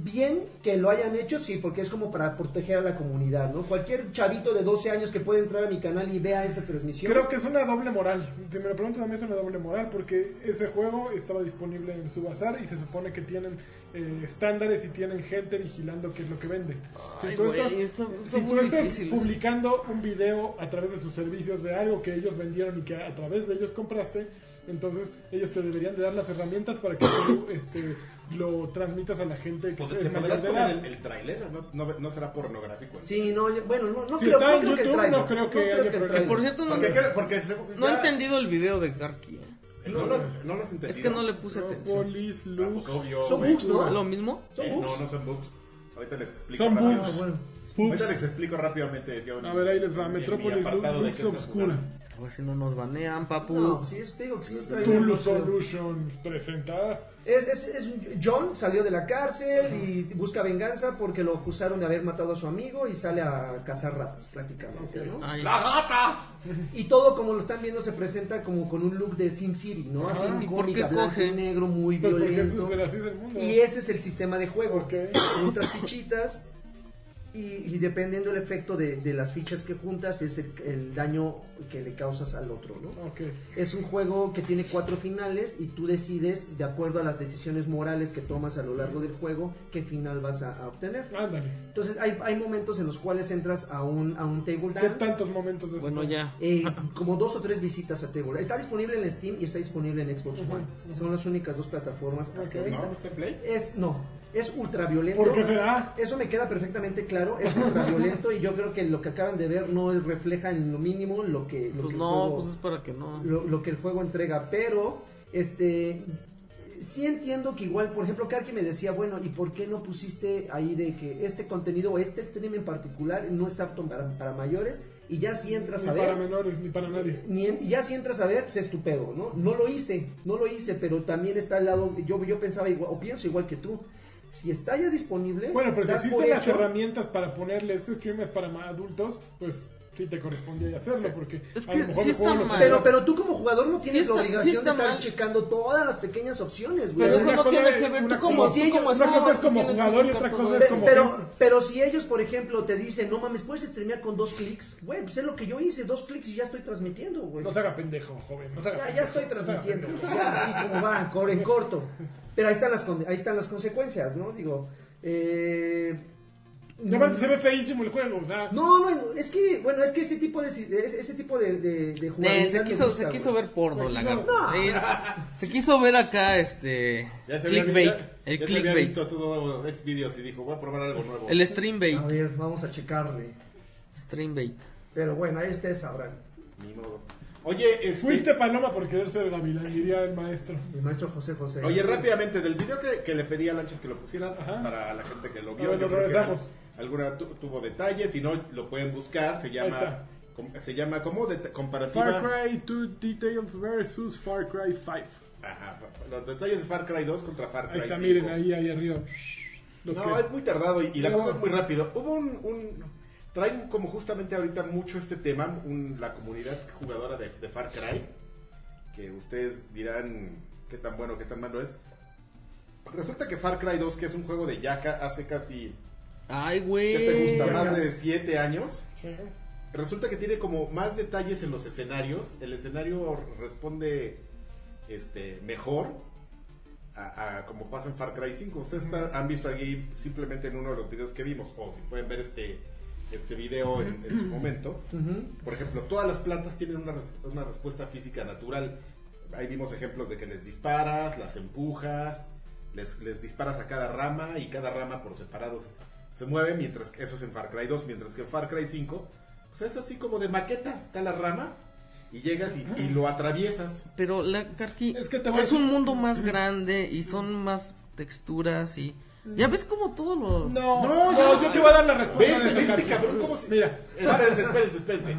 Speaker 4: bien que lo hayan hecho? Sí, porque es como para proteger a la comunidad, ¿no? Cualquier chavito de 12 años que pueda entrar a mi canal y vea esa transmisión.
Speaker 2: Creo que es una doble moral. Si me lo preguntas a mí es una doble moral porque ese juego estaba disponible en su bazar y se supone que tienen eh, estándares y tienen gente vigilando qué es lo que vende.
Speaker 1: Ay, güey, esto- esto
Speaker 2: si
Speaker 1: es
Speaker 2: tú
Speaker 1: muy
Speaker 2: estás
Speaker 1: difícil.
Speaker 2: publicando un video a través de sus servicios de algo que ellos vendieron y que a través de ellos compraste, entonces ellos te deberían de dar las herramientas para que tú este, lo transmitas a la gente que
Speaker 3: Pod-
Speaker 2: es
Speaker 3: Pues, ¿Te
Speaker 2: mayor
Speaker 3: podrás
Speaker 2: de
Speaker 3: poner
Speaker 2: edad.
Speaker 3: el, el tráiler? ¿No, no, no será pornográfico?
Speaker 4: Sí, no, yo- bueno, no, no
Speaker 2: Si
Speaker 4: creo,
Speaker 2: está
Speaker 4: no
Speaker 2: en
Speaker 4: creo que el
Speaker 2: YouTube,
Speaker 4: trailer,
Speaker 2: no creo que haya
Speaker 4: el
Speaker 2: problema.
Speaker 1: Que
Speaker 4: trailer.
Speaker 1: por cierto, no,
Speaker 3: Porque, creo- porque se-
Speaker 1: no he
Speaker 3: ya-
Speaker 1: entendido el video de Karki. ¿eh?
Speaker 3: No lo, no lo has entendido.
Speaker 1: Es que no le puse atención.
Speaker 2: Propolis,
Speaker 3: Ah,
Speaker 2: Lux.
Speaker 3: pues, obvio,
Speaker 4: Son
Speaker 3: güey.
Speaker 4: bugs, ¿no?
Speaker 1: ¿Lo mismo?
Speaker 4: Son
Speaker 3: Eh,
Speaker 4: bugs.
Speaker 3: No, no son bugs. Ahorita les explico.
Speaker 2: Son
Speaker 3: rápido.
Speaker 2: bugs.
Speaker 4: Ah, bueno.
Speaker 3: Ahorita les explico rápidamente. yo en-
Speaker 2: A ver, ahí les va.
Speaker 3: en mi
Speaker 2: Metrópolis,
Speaker 3: apartado de
Speaker 2: Lux
Speaker 3: qué está
Speaker 2: Obscura.
Speaker 3: jugando.
Speaker 1: A ver si no pues nos banean, papu.
Speaker 4: No, sí, es- te digo que sí es trailer,
Speaker 2: Tulu
Speaker 4: no creo.
Speaker 2: Solution presenta.
Speaker 4: Es, es, es un- John salió de la cárcel y busca venganza porque lo acusaron de haber matado a su amigo y sale a cazar ratas prácticamente, ¿no?
Speaker 1: Ay,
Speaker 3: ¡La gata!
Speaker 4: Y todo como lo están viendo se presenta como con un look de Sin City, ¿no? Así
Speaker 1: Ajá.
Speaker 4: un
Speaker 1: ¿Y Ah, por qué
Speaker 4: cómica blanco
Speaker 1: coge?
Speaker 4: y negro muy
Speaker 2: Pues porque eso
Speaker 4: violento.
Speaker 2: es el- así es el mundo.
Speaker 4: Y ese es el sistema de juego.
Speaker 2: Ok.
Speaker 4: Juntas fichitas y, y dependiendo el efecto de, de las fichas que juntas es el, el daño que le causas al otro, ¿no?
Speaker 2: Ok.
Speaker 4: Es un juego que tiene cuatro finales y tú decides, de acuerdo a las decisiones morales que tomas a lo largo del juego, qué final vas a, a obtener.
Speaker 2: Ándale.
Speaker 4: Entonces hay, hay momentos en los cuales entras a un, a un table
Speaker 2: ¿Qué
Speaker 4: dance.
Speaker 2: tantos momentos de esos
Speaker 1: bueno,
Speaker 2: hay?
Speaker 1: ya.
Speaker 4: Eh, como dos o tres visitas a table. Está disponible en Steam y está disponible en Xbox
Speaker 2: Ujú,
Speaker 4: One.
Speaker 2: ujú.
Speaker 4: Son las únicas dos plataformas hasta
Speaker 2: Ok.
Speaker 4: ahorita.
Speaker 3: ¿No? ¿No está en play?
Speaker 4: Es, no, es ultraviolento.
Speaker 2: ¿Por qué será?
Speaker 4: Eso me queda perfectamente claro, es ultraviolento y yo creo que lo que acaban de ver no refleja en lo mínimo lo que, lo que
Speaker 1: Pues
Speaker 4: el
Speaker 1: no,
Speaker 4: juego-
Speaker 1: pues es para que no.
Speaker 4: lo, lo que el juego entrega, pero este sí entiendo que igual, por ejemplo, Karki me decía, bueno, ¿y por qué no pusiste ahí de que este contenido o este stream en particular no es apto para, para mayores? Y ya si entras
Speaker 2: Ni
Speaker 4: a
Speaker 2: para
Speaker 4: ver,
Speaker 2: menores, ni para nadie.
Speaker 4: ni en- y ya si entras a ver, pues es tu pedo, ¿no? No lo hice, no lo hice, pero también está al lado, yo, yo pensaba igual, o pienso igual que tú, si está ya disponible,
Speaker 2: Bueno, pero si
Speaker 4: das por
Speaker 2: existen las
Speaker 4: hecho-
Speaker 2: herramientas para ponerle este stream es para ma- adultos, pues sí te correspondía hacerlo, porque
Speaker 1: Es
Speaker 2: a
Speaker 1: que
Speaker 2: lo mejor
Speaker 1: sí
Speaker 2: el juego
Speaker 1: está
Speaker 2: lo
Speaker 1: mal.
Speaker 4: Pero, pero tú como jugador no tienes
Speaker 1: está-
Speaker 4: la
Speaker 1: sí
Speaker 4: obligación
Speaker 1: está
Speaker 4: de estar
Speaker 1: mal.
Speaker 4: checando todas las pequeñas opciones, güey.
Speaker 1: Pero
Speaker 4: O
Speaker 1: eso
Speaker 4: sea,
Speaker 2: una
Speaker 1: no
Speaker 2: cosa
Speaker 1: tiene
Speaker 2: es-
Speaker 1: que ver tú
Speaker 2: una
Speaker 1: como,
Speaker 4: cosa-
Speaker 1: tú como
Speaker 4: una
Speaker 1: estabas,
Speaker 2: cosa es como
Speaker 1: tú tienes que
Speaker 2: jugador y
Speaker 1: checar
Speaker 2: otra
Speaker 1: todo
Speaker 2: cosa es
Speaker 1: eso.
Speaker 2: como-
Speaker 4: pero, pero si ellos, por ejemplo, te dicen, no mames, puedes streamear con dos clics, güey, pues es lo que yo hice, dos clics y ya estoy transmitiendo, güey.
Speaker 2: No se haga pendejo, joven. No se haga
Speaker 4: ya, ya
Speaker 2: pendejo,
Speaker 4: estoy
Speaker 2: no se haga
Speaker 4: transmitiendo,
Speaker 2: pendejo.
Speaker 4: ya así como va, cor- en corto. Pero ahí están las, con- ahí están las consecuencias, ¿no? Digo, eh...
Speaker 2: Y aparte se ve feísimo el juego, o sea.
Speaker 4: No, no, es que, bueno, es que ese tipo de, si- es- ese tipo de, de, de
Speaker 1: Eh,
Speaker 4: jugabilidad
Speaker 1: se,
Speaker 4: me
Speaker 1: quiso,
Speaker 4: gusta,
Speaker 1: se quiso
Speaker 4: güey.
Speaker 1: ver porno,
Speaker 2: Me
Speaker 1: la
Speaker 2: quiso-
Speaker 1: garra. Sí, se quiso ver acá, este.
Speaker 3: Ya se
Speaker 1: Clickbait.
Speaker 3: Había, ya-
Speaker 1: El
Speaker 3: ya se había
Speaker 1: clickbait.
Speaker 3: visto todo Xvideos y dijo, voy a probar algo nuevo.
Speaker 1: El streambait.
Speaker 4: A ver, vamos a checarle.
Speaker 1: Streambait.
Speaker 4: Pero bueno, ahí ustedes sabrán.
Speaker 3: Ni modo. Oye, este-
Speaker 2: Fuiste paloma por querer ser gavilán, diría el maestro.
Speaker 4: El maestro José José.
Speaker 3: Oye, rápidamente, del video que, que le pedí a Lanchas que lo pusieran,
Speaker 2: Ajá.
Speaker 3: para la gente que lo
Speaker 2: A
Speaker 3: vio,
Speaker 2: ver,
Speaker 3: yo
Speaker 2: lo
Speaker 3: creo que
Speaker 2: regresamos.
Speaker 3: al- alguna tu- tuvo detalles, si no, lo pueden buscar, se
Speaker 2: Ahí está.
Speaker 3: llama Com- Se llama como de comparativa.
Speaker 2: Far Cry 2 Details versus Far Cry 5.
Speaker 3: Ajá, fa- fa- los detalles de Far Cry 2 contra Far
Speaker 2: Ahí
Speaker 3: Cry
Speaker 2: está,
Speaker 3: 5.
Speaker 2: miren, ahí, ahí arriba. Los
Speaker 3: No,
Speaker 2: que-
Speaker 3: es muy tardado y, y la
Speaker 2: No.
Speaker 3: cosa es muy rápido. Hubo un, un- Traen como justamente ahorita mucho este tema, un- la comunidad jugadora de, de Far Cry, que ustedes dirán qué tan bueno, qué tan malo es. Resulta que Far Cry 2, que es un juego de Yaka hace casi...
Speaker 1: Ay,
Speaker 3: ¿Qué
Speaker 1: güey.
Speaker 3: te gusta? Más de
Speaker 4: Yacas.
Speaker 3: 7 años. Resulta que tiene como más detalles en los escenarios. El escenario responde este, mejor a, a como pasa en Far Cry 5. Ustedes están- han visto aquí simplemente en uno de los videos que vimos. O si pueden ver este, este video en, en su momento. Por ejemplo, todas las plantas tienen una, res- una respuesta física natural. Ahí vimos ejemplos de que les disparas, las empujas, les, les disparas a cada rama y cada rama por separado se, se mueve, mientras que eso es en Far Cry 2, mientras que en Far Cry 5, pues es así como de maqueta, está la rama y llegas y, y lo atraviesas.
Speaker 1: Pero la Karki
Speaker 2: Es
Speaker 1: es,
Speaker 2: que te voy a decir-
Speaker 1: un mundo más grande y son más texturas y ya ves como todo lo
Speaker 2: No,
Speaker 3: No,
Speaker 2: no,
Speaker 3: no.
Speaker 2: yo te voy a dar la respuesta.
Speaker 3: ¿Ves?
Speaker 2: de
Speaker 3: ¿Ves
Speaker 2: esa
Speaker 3: este
Speaker 2: carta.
Speaker 3: cabrón cómo se-
Speaker 2: Mira,
Speaker 3: Espérense, espérense, espérense.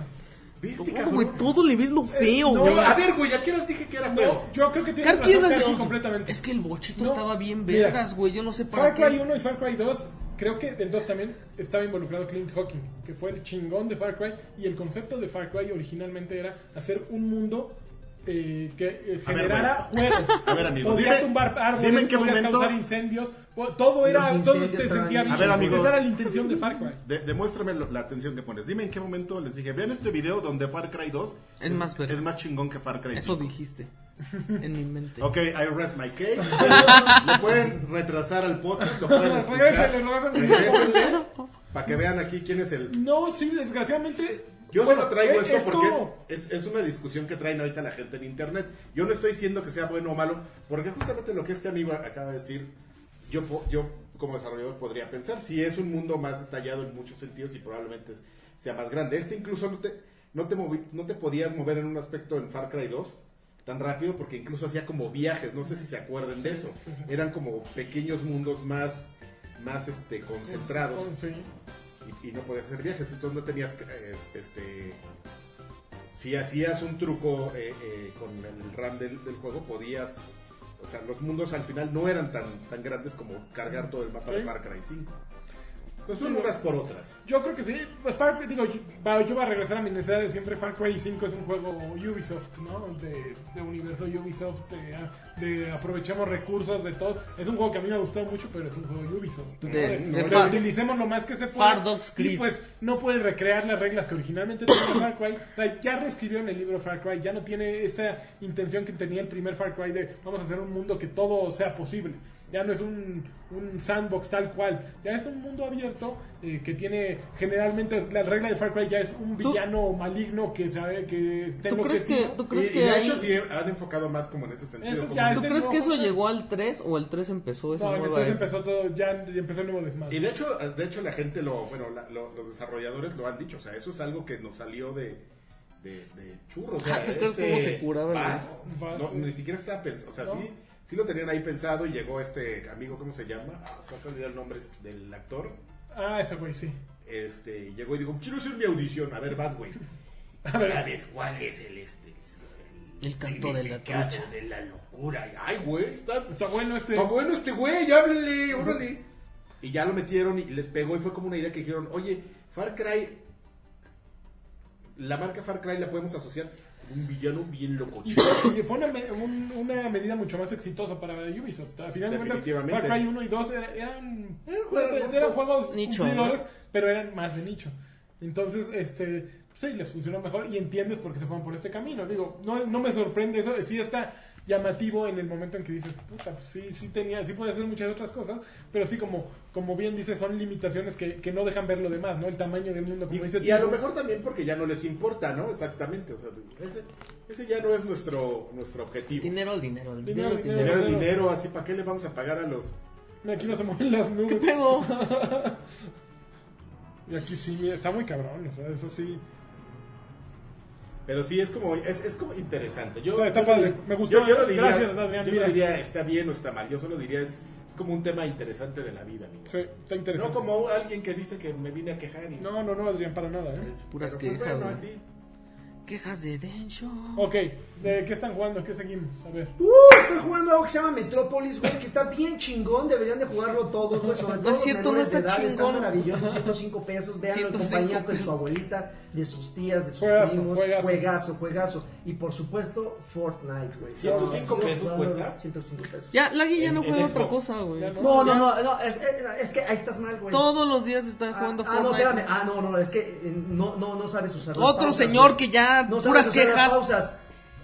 Speaker 3: ¿Viste,
Speaker 1: Todo, güey,
Speaker 3: cabrón?
Speaker 1: todo le ves lo feo,
Speaker 2: Eh, no, ah,
Speaker 1: güey.
Speaker 3: A ver, güey, ¿a qué horas dije que era feo?
Speaker 2: no, yo creo que tienes
Speaker 1: Karki es
Speaker 2: razón,
Speaker 1: así,
Speaker 2: Karki,
Speaker 1: "Oh,
Speaker 2: completamente.
Speaker 1: Es que el bochito
Speaker 2: No,
Speaker 1: estaba bien
Speaker 2: mira.
Speaker 1: vergas, güey. Yo no sé para
Speaker 2: Far
Speaker 1: qué.
Speaker 2: Cry 1 y Far Cry 2, creo que el 2 también estaba involucrado Clint Hawking, que fue el chingón de Far Cry. Y el concepto de Far Cry originalmente era hacer un mundo eh, que eh,
Speaker 3: A ver,
Speaker 2: generara juego.
Speaker 3: A ver, amigo,
Speaker 2: Podías
Speaker 3: dime-
Speaker 2: tumbar árboles,
Speaker 3: dime en qué
Speaker 2: podías
Speaker 3: momento-
Speaker 2: causar incendios. po- Todo era.
Speaker 4: Los
Speaker 2: Todo
Speaker 4: incendios
Speaker 2: se
Speaker 4: estaban
Speaker 2: sentía
Speaker 4: bien.
Speaker 2: bien.
Speaker 3: A ver, amigo.
Speaker 2: Esa era la intención de Far Cry.
Speaker 3: De- demuéstrame lo- la atención que pones. Dime en qué momento les dije, vean este video donde Far Cry 2
Speaker 1: Es más verga.
Speaker 3: es más chingón que Far Cry 5.
Speaker 1: Eso dijiste en mi mente.
Speaker 3: Ok, I rest my case. lo pueden retrasar al podcast, lo pueden escuchar.
Speaker 2: Regrésenle, regrésenle.
Speaker 3: Regrésenle para que vean aquí quién es el...
Speaker 2: No, sí, desgraciadamente.
Speaker 3: Yo
Speaker 2: bueno,
Speaker 3: solo traigo
Speaker 2: eh,
Speaker 3: esto, porque es, es- es una discusión que traen ahorita la gente en internet. Yo no estoy diciendo que sea bueno o malo, porque justamente lo que este amigo acaba de decir, yo, po- yo como desarrollador podría pensar, si es un mundo más detallado en muchos sentidos y probablemente sea más grande. Este incluso no te, no te, movi- no te podías mover en un aspecto en Far Cry 2 tan rápido porque incluso hacía como viajes, no sé si se acuerdan de eso. Eran como pequeños mundos más, más este, concentrados
Speaker 2: Oh, Sí.
Speaker 3: y, y no podías hacer viajes, entonces no tenías que, eh, este si hacías un truco eh, eh, con el RAM del, del juego podías o sea, los mundos al final no eran tan, tan grandes como
Speaker 1: Mm.
Speaker 3: cargar todo el mapa de
Speaker 2: Sí.
Speaker 3: Far Cry 5. Entonces son unas por otras.
Speaker 2: Yo creo que sí. Pues Far Cry, digo, yo, va- yo voy a regresar a mi necesidad de siempre. Far Cry 5 es un juego Ubisoft, ¿no? De, de universo Ubisoft, de, ah, de aprovechemos recursos de todos. Es un juego que a mí me ha gustado mucho, pero es un juego Ubisoft. ¿no?
Speaker 1: De- de
Speaker 2: que
Speaker 1: Far-
Speaker 2: utilicemos lo más que se pueda.
Speaker 1: Far Dogs
Speaker 2: Y
Speaker 1: Creed.
Speaker 2: pues no pueden recrear las reglas que originalmente tenía Far Cry. O sea, ya reescribieron el libro Far Cry, ya no tiene esa intención que tenía el primer Far Cry de vamos a hacer un mundo que todo sea posible. Ya no es un, un sandbox tal cual. Ya es un mundo abierto eh, que tiene generalmente la regla de Far Cry ya es un
Speaker 1: ¿Tú-
Speaker 2: villano maligno que sabe que esté
Speaker 1: ¿Tú crees que
Speaker 2: enloquecido.
Speaker 1: tú
Speaker 3: Y,
Speaker 1: crees
Speaker 3: y
Speaker 1: que
Speaker 3: de
Speaker 1: ahí-
Speaker 3: hecho sí han enfocado más como en ese sentido.
Speaker 2: Eso
Speaker 3: como
Speaker 2: ya
Speaker 3: en-
Speaker 1: ¿Tú
Speaker 2: este
Speaker 1: crees que
Speaker 2: nuevo-
Speaker 1: eso llegó al 3 o el 3 empezó esa
Speaker 2: No, en
Speaker 1: nueva
Speaker 2: este empezó todo, ya empezó el nuevo desmadre.
Speaker 3: Y de hecho, de hecho la gente lo, bueno, la- lo- los desarrolladores lo han dicho, o sea, eso es algo que nos salió de, de, de churro. O sea,
Speaker 1: Ah, ¿tú crees
Speaker 3: este
Speaker 1: cómo se curaba el-
Speaker 3: Paz,
Speaker 2: Paz,
Speaker 3: no,
Speaker 2: sí.
Speaker 3: Ni siquiera estaba pensado, o sea,
Speaker 2: No.
Speaker 3: sí, sí lo tenían ahí pensado y llegó este amigo, ¿cómo se llama? Ah, se me acaba de olvidar el nombre del actor.
Speaker 2: Ah, ese güey, sí.
Speaker 3: Este, llegó y dijo, quiero hacer mi audición, a ver, vas, güey. ¿Sabes cuál es el este?
Speaker 1: El canto de la
Speaker 3: significado
Speaker 1: trucha.
Speaker 3: de la locura. Ay, güey, está...
Speaker 2: Está bueno este.
Speaker 3: Está bueno este güey, háblele, órale. Y ya lo metieron y les pegó y fue como una idea que dijeron, oye, Far Cry, la marca Far Cry la podemos asociar con un villano bien loco.
Speaker 2: Y y fue una, me- un- una medida mucho más exitosa para Ubisoft. Al final de cuentas,
Speaker 3: Definitivamente.
Speaker 2: Far Cry 1 y 2 era- eran, eran,
Speaker 3: juegos-
Speaker 2: juegos
Speaker 1: Nicho,
Speaker 2: cumplidores, pero eran más de nicho. Entonces, este sí, les funcionó mejor y entiendes por qué se fueron por este camino. Digo, no, no me sorprende eso. Sí está llamativo en el momento en que dices, puta, pues sí, sí tenía, sí puede hacer muchas otras cosas, pero sí como, como bien dices, son limitaciones que, que no dejan ver lo demás, ¿no? El tamaño del mundo, como dice
Speaker 3: Y, y a
Speaker 2: Timo.
Speaker 3: lo mejor también porque ya no les importa, ¿no? Exactamente. O sea, ese, ese ya no es nuestro, nuestro objetivo.
Speaker 1: Dinero al dinero, el dinero
Speaker 2: Dinero al
Speaker 1: es
Speaker 2: dinero.
Speaker 1: dinero.
Speaker 3: Dinero es dinero, así, ¿para qué le vamos a pagar a los...
Speaker 2: Aquí no se mueven las nubes.
Speaker 1: ¿Qué pedo?
Speaker 2: Y aquí sí, mira, está muy cabrón, o sea, eso sí.
Speaker 3: Pero sí, es como, es, es como interesante. Yo,
Speaker 2: Está- está
Speaker 3: yo-
Speaker 2: padre, me gustó.
Speaker 3: Yo, yo lo diría,
Speaker 2: Gracias, Adrián,
Speaker 3: yo no
Speaker 2: mira.
Speaker 3: diría está bien o está mal. Yo solo diría es Es como un tema interesante de la vida, amigo.
Speaker 2: Sí,
Speaker 3: No
Speaker 2: está interesante.
Speaker 3: como alguien que dice que me vine a quejar y...
Speaker 2: No, no, no, Adrián, para nada, ¿eh?
Speaker 1: Puras
Speaker 3: Pero, pues,
Speaker 1: quejas,
Speaker 3: bueno,
Speaker 1: güey.
Speaker 3: así.
Speaker 1: Quejas de Densho.
Speaker 2: Ok, ¿de qué están jugando? ¿Qué seguimos? A ver.
Speaker 4: Uh, estoy jugando algo que se llama Metrópolis, güey, que está bien chingón. Deberían de jugarlo todos, güey. Sobre
Speaker 1: No
Speaker 4: todo
Speaker 1: es
Speaker 4: los
Speaker 1: cierto,
Speaker 4: menores
Speaker 1: no está
Speaker 4: de edad,
Speaker 1: chingón.
Speaker 4: Está maravilloso, 105 pesos. Véanlo en
Speaker 1: 105
Speaker 4: compañía con
Speaker 1: pesos.
Speaker 4: su abuelita, de sus tías, de sus
Speaker 2: Juegazo,
Speaker 4: primos.
Speaker 2: juegazo.
Speaker 4: Juegazo, juegazo. Y por supuesto, Fortnite, güey.
Speaker 3: 105
Speaker 4: Sigo
Speaker 3: pesos
Speaker 4: jugándolo,
Speaker 3: cuesta.
Speaker 4: 105 pesos.
Speaker 1: Ya, Lagui ya
Speaker 3: En-
Speaker 1: no
Speaker 3: en
Speaker 1: juega otra
Speaker 3: Xbox.
Speaker 1: cosa, güey.
Speaker 2: Ya no.
Speaker 4: No, no, no, no, es, es- es que ahí estás mal, güey.
Speaker 1: Todos los días está
Speaker 4: Ah,
Speaker 1: jugando
Speaker 4: ah, no,
Speaker 1: Fortnite.
Speaker 4: espérame. Ah, no, no, es que eh, no, no, no sabes usar las
Speaker 1: Otro
Speaker 4: pausas,
Speaker 1: señor
Speaker 4: güey.
Speaker 1: que ya
Speaker 4: No sabes
Speaker 1: puras
Speaker 4: usar las
Speaker 1: quejas.
Speaker 4: pausas.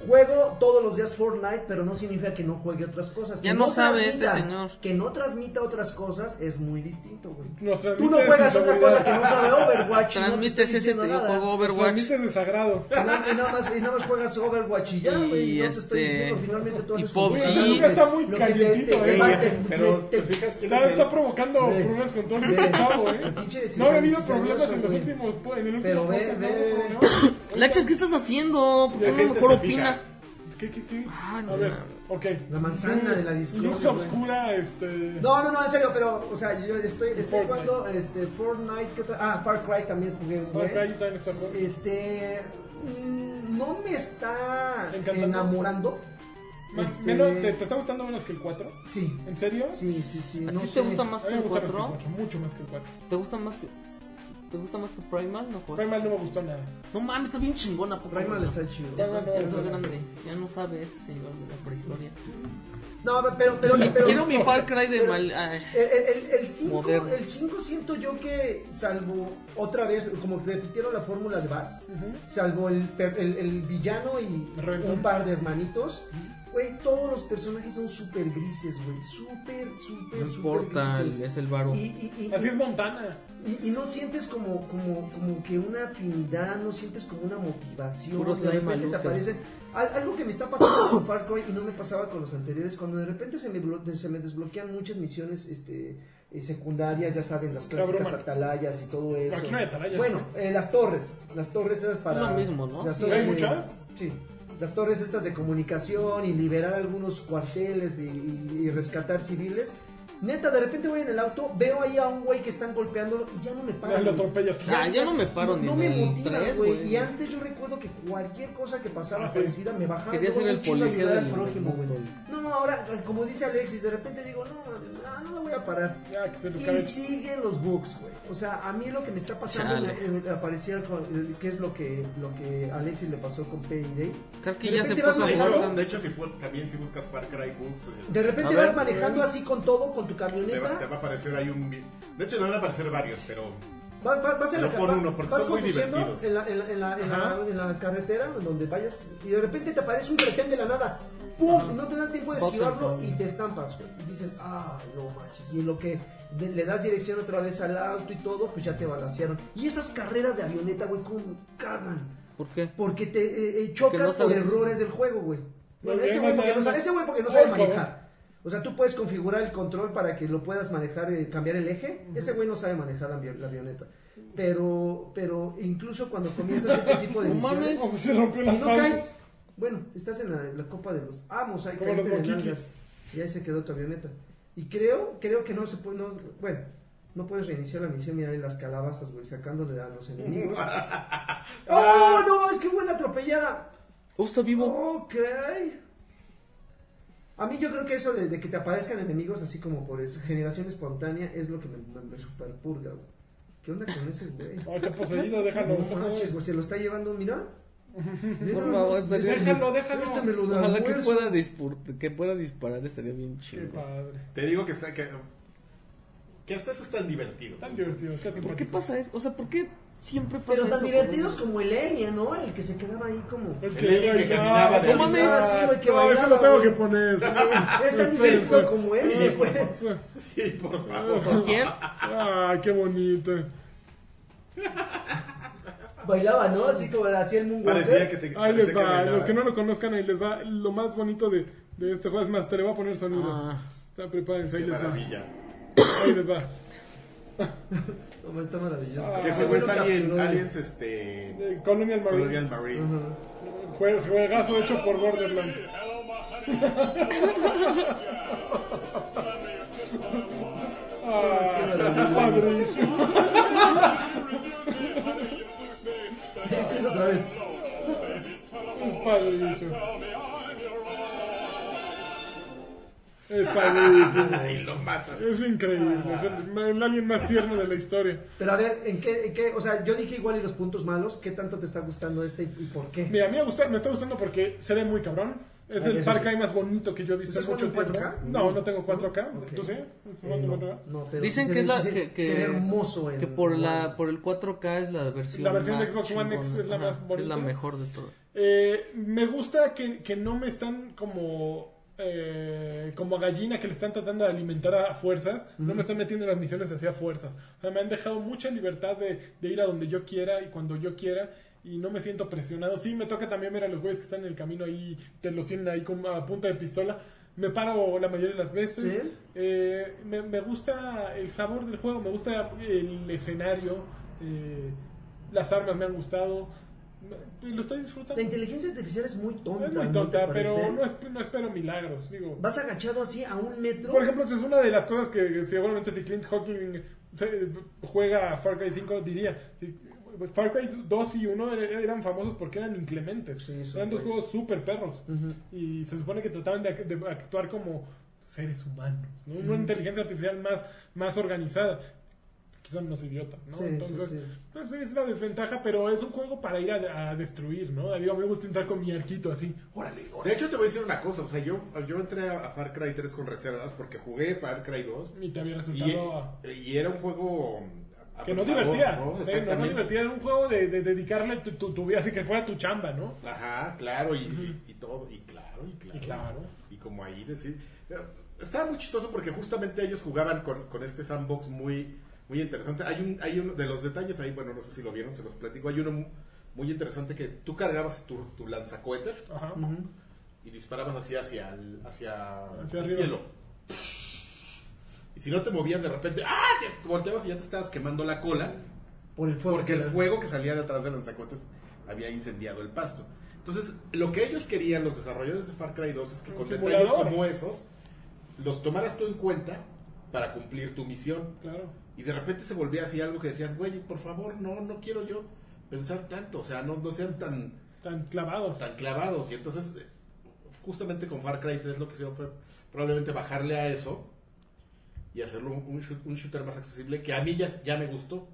Speaker 4: Juego todos los días Fortnite, pero no significa que no juegue otras cosas.
Speaker 1: Ya
Speaker 4: Que
Speaker 1: no sabe
Speaker 4: transmita-
Speaker 1: este señor.
Speaker 4: Que no transmita otras cosas es muy distinto, güey.
Speaker 2: Nos
Speaker 4: Tú no
Speaker 2: transmites
Speaker 4: juegas otra
Speaker 2: inseguridad.
Speaker 4: cosa que no sabe Overwatch. y no te
Speaker 1: Transmites
Speaker 4: estoy
Speaker 1: ese
Speaker 4: diciendo nada.
Speaker 1: juego Overwatch.
Speaker 2: Transmites desagrado.
Speaker 4: Y na- y nada, más, y nada más juegas Overwatch y ya,
Speaker 1: Y
Speaker 4: güey. Y no te estoy
Speaker 1: este,
Speaker 4: diciendo, finalmente tú
Speaker 1: y
Speaker 4: haces
Speaker 1: PUBG.
Speaker 4: tu juego,
Speaker 2: Nunca
Speaker 4: güey.
Speaker 2: está muy
Speaker 4: Lo que te-
Speaker 2: calientito,
Speaker 4: te-
Speaker 2: eh,
Speaker 4: te-
Speaker 2: güey.
Speaker 4: te-
Speaker 3: Pero
Speaker 4: te-
Speaker 3: te fijas quién es
Speaker 2: Está, está
Speaker 3: el...
Speaker 2: provocando
Speaker 4: Ve.
Speaker 2: problemas con todo
Speaker 4: Ve.
Speaker 2: este chavo, ¿eh?
Speaker 4: Pinche
Speaker 2: No ha habido
Speaker 4: cizañoso,
Speaker 2: problemas en los
Speaker 4: güey.
Speaker 2: últimos. pues, En el último
Speaker 4: Pero ve,
Speaker 2: podcast,
Speaker 4: ve.
Speaker 2: no hubo problemas.
Speaker 1: Lachas, ¿qué estás haciendo? ¿Por
Speaker 3: La
Speaker 1: qué no
Speaker 3: gente
Speaker 1: mejor
Speaker 3: se fija.
Speaker 1: opinas?
Speaker 2: ¿Qué, qué, qué?
Speaker 1: Ah,
Speaker 2: A
Speaker 1: no.
Speaker 2: ver, ok.
Speaker 4: La manzana de la discordia,
Speaker 2: Luz
Speaker 4: güey.
Speaker 2: oscura, este.
Speaker 4: No, no, no, en serio, pero, o sea, yo estoy, estoy
Speaker 2: Fortnite.
Speaker 4: jugando este, Fortnite, ¿qué otra? Ah, Far Cry también jugué, güey.
Speaker 2: Far Cry también está jugando.
Speaker 4: Este, mm, no me está
Speaker 2: Encantando.
Speaker 4: enamorando.
Speaker 2: Más-
Speaker 4: Este,
Speaker 2: menos- te, te está gustando menos que el 4?
Speaker 4: Sí,
Speaker 2: ¿En serio?
Speaker 4: sí, sí, sí.
Speaker 1: ¿A
Speaker 4: no
Speaker 1: ti
Speaker 4: sé.
Speaker 1: te gusta más
Speaker 2: A
Speaker 1: que
Speaker 2: mí me
Speaker 1: el
Speaker 2: gusta más que el
Speaker 1: 4?
Speaker 2: 4, mucho más que el 4.
Speaker 1: ¿Te gusta más que te gusta más que Primal? No, juegas?
Speaker 2: Primal no me gustó nada.
Speaker 1: no mames, está bien chingona. ¿a poco
Speaker 4: Primal
Speaker 1: no?
Speaker 4: está chido.
Speaker 1: Ya está-
Speaker 2: Primal no,
Speaker 1: ya está
Speaker 2: Primal.
Speaker 1: grande. Ya no sabe este señor de la prehistoria.
Speaker 4: No, pero, pero, pero-
Speaker 1: Quiero mi Far Cry de
Speaker 4: pero-
Speaker 1: mal. ay.
Speaker 4: El 5
Speaker 1: Moderno.
Speaker 4: siento yo que, salvo otra vez, como repitieron la fórmula de Bass, salvo el, per- el- el villano y
Speaker 2: Reventón.
Speaker 4: un par de hermanitos, güey, todos los personajes son súper grises, güey. Súper, súper,
Speaker 1: No
Speaker 4: súper
Speaker 1: importa,
Speaker 4: grises.
Speaker 1: es el varo.
Speaker 4: Y, y- y-
Speaker 2: Así es Montana.
Speaker 4: y- y no sientes como, como, como que una afinidad, no sientes como una motivación.
Speaker 1: Puro
Speaker 4: de
Speaker 1: slime
Speaker 4: repente te
Speaker 1: loser.
Speaker 4: aparece al- algo que me está pasando con Far Cry y no me pasaba con los anteriores, cuando de repente se me, blo- se me desbloquean muchas misiones este, eh, secundarias, ya saben, las clásicas
Speaker 2: broma.
Speaker 4: atalayas y todo eso.
Speaker 2: Aquí no hay atalayas.
Speaker 4: Bueno, eh, las torres, las torres esas para...
Speaker 1: lo mismo, ¿no?
Speaker 4: las
Speaker 1: Sí.
Speaker 4: torres
Speaker 2: ¿Hay
Speaker 4: de-
Speaker 2: muchas?
Speaker 4: Sí. Las torres estas de comunicación y liberar algunos cuarteles y, y- y rescatar civiles. Neta, de repente voy en el auto, veo ahí a un güey que están golpeándolo y ya no me para.
Speaker 2: Lo
Speaker 4: güey.
Speaker 2: atropellas.
Speaker 1: Ah, yo no me paro ni
Speaker 4: No
Speaker 1: en
Speaker 4: me
Speaker 1: el
Speaker 4: motiva,
Speaker 1: 3,
Speaker 4: güey.
Speaker 1: güey.
Speaker 4: Y antes yo recuerdo que cualquier cosa que pasara
Speaker 2: Ah, sí.
Speaker 4: parecida me bajaba.
Speaker 1: Quería
Speaker 4: luego
Speaker 1: ser el
Speaker 4: un chingo a
Speaker 1: policía
Speaker 4: ayudar
Speaker 1: del-
Speaker 4: al prójimo, güey.
Speaker 1: del-
Speaker 4: No, no, ahora, como dice Alexis, de repente digo, no, no, no me voy a parar.
Speaker 2: Ya, que se les
Speaker 4: Y
Speaker 2: cabe.
Speaker 4: siguen los bugs, güey. O sea, a mí lo que me está pasando
Speaker 1: Chale.
Speaker 4: me- me aparecía con- eh, que es lo que lo que a Alexis le pasó con Payday.
Speaker 1: Karki
Speaker 4: de
Speaker 1: ya se
Speaker 4: repente vas
Speaker 1: puso a
Speaker 3: De hecho,
Speaker 1: jugar.
Speaker 3: de hecho, si pu- también si buscas Far Cry Books, es-
Speaker 4: De repente
Speaker 1: A ver.
Speaker 4: vas manejando así con todo, con tu
Speaker 3: te, va, te
Speaker 4: camioneta.
Speaker 3: va a aparecer ahí un... vi- De hecho, te van a aparecer varios, pero...
Speaker 4: Vas, vas, vas en la
Speaker 3: Pero por
Speaker 4: ca-
Speaker 3: uno, porque
Speaker 4: vas
Speaker 3: son muy
Speaker 4: conduciendo
Speaker 3: divertidos.
Speaker 4: en la, en la- en la- en la-
Speaker 2: Ajá.
Speaker 4: en la carretera, en donde vayas, y de repente te aparece un retén de la nada. ¡Pum! Y no te da tiempo de
Speaker 1: Box and
Speaker 4: esquivarlo
Speaker 1: roll.
Speaker 4: y te estampas, güey. Y dices, ah, no manches. Y en lo que de- le das dirección otra vez al auto y todo, pues ya te balancearon. Y esas carreras de avioneta, güey, cómo me cagan.
Speaker 1: ¿Por qué?
Speaker 4: Porque te eh, eh, chocas
Speaker 1: Porque no
Speaker 4: por
Speaker 1: sabes-
Speaker 4: errores del juego, güey. Bueno,
Speaker 2: bien,
Speaker 4: ese güey porque no
Speaker 2: bien.
Speaker 4: sabe, ese güey porque no sabe
Speaker 2: Ay, cabrón.
Speaker 4: manejar. O sea, tú puedes configurar el control para que lo puedas manejar, eh, cambiar el eje. Ese güey no sabe manejar la, avi- la avioneta. Pero, pero incluso cuando comienzas este tipo de
Speaker 1: No mames.
Speaker 4: misiones,
Speaker 2: Oh, se rompió
Speaker 4: y
Speaker 2: la
Speaker 4: no
Speaker 2: falda.
Speaker 4: caes. Bueno, estás en la, la copa de los amos, ahí
Speaker 2: Como
Speaker 4: caíste
Speaker 2: los
Speaker 4: de
Speaker 2: moquiquis.
Speaker 4: nalgas. Y ahí se quedó tu avioneta. Y creo, creo que no se puede, no- bueno, no puedes reiniciar la misión, mira ahí las calabazas, güey, sacándole a los enemigos. ¡Oh, no! Es que buena atropellada.
Speaker 1: Oh, está vivo.
Speaker 4: Ok. A mí yo creo que eso de, de que te aparezcan enemigos así como por eso, generación espontánea es lo que me, me, me superpurga, güey. ¿Qué onda con ese güey?
Speaker 2: Ay, Ah, está poseído, déjalo.
Speaker 4: No manches, güey, se lo está llevando, mira. pues,
Speaker 1: Por favor,
Speaker 2: Déjalo, déjalo.
Speaker 4: Este me lo da
Speaker 1: Ojalá que
Speaker 4: almuerzo.
Speaker 1: pueda, dispur- que pueda disparar, estaría bien
Speaker 2: Qué
Speaker 1: chido.
Speaker 2: padre.
Speaker 3: Te digo que, está- que, que hasta eso es tan divertido.
Speaker 2: Tan divertido. está
Speaker 1: ¿Por qué
Speaker 2: simpático.
Speaker 1: pasa eso? O sea, ¿por qué siempre pasa
Speaker 4: Pero
Speaker 1: eso?
Speaker 4: tan divertidos Pues, como el Elia, ¿no? El que se quedaba ahí como.
Speaker 2: Es
Speaker 3: El alien que
Speaker 2: bailaba,
Speaker 3: caminaba de-
Speaker 2: no mames,
Speaker 4: Ah, sí, güey, que
Speaker 2: no, eso lo
Speaker 4: bailaba,
Speaker 2: tengo
Speaker 4: güey.
Speaker 2: que poner.
Speaker 4: Es
Speaker 2: Sí,
Speaker 4: tan divertido
Speaker 2: sí,
Speaker 4: como
Speaker 2: sí,
Speaker 4: ese,
Speaker 2: sí,
Speaker 4: güey.
Speaker 2: sí.
Speaker 3: Sí,
Speaker 2: Ah,
Speaker 3: por favor.
Speaker 1: ¿Quién?
Speaker 2: Ay, qué bonito.
Speaker 4: Bailaba, ¿no? Así como hacía el mundo.
Speaker 3: Parecía que se...
Speaker 2: Ahí
Speaker 3: parecía
Speaker 2: les va.
Speaker 3: caminaba.
Speaker 2: Los que no lo conozcan, ahí les va. Lo más bonito de, de este juego es más, te le voy a poner sonido.
Speaker 1: Ah.
Speaker 2: Está, prepárense, ahí
Speaker 3: Qué
Speaker 2: les va.
Speaker 3: maravilla.
Speaker 2: Ahí les va.
Speaker 4: Está maravilloso.
Speaker 2: Ah,
Speaker 3: Que
Speaker 4: Ese
Speaker 3: ese
Speaker 4: güey
Speaker 3: güey es
Speaker 4: lo
Speaker 3: alien,
Speaker 4: capturó, güey.
Speaker 3: aliens, este...
Speaker 2: Eh, Colonial Marines.
Speaker 3: Colonial Marines.
Speaker 4: Ajá.
Speaker 2: Jue- Juegazo hecho por Borderlands.
Speaker 6: Hello, my honey.
Speaker 2: Ah, padrísimo.
Speaker 4: Empieza otra vez.
Speaker 2: Es padrísimo. Es padrísimo.
Speaker 3: Y lo mata.
Speaker 2: Es increíble. Es el, el alien más tierno de la historia.
Speaker 4: Pero a ver, ¿en qué, en qué? O sea, yo dije igual y los puntos malos. ¿Qué tanto te está gustando este y, y por qué?
Speaker 2: Mira, a mí me, gusta, me está gustando porque se ve muy cabrón. Es
Speaker 4: Ah,
Speaker 2: el
Speaker 4: eso
Speaker 2: Far
Speaker 4: sí.
Speaker 2: Cry más bonito que yo he visto en
Speaker 4: ¿Estás
Speaker 2: mucho
Speaker 4: jugando
Speaker 2: tiempo.
Speaker 4: en 4K?
Speaker 2: No, no tengo 4K.
Speaker 4: Ok.
Speaker 2: ¿Tú sí?
Speaker 4: Eh,
Speaker 2: ¿Estás jugando
Speaker 4: no,
Speaker 2: 4K?
Speaker 4: no, pero
Speaker 1: Dicen
Speaker 4: sí
Speaker 1: que
Speaker 4: se
Speaker 1: es
Speaker 4: ve-
Speaker 1: la
Speaker 4: sí se-
Speaker 1: que, que-
Speaker 4: se ve hermoso en-
Speaker 1: que por la
Speaker 4: bueno.
Speaker 1: por el 4K es la versión
Speaker 2: La versión de
Speaker 1: más
Speaker 2: Xbox One X
Speaker 1: chingona.
Speaker 2: es la más
Speaker 1: es la
Speaker 2: bonita.
Speaker 1: mejor de todas.
Speaker 2: Eh, me gusta que, que no me están como eh, como a gallina que le están tratando de alimentar a fuerzas, no me están metiendo en las misiones hacia fuerzas. O sea, me han dejado mucha libertad de, de ir a donde yo quiera y cuando yo quiera y no me siento presionado. Sí, me toca también ver a los güeyes que están en el camino ahí, te los tienen ahí como a punta de pistola. Me paro la mayoría de las veces.
Speaker 4: Sí.
Speaker 2: Eh, me, me gusta el sabor del juego, me gusta el escenario, eh, las armas me han gustado. Me- Lo estoy disfrutando.
Speaker 4: La inteligencia artificial es muy tonta.
Speaker 2: Es muy
Speaker 4: ¿no
Speaker 2: tonta,
Speaker 4: te
Speaker 2: pero
Speaker 4: parece?
Speaker 2: no, es- no espero milagros. Digo,
Speaker 4: Vas agachado así a un metro.
Speaker 2: por ejemplo, esa es una de las cosas que seguramente si Clint Hawking se- juega a Far Cry 5 diría. Si- Far Cry 2 y 1 er- eran famosos porque eran inclementes.
Speaker 4: Sí, son
Speaker 2: eran dos
Speaker 4: güeyes.
Speaker 2: juegos súper perros. Y se supone que trataban de, ac- de actuar como seres humanos. ¿no? Una inteligencia artificial más, más organizada. Que son unos idiotas, ¿no?
Speaker 4: Sí, sí,
Speaker 2: Entonces,
Speaker 4: sí.
Speaker 2: pues es la desventaja, pero es un juego para ir a, a destruir, ¿no? Digo, a mí me gusta entrar con mi arquito así. ¡Órale, órale!
Speaker 3: De hecho, te voy a decir una cosa. O sea, yo, yo entré a Far Cry 3 con reservas porque jugué Far Cry 2
Speaker 2: Y te había
Speaker 3: y,
Speaker 2: resultado
Speaker 3: y era un juego. a-
Speaker 2: que no
Speaker 3: abrumador,
Speaker 2: divertía.
Speaker 3: ¿no?
Speaker 2: Eh, no, no
Speaker 3: Exactamente.
Speaker 2: divertía, era un juego de, de dedicarle tu, tu, tu vida, así que fuera tu chamba, ¿no?
Speaker 3: Ajá, claro, y, y- y todo, y claro, y claro.
Speaker 2: Y claro.
Speaker 3: Y como ahí decir. eh, Estaba muy chistoso porque justamente ellos jugaban con, con este sandbox muy, muy interesante. Hay un, hay uno de los detalles ahí, bueno, no sé si lo vieron, se los platico. Hay uno mu- muy interesante que tú cargabas tu, tu lanzacohetes
Speaker 2: Ajá.
Speaker 3: y disparabas así hacia el, hacia,
Speaker 2: Hacia
Speaker 3: el
Speaker 2: arriba.
Speaker 3: cielo. Y si no te movían de repente, ¡ah! Te volteabas y ya te estabas quemando la cola.
Speaker 4: por el fuego.
Speaker 3: Porque el
Speaker 4: claro.
Speaker 3: fuego que salía de atrás de lanzacohetes había incendiado el pasto. Entonces, lo que ellos querían, los desarrolladores de Far Cry 2, es que
Speaker 2: Un
Speaker 3: con
Speaker 2: simulador.
Speaker 3: detalles como esos, los tomaras tú en cuenta para cumplir tu misión.
Speaker 2: Claro.
Speaker 3: Y de repente se volvía así algo que decías, güey, por favor, no, no quiero yo pensar tanto. O sea, no, no sean tan,
Speaker 2: Tan clavados.
Speaker 3: tan clavados. Y entonces, eh, justamente con Far Cry 3 lo que hicieron fue probablemente bajarle a eso y hacerlo un, un shoot- un shooter más accesible, que a mí ya, ya me gustó.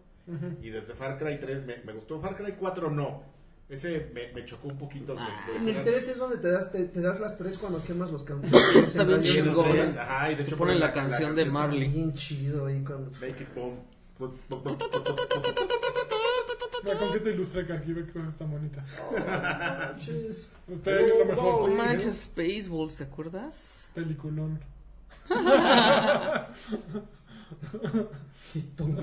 Speaker 3: Y desde Far Cry 3 me, me gustó. Far Cry 4 no. Ese me, me chocó un poquito. lo-
Speaker 1: Ah,
Speaker 3: lo
Speaker 4: En el
Speaker 3: escenario.
Speaker 4: 3 es donde te das, te, te das las tres cuando quemas los campos.
Speaker 1: Está bien
Speaker 3: Y en el
Speaker 1: chingón.
Speaker 3: tres, ajá, y de
Speaker 1: Te
Speaker 3: hecho
Speaker 1: ponen la canción de
Speaker 3: canción
Speaker 1: Marley.
Speaker 4: Bien chido ahí cuando.
Speaker 3: Make it boom.
Speaker 2: Mira, ¿Con qué te ilustra que aquí ve que cosa tan bonita?
Speaker 4: Manches.
Speaker 2: Ustedes que es lo
Speaker 1: No
Speaker 2: mejor.
Speaker 1: manches, Spaceballs, ¿te acuerdas?
Speaker 2: Peliculón.
Speaker 4: Qué tonto.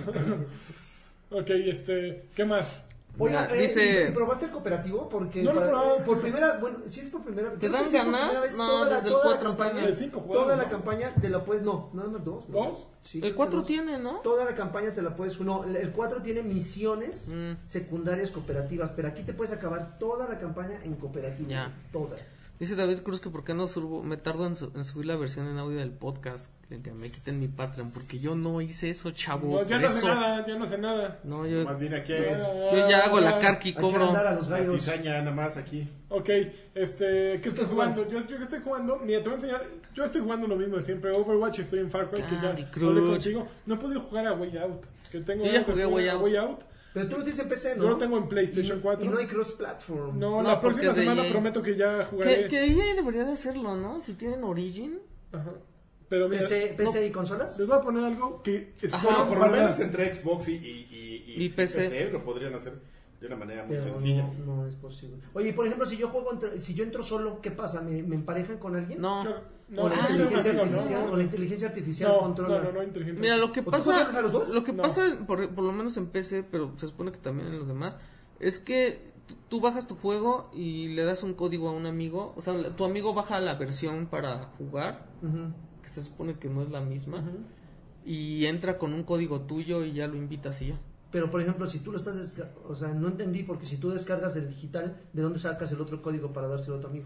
Speaker 2: Ok, este, ¿qué más?
Speaker 4: Oiga,
Speaker 1: Nah,
Speaker 4: eh,
Speaker 1: dice-
Speaker 4: ¿y- y ¿probaste el cooperativo? Porque
Speaker 2: No lo he
Speaker 4: para-
Speaker 2: probado.
Speaker 4: por primera, bueno, si es por primera
Speaker 1: ¿Te
Speaker 4: creo que
Speaker 1: dan
Speaker 4: sí es por
Speaker 1: ganas?
Speaker 4: primera vez
Speaker 1: No,
Speaker 4: toda
Speaker 1: desde
Speaker 4: la-
Speaker 1: el
Speaker 4: toda la
Speaker 1: cuatro
Speaker 4: campaña-
Speaker 2: tiene. De cinco jugadores,
Speaker 4: Toda la
Speaker 2: ¿no?
Speaker 4: campaña te la puedes, no, nada más dos. ¿no?
Speaker 2: ¿Dos?
Speaker 4: Sí, creo
Speaker 1: El
Speaker 4: que
Speaker 1: 4
Speaker 4: dos.
Speaker 1: tiene, ¿no?
Speaker 4: Toda la campaña te la puedes. No, el 4 tiene misiones
Speaker 1: Mm.
Speaker 4: secundarias cooperativas, pero aquí te puedes acabar toda la campaña en cooperativa.
Speaker 1: Ya.
Speaker 4: Toda.
Speaker 1: Dice David Cruz que por qué no subo, me tardo en, su- en subir la versión en audio del podcast, que que me quiten mi Patreon, porque yo no hice eso, chavo.
Speaker 2: No, ya no
Speaker 1: preso.
Speaker 2: sé nada, ya no sé nada. Ah,
Speaker 1: No, yo,
Speaker 3: Más bien aquí es
Speaker 1: yo ya hago la carca y
Speaker 4: A echar a
Speaker 1: cobro.
Speaker 4: andar a los
Speaker 3: la
Speaker 4: gallos.
Speaker 3: cizaña nada más aquí.
Speaker 2: Ok, este, ¿qué estás jugando? Yo, yo que estoy jugando, mira, te voy a enseñar, yo estoy jugando lo mismo de siempre, Overwatch, estoy en Far Cry, que ya
Speaker 1: Candy
Speaker 2: hablé
Speaker 1: Crush.
Speaker 2: contigo. No he podido jugar a Way Out, que tengo
Speaker 1: Yo ya
Speaker 2: ganas de
Speaker 1: jugué a
Speaker 2: jugar
Speaker 1: Way
Speaker 2: a
Speaker 1: Out.
Speaker 4: Pero tú lo tienes en PC, ¿no?
Speaker 2: Yo lo tengo en PlayStation
Speaker 4: Y-
Speaker 2: 4.
Speaker 4: Y no hay cross-platform.
Speaker 2: No,
Speaker 1: No,
Speaker 2: la
Speaker 1: porque
Speaker 2: próxima
Speaker 1: es de
Speaker 2: semana
Speaker 1: EA.
Speaker 2: prometo que ya
Speaker 1: Que,
Speaker 2: jugaré.
Speaker 1: que EA debería de hacerlo, ¿no? Si tienen Origin.
Speaker 2: Ajá. Pero mira,
Speaker 4: PC, PC y consolas.
Speaker 2: les voy a poner algo que
Speaker 1: Ajá.
Speaker 2: espero
Speaker 3: Por lo
Speaker 2: jugar.
Speaker 3: menos entre Xbox y, y, y- y-
Speaker 1: Y PC.
Speaker 3: lo podrían hacer de una manera muy
Speaker 4: Pero
Speaker 3: sencilla.
Speaker 4: no, no es posible. Oye, por ejemplo, si yo juego, entre- si yo entro solo, ¿qué pasa? ¿Me, me emparejan con alguien?
Speaker 1: No.
Speaker 2: No, no,
Speaker 4: ¿Con, la
Speaker 1: Ah,
Speaker 4: inteligencia
Speaker 2: no, no,
Speaker 4: artificial,
Speaker 2: no,
Speaker 4: con la inteligencia artificial
Speaker 2: no,
Speaker 4: controla.
Speaker 2: no, no, no, inteligente.
Speaker 1: Mira, lo que
Speaker 4: ¿O tú
Speaker 1: pasa.
Speaker 4: controlas a los dos?
Speaker 1: Lo que
Speaker 2: No.
Speaker 1: pasa, por, por lo menos en PC, pero se supone que también en los demás, es que tú- tú bajas tu juego y le das un código a un amigo. O sea, la- tu amigo baja la versión para jugar,
Speaker 4: Ujú.
Speaker 1: que se supone que no es la misma,
Speaker 2: Ujú.
Speaker 1: y entra con un código tuyo y ya lo invitas y ya.
Speaker 4: Pero, por ejemplo, si tú lo estás descargando, o sea, no entendí, porque si tú descargas el digital, ¿de dónde sacas el otro código para dárselo a tu amigo?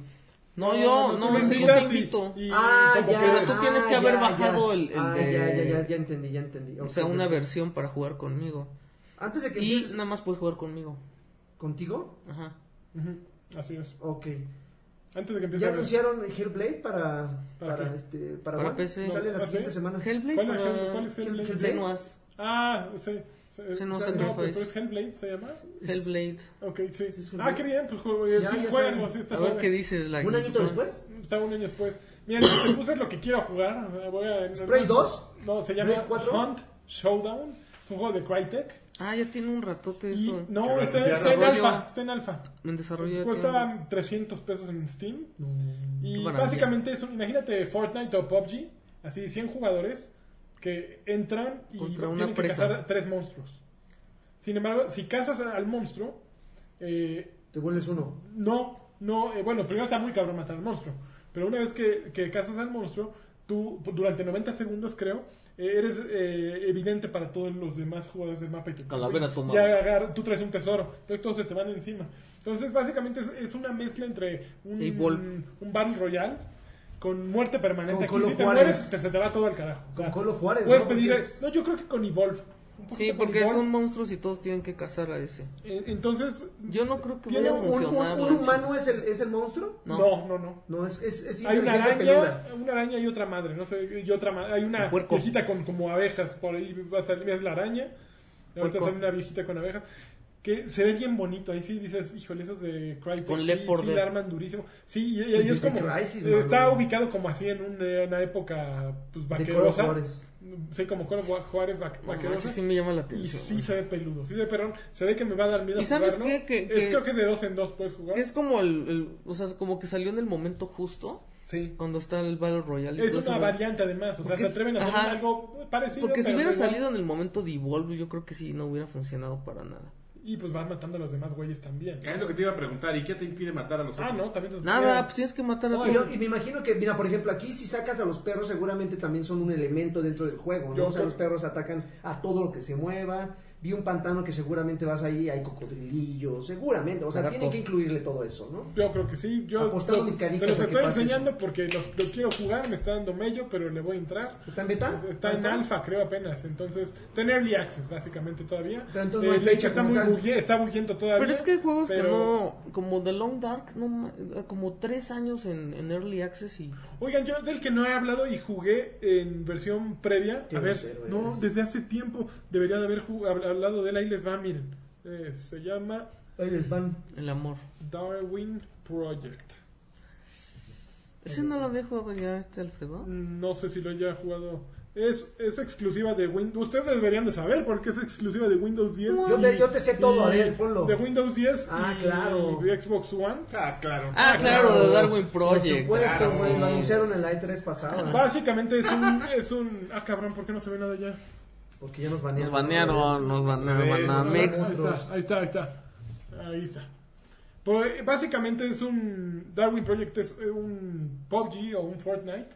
Speaker 1: No, yo, no,
Speaker 2: tú
Speaker 1: sí, yo
Speaker 2: invitas
Speaker 1: te invito.
Speaker 2: y- y
Speaker 4: Ah,
Speaker 2: como
Speaker 4: ya.
Speaker 2: que-
Speaker 1: Pero tú tienes que
Speaker 4: ah,
Speaker 1: haber
Speaker 4: ya,
Speaker 1: bajado
Speaker 4: ya.
Speaker 1: el- el
Speaker 4: Ah,
Speaker 1: de-
Speaker 4: ya, ya, ya, ya entendí, ya entendí.
Speaker 1: O sea,
Speaker 4: Ok.
Speaker 1: una versión para jugar conmigo.
Speaker 4: Antes de que
Speaker 1: Y
Speaker 4: empieces-
Speaker 1: nada más puedes jugar conmigo.
Speaker 4: ¿Contigo?
Speaker 1: Ajá.
Speaker 2: Ujú, Así es.
Speaker 4: Ok.
Speaker 2: Antes de que empiece
Speaker 4: ¿Ya
Speaker 2: a ver.
Speaker 4: anunciaron Hellblade para...
Speaker 2: ¿Para
Speaker 4: Para,
Speaker 2: qué?
Speaker 4: este, para,
Speaker 1: Para
Speaker 4: One?
Speaker 1: PC.
Speaker 4: Sale
Speaker 2: No,
Speaker 4: la
Speaker 2: ¿ah,
Speaker 4: siguiente
Speaker 2: sí?
Speaker 4: semana.
Speaker 1: Hellblade
Speaker 2: ¿Cuál es
Speaker 1: para
Speaker 2: Hellblade? ¿Cuál es Hellblade?
Speaker 1: Senua's.
Speaker 2: Ah, sí. sí,
Speaker 1: Se nos
Speaker 2: sí, no,
Speaker 1: sacrifice.
Speaker 2: pero es Hellblade, ¿se llama?
Speaker 1: Hellblade.
Speaker 2: Ok, sí.
Speaker 4: Sí, es un
Speaker 2: ah,
Speaker 4: juego.
Speaker 2: qué bien, pues juego, eh,
Speaker 4: Ya,
Speaker 2: sí,
Speaker 4: ya
Speaker 2: juegan,
Speaker 4: saben.
Speaker 2: sí, está
Speaker 1: A ver
Speaker 2: suave.
Speaker 1: qué dices, la
Speaker 4: ¿Un añito después?
Speaker 2: Está un año después. Mira, lo que puse es lo que quiero jugar. Voy a-
Speaker 4: ¿Spray 2?
Speaker 2: No, se llama
Speaker 4: ¿No es 4?
Speaker 2: Hunt Showdown. Es un juego de Crytek.
Speaker 1: Ah, ya tiene un ratote
Speaker 2: Y,
Speaker 1: eso.
Speaker 2: no,
Speaker 3: Que lo
Speaker 2: está, está en
Speaker 1: desarrolló.
Speaker 2: alfa. Está en alfa.
Speaker 1: En desarrollo de tiempo.
Speaker 2: Cuesta 300 pesos en Steam.
Speaker 1: Qué
Speaker 2: Y
Speaker 1: maravilla.
Speaker 2: básicamente es un, imagínate Fortnite o PUBG, así 100 jugadores que entran y
Speaker 1: Contra una
Speaker 2: tienen que
Speaker 1: presa.
Speaker 2: cazar a tres monstruos. Sin embargo, si cazas a- al monstruo, eh,
Speaker 4: Te vuelves uno.
Speaker 2: no, no, eh, bueno, primero está muy cabrón matar al monstruo, pero una vez que, que cazas al monstruo, tú durante 90 segundos creo, eh, eres eh, evidente para todos los demás jugadores del mapa y te
Speaker 1: Calavera
Speaker 2: y
Speaker 1: tomada.
Speaker 2: agar- tú traes un tesoro, entonces todos se te van encima. Entonces básicamente es, es una mezcla entre un,
Speaker 1: Y Wolf.
Speaker 2: un Battle Royale con muerte permanente.
Speaker 4: Con
Speaker 2: Aquí
Speaker 4: Call
Speaker 2: si
Speaker 4: of
Speaker 2: te
Speaker 4: Juárez.
Speaker 2: mueres te, se te va todo al carajo. O sea,
Speaker 4: Con Call of Juárez,
Speaker 2: Puedes
Speaker 4: ¿no?
Speaker 2: pedir,
Speaker 4: Porque es-
Speaker 2: no, yo creo que con Evolve. Un poquito
Speaker 1: Sí,
Speaker 2: con
Speaker 1: porque
Speaker 2: Evolve.
Speaker 1: son monstruos y todos tienen que cazar a ese.
Speaker 2: Eh, Entonces,
Speaker 1: Yo no creo que
Speaker 2: Tiene
Speaker 1: vaya a
Speaker 2: un-
Speaker 4: ¿Un, un-
Speaker 1: funcionar.
Speaker 4: un
Speaker 1: Lancho.
Speaker 4: humano es el, es el monstruo?
Speaker 1: No.
Speaker 2: no, no, no.
Speaker 4: No, es, es, es
Speaker 2: Hay una
Speaker 4: inteligencia
Speaker 2: araña,
Speaker 4: peluda.
Speaker 2: una araña y otra madre, no sé, y otra ma- hay una
Speaker 1: Un puerco.
Speaker 2: viejita con como abejas por ahí, va a salir ves la araña, y ahorita
Speaker 1: Puerco.
Speaker 2: sale una viejita con abejas, que se ve bien bonito, ahí sí dices, híjole, esos de Crytek,
Speaker 1: Con
Speaker 2: sí,
Speaker 1: Left 4
Speaker 2: sí
Speaker 1: Dead.
Speaker 2: la arman durísimo, sí, y, y- y
Speaker 4: Pues
Speaker 2: es
Speaker 4: desde
Speaker 2: como,
Speaker 4: Crysis,
Speaker 2: eh,
Speaker 4: mano.
Speaker 2: está ubicado como así en un- eh, una época, pues,
Speaker 4: De Call of
Speaker 2: vaquerosa,
Speaker 4: Juárez.
Speaker 2: sí, como Call of Gua- Juárez, va-
Speaker 1: No
Speaker 2: vaquerosa,
Speaker 1: manches, sí me llama la
Speaker 2: y
Speaker 1: atención.
Speaker 2: sí se ve peludo, sí se ve perón, se ve que me va a dar miedo
Speaker 1: ¿Y sabes
Speaker 2: jugarlo.
Speaker 1: qué? Que-
Speaker 2: Es
Speaker 1: que-
Speaker 2: creo que de dos en dos puedes jugar,
Speaker 1: Que Es como el, el- O sea, como que salió en el momento justo.
Speaker 2: sí.
Speaker 1: Cuando está el Battle Royale. y
Speaker 2: Es
Speaker 1: todo eso,
Speaker 2: una
Speaker 1: ¿verdad?
Speaker 2: variante además, o sea,
Speaker 1: Porque
Speaker 2: se
Speaker 1: es-
Speaker 2: atreven a hacer
Speaker 1: ajá.
Speaker 2: algo parecido.
Speaker 1: Porque si
Speaker 2: pero
Speaker 1: hubiera
Speaker 2: igual.
Speaker 1: salido en el momento de Evolve, yo creo que sí no hubiera funcionado para nada.
Speaker 2: Y pues vas matando a los demás güeyes también.
Speaker 5: Es lo que te iba a preguntar, ¿y qué te impide matar a los
Speaker 2: Ah,
Speaker 5: otros?
Speaker 2: no, también. te-
Speaker 1: Nada,
Speaker 2: Mira,
Speaker 1: pues tienes que matar a
Speaker 4: Y,
Speaker 1: todos.
Speaker 4: yo- y me imagino que, mira, por ejemplo, aquí si sacas a los perros, seguramente también son un elemento dentro del juego, ¿no?
Speaker 2: Yo
Speaker 4: o sea,
Speaker 2: creo-
Speaker 4: los perros atacan a todo lo que se mueva. Vi un pantano que seguramente vas ahí, hay cocodrilillos, seguramente. O sea,
Speaker 1: Lagartos.
Speaker 4: tienen que incluirle todo eso, ¿no?
Speaker 2: Yo creo que sí. Yo
Speaker 4: Apostando
Speaker 2: yo-
Speaker 4: mis
Speaker 2: se
Speaker 4: canicas
Speaker 2: los
Speaker 4: a que
Speaker 2: estoy
Speaker 4: pase
Speaker 2: enseñando porque los, lo quiero jugar, me está dando mello, pero le voy a entrar.
Speaker 4: ¿Está en beta?
Speaker 2: Está en
Speaker 4: ¿Beta?
Speaker 2: alfa, creo apenas. Entonces, tener early access, básicamente, todavía.
Speaker 4: Pero entonces no hay
Speaker 2: de hecho,
Speaker 4: fecha
Speaker 2: está
Speaker 4: como
Speaker 2: muy
Speaker 4: tal.
Speaker 2: bugie- está bugiento todavía.
Speaker 1: Pero es que hay juegos que
Speaker 2: pero-
Speaker 1: no. Como The Long Dark, no, ma- como tres años en, en Early Access y.
Speaker 2: Oigan, yo del que no he hablado y jugué en versión previa.
Speaker 4: Qué
Speaker 2: a ver,
Speaker 4: grosero
Speaker 2: no,
Speaker 4: eres.
Speaker 2: desde hace tiempo debería de haber jug- hab- hablado de él. Ahí les va, miren. Eh, se llama
Speaker 4: Ahí les van.
Speaker 1: El amor.
Speaker 2: Darwin Project.
Speaker 1: Ese no lo había jugado ya este Alfredo.
Speaker 2: No sé si lo haya jugado. Es, es exclusiva de Windows. Ustedes deberían de saber porque es exclusiva de Windows 10.
Speaker 4: Yo te- yo te sé todo, a ver, ponlo.
Speaker 2: De Windows 10
Speaker 4: Ah,
Speaker 2: y
Speaker 4: claro.
Speaker 2: de Xbox One.
Speaker 5: Ah, claro.
Speaker 1: Ah, claro, de Darwin Project.
Speaker 4: Por supuesto,
Speaker 5: claro,
Speaker 4: güey,
Speaker 5: sí.
Speaker 4: lo anunciaron en la E3 pasada.
Speaker 2: Básicamente es un, es un... Ah, cabrón, ¿por qué no se ve nada ya?
Speaker 4: Porque ya nos banearon.
Speaker 1: Nos banearon, nos banearon,
Speaker 5: Otra vez,
Speaker 1: Banamex.
Speaker 4: nos
Speaker 2: Ahí está, ahí está, ahí está. Ahí está. Pues, básicamente es un. Darwin Project es eh, un PUBG o un Fortnite.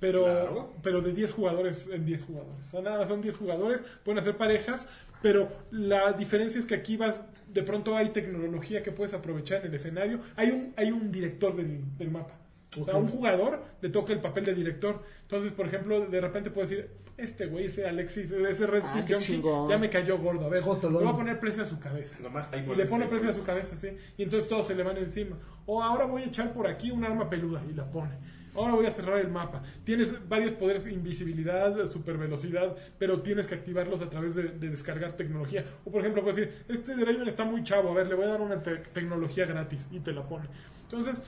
Speaker 2: Pero,
Speaker 5: Claro.
Speaker 2: pero de 10 jugadores en 10 jugadores. O sea, nada, son 10 jugadores, pueden hacer parejas, pero la diferencia es que aquí vas, de pronto hay tecnología que puedes aprovechar en el escenario. Hay un, hay un director del, del mapa. O sea,
Speaker 4: Ok.
Speaker 2: un jugador le toca el papel de director. Entonces, por ejemplo, de repente puedes decir, este güey, ese Alexis, ese Red
Speaker 1: Ah,
Speaker 2: Pill
Speaker 1: qué
Speaker 2: Junkie,
Speaker 1: chingón.
Speaker 2: ya me cayó gordo. A ver, le
Speaker 4: Jotolón.
Speaker 2: voy a poner precio a su cabeza.
Speaker 5: Nomás ahí
Speaker 2: Y le pone
Speaker 5: molesta,
Speaker 2: precio a
Speaker 5: güey.
Speaker 2: su cabeza, sí. Y entonces todos se le van encima. O ahora voy a echar por aquí un arma peluda y la pone. Ahora voy a cerrar el mapa. Tienes varios poderes, invisibilidad, supervelocidad, pero tienes que activarlos a través de, de descargar tecnología. O por ejemplo, puedes decir, este Draven está muy chavo, a ver, le voy a dar una te- tecnología gratis y te la pone. Entonces,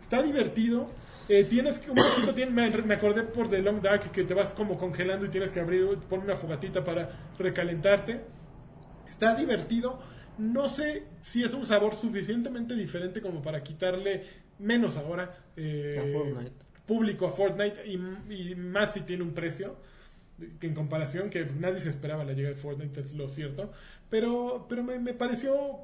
Speaker 2: está divertido. Eh, tienes que un poquito, tiene- me, me acordé por The Long Dark que te vas como congelando y tienes que abrir, poner una fogatita para recalentarte. Está divertido. No sé si es un sabor suficientemente diferente como para quitarle menos ahora eh,
Speaker 1: A Fortnite.
Speaker 2: público a Fortnite y, y más si tiene un precio que en comparación que nadie se esperaba la llegada de Fortnite, es lo cierto. Pero, pero me, me pareció,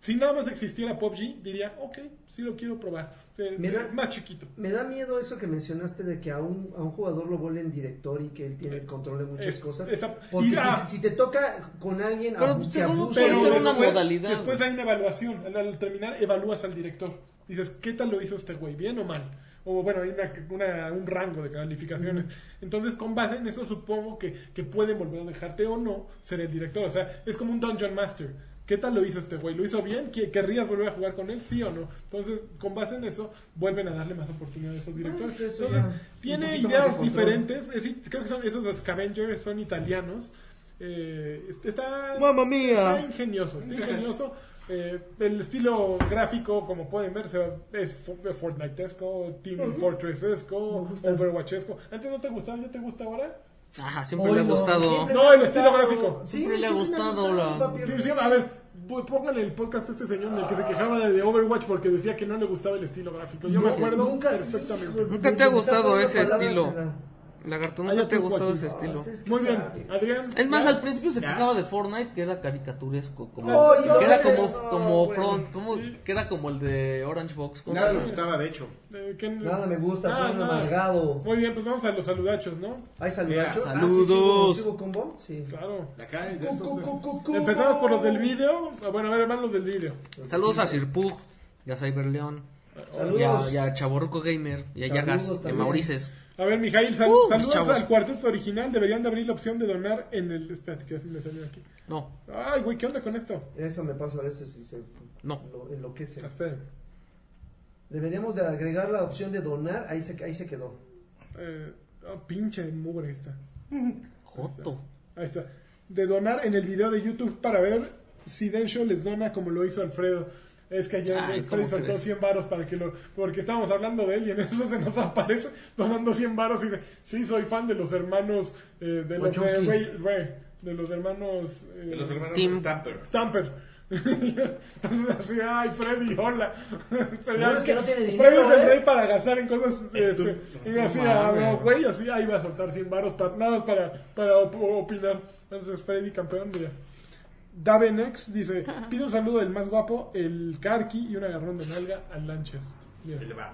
Speaker 2: si nada más existiera PUBG, diría, ok, sí lo quiero probar. Eh,
Speaker 4: Mira.
Speaker 2: es más chiquito.
Speaker 4: Me da miedo eso que mencionaste de que a un, a un jugador lo vuelen director y que él tiene el control de muchas
Speaker 2: Es-
Speaker 4: cosas.
Speaker 2: esa-
Speaker 4: porque
Speaker 2: y- ah.
Speaker 4: si, si te toca con alguien
Speaker 1: Pero,
Speaker 4: abu-
Speaker 1: pues,
Speaker 4: que
Speaker 1: seguro
Speaker 4: abusa
Speaker 1: puede
Speaker 4: de
Speaker 1: ser
Speaker 4: eso,
Speaker 1: una modalidad.
Speaker 2: después hay una evaluación. Al, al terminar, evalúas al director. dices, ¿qué tal lo hizo este güey? ¿Bien o mal? O bueno, hay una- una- un rango de calificaciones. Entonces, con base en eso, supongo que, que pueden volver a dejarte o no ser el director. O sea, es como un Dungeon Master. ¿Qué tal lo hizo este güey? ¿Lo hizo bien? ¿Qui- ¿Querrías volver a jugar con él? ¿Sí o no? Entonces, con base en eso, vuelven a darle más oportunidad a esos directores.
Speaker 4: pues eso
Speaker 2: Entonces,
Speaker 4: ya, un
Speaker 2: tiene
Speaker 4: poquito
Speaker 2: ideas
Speaker 4: más de control.
Speaker 2: diferentes. Es decir, creo que son esos Scavengers, son italianos. Eh, est- está,
Speaker 6: ¡Mamma mía!
Speaker 2: está ingenioso, está ingenioso. Eh, el estilo gráfico, como pueden ver, se va- es fo- Fortnite-esco, Team Fortress-esco, Overwatch-esco. ¿Antes no te gustaba? ¿Ya te gusta ahora?
Speaker 1: Ajá, siempre
Speaker 4: Hoy
Speaker 1: le ha
Speaker 4: no,
Speaker 1: gustado.
Speaker 4: siempre
Speaker 2: No,
Speaker 4: me ha
Speaker 2: el estilo
Speaker 4: gustado.
Speaker 2: gráfico.
Speaker 4: Sí,
Speaker 1: Siempre le ha
Speaker 4: me
Speaker 1: gustado la-
Speaker 4: papi,
Speaker 2: Sí, sí, a ver, pú- póngale el podcast a este señor del que se quejaba de de Overwatch porque decía que no le gustaba el estilo gráfico. Yo me acuerdo
Speaker 4: nunca,
Speaker 2: perfectamente.
Speaker 4: hijos,
Speaker 1: Nunca te ha
Speaker 4: me
Speaker 1: gustado
Speaker 4: quitaron
Speaker 1: ese
Speaker 4: una palabra,
Speaker 1: estilo.
Speaker 4: se la-
Speaker 1: Lagarto,
Speaker 2: Hay
Speaker 1: nunca te ha
Speaker 2: otro
Speaker 1: gustado
Speaker 2: aquí.
Speaker 1: ese
Speaker 2: Ah,
Speaker 1: estilo.
Speaker 4: este es que
Speaker 2: Muy bien,
Speaker 4: sabe.
Speaker 2: Adrián.
Speaker 1: Es más,
Speaker 2: ya.
Speaker 1: al principio se quejaba de Fortnite que era caricaturesco, como
Speaker 4: Oye,
Speaker 1: que era
Speaker 4: no,
Speaker 1: como,
Speaker 4: no,
Speaker 1: como
Speaker 4: güey.
Speaker 1: front, como que era como el de Orange Box. ¿cómo
Speaker 5: Nada
Speaker 1: se
Speaker 5: le
Speaker 1: llama?
Speaker 5: gustaba, de hecho.
Speaker 2: Eh, ¿qué-
Speaker 4: Nada me gusta,
Speaker 2: Ah,
Speaker 4: soy un
Speaker 2: nada.
Speaker 4: amargado.
Speaker 2: Muy bien, pues vamos a los saludachos, ¿no?
Speaker 4: ¿Hay
Speaker 5: Mira,
Speaker 4: saludachos?
Speaker 1: saludos.
Speaker 4: Ah, sí, sí, hubo- sí, hubo combo, sí.
Speaker 2: Claro.
Speaker 5: De acá, de
Speaker 4: Cu,
Speaker 5: estos.
Speaker 3: pues,
Speaker 4: cu,
Speaker 5: de-
Speaker 4: cu, cu, cu,
Speaker 2: Empezamos
Speaker 4: cu.
Speaker 2: por los del video. Ah, Bueno, a ver, van los del video.
Speaker 1: Saludos a Sirpug, y a Cyberleón, y a,
Speaker 4: Saludos.
Speaker 1: y a Chaborruco Gamer, y a
Speaker 4: Saludos
Speaker 1: Yagas, y a
Speaker 4: también.
Speaker 1: Maurices.
Speaker 2: A ver, Mijail, sal-
Speaker 1: Uh,
Speaker 2: saludos
Speaker 1: chavos.
Speaker 2: al cuarteto original. Deberían de abrir la opción de donar en el... Espérate, que así me salió aquí.
Speaker 1: No,
Speaker 2: Ay, güey, ¿qué onda con esto?
Speaker 4: Eso me pasa a veces y se
Speaker 1: No.
Speaker 4: lo- enloquece.
Speaker 2: Esperen.
Speaker 4: Deberíamos de agregar la opción de donar, ahí se, ahí se quedó.
Speaker 2: Eh, oh, pinche mugre esta.
Speaker 1: Joto.
Speaker 2: Ahí está. De donar en el video de YouTube para ver si Densho les dona como lo hizo Alfredo. Es que ayer
Speaker 1: Ay,
Speaker 2: Alfredo
Speaker 1: Ah, ¿cómo
Speaker 2: soltó
Speaker 1: crees?
Speaker 2: 100 varos para que lo... Porque estábamos hablando de él y en eso se nos aparece donando 100 varos y dice, sí, soy fan de los hermanos... eh, de, los, de,
Speaker 4: Wachowski.
Speaker 2: Ray- Ray, de los hermanos... eh,
Speaker 3: De los hermanos
Speaker 1: Tim.
Speaker 3: Stamper.
Speaker 2: Stamper. Entonces así, ay, Freddy, hola. Pero ya
Speaker 4: No, es
Speaker 2: ves
Speaker 4: que no tiene
Speaker 2: Freddy
Speaker 4: dinero,
Speaker 2: es el
Speaker 4: ¿eh?
Speaker 2: rey para gastar en cosas. Este, y así,
Speaker 1: no
Speaker 2: ah,
Speaker 1: mames.
Speaker 2: no, güey, así, ahí va a soltar 100 baros para, nada más para, para op- opinar. Entonces, Freddy, campeón, mira. Davenex dice: pide un saludo del más guapo, el Karki y un agarrón de nalga al Lanches. Mira.
Speaker 3: Ahí le va.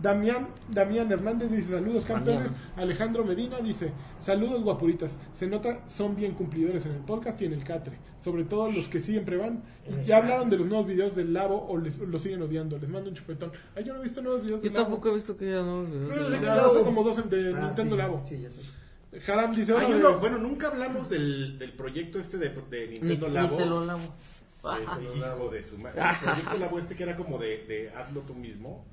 Speaker 2: Damián, Damián Hernández dice saludos campeones. Alejandro Medina dice saludos guapuritas. Se nota son bien cumplidores en el podcast y en el catre. Sobre todo los que siempre van. Ya hablaron de los nuevos videos del Labo o les, los siguen odiando. Les mando un chupetón. Ay, yo no he visto nuevos videos
Speaker 1: Yo
Speaker 2: del Labo.
Speaker 1: tampoco he visto que ya no.
Speaker 2: Nada,
Speaker 4: Labo.
Speaker 2: hace como dos de
Speaker 4: Ah,
Speaker 2: Nintendo
Speaker 4: sí,
Speaker 2: Labo.
Speaker 4: Sí, ya sé.
Speaker 2: Haram dice
Speaker 3: Hay
Speaker 2: "Hola,
Speaker 3: uno-
Speaker 2: bebés".
Speaker 3: bueno, nunca hablamos del, del proyecto este de, de
Speaker 1: Ni,
Speaker 3: Nintendo
Speaker 1: ni
Speaker 3: Labo.
Speaker 1: te lo lavo.
Speaker 3: Ese hijo de su madre. El proyecto Labo este que era como de, de hazlo tú mismo.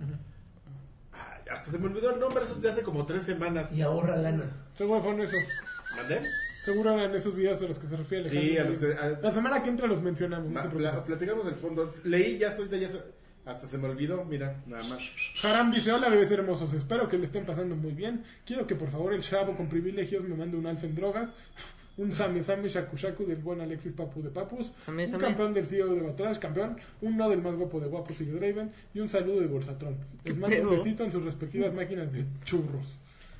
Speaker 3: Ah, hasta se me olvidó el nombre, eso es de hace como tres semanas.
Speaker 4: Y ahorra lana.
Speaker 2: Seguro fueron esos.
Speaker 3: ¿Mandé?
Speaker 2: Seguro eran esos videos a los que se refiere
Speaker 5: Sí,
Speaker 2: Alejandro.
Speaker 5: a los que- a-
Speaker 2: La semana que entra los mencionamos. no
Speaker 5: Ma-
Speaker 2: se
Speaker 5: pla-
Speaker 2: preocupen.
Speaker 5: platicamos el fondo. Leí, ya estoy, ya, ya se- Hasta se me olvidó, mira, nada más.
Speaker 2: Haram dice, hola bebés hermosos, espero que le estén pasando muy bien. Quiero que por favor el chavo con privilegios me mande un alfa en drogas, un same same shaku shaku del buen Alexis Papu de Papus,
Speaker 1: Same,
Speaker 2: un
Speaker 1: same.
Speaker 2: campeón del CEO de Batrash, campeón, un no del más guapo de Guapos y de Draven, y un saludo de Bolsatrón. Les mando un
Speaker 1: pedo?
Speaker 2: besito en sus respectivas máquinas de churros.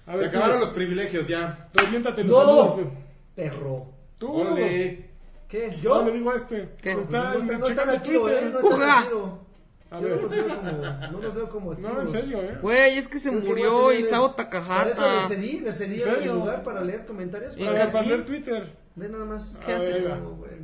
Speaker 2: A
Speaker 5: Se
Speaker 2: ver,
Speaker 5: acabaron los privilegios ya.
Speaker 2: tú, reviéntate los
Speaker 4: ¡No!
Speaker 2: saludos.
Speaker 4: Perro.
Speaker 2: Tú,
Speaker 5: Ole.
Speaker 4: ¿Qué?
Speaker 2: yo
Speaker 4: ¿Yo? Pues
Speaker 2: le digo a este.
Speaker 1: ¿Qué?
Speaker 2: Está
Speaker 4: No, está- no
Speaker 2: checando
Speaker 4: están al tiro,
Speaker 2: Twitter.
Speaker 4: ¿eh? No
Speaker 1: ¡Juga!
Speaker 4: están al tiro.
Speaker 2: A
Speaker 4: Yo no
Speaker 2: ver,
Speaker 4: los veo como, no los veo como
Speaker 2: no, en
Speaker 4: activos.
Speaker 2: serio, ¿eh?
Speaker 1: Güey, es que se
Speaker 4: Creo que
Speaker 1: murió
Speaker 4: voy a tener-
Speaker 1: Isao
Speaker 4: Por eso le
Speaker 1: Takahata.
Speaker 4: cedí, le cedí
Speaker 2: ¿En
Speaker 4: el
Speaker 2: serio?
Speaker 4: lugar para leer comentarios.
Speaker 1: ¿Y
Speaker 2: A
Speaker 4: Para-
Speaker 2: ver,
Speaker 1: Karki?
Speaker 2: para leer Twitter.
Speaker 4: Ve nada más.
Speaker 1: ¿Qué
Speaker 2: A ver,
Speaker 1: haces?
Speaker 2: ahí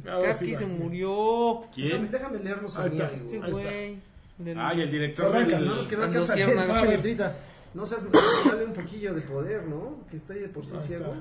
Speaker 2: va. Ahora sí
Speaker 1: Karki
Speaker 2: va.
Speaker 1: se murió.
Speaker 4: Déjame, déjame leerlos a
Speaker 2: Ahí
Speaker 4: mí,
Speaker 2: está.
Speaker 4: amigo.
Speaker 1: Este
Speaker 2: Ahí está.
Speaker 1: güey. del-
Speaker 5: Ay, el director
Speaker 2: Arranca,
Speaker 5: del-
Speaker 2: no
Speaker 4: Pues No, es que no
Speaker 1: Las
Speaker 4: alcanza a leer,
Speaker 1: luciérnagas.
Speaker 4: pinche letrita. No seas dale un poquillo de poder, ¿no? Que estoy de por sí
Speaker 2: Ahí
Speaker 4: ciego.
Speaker 2: está.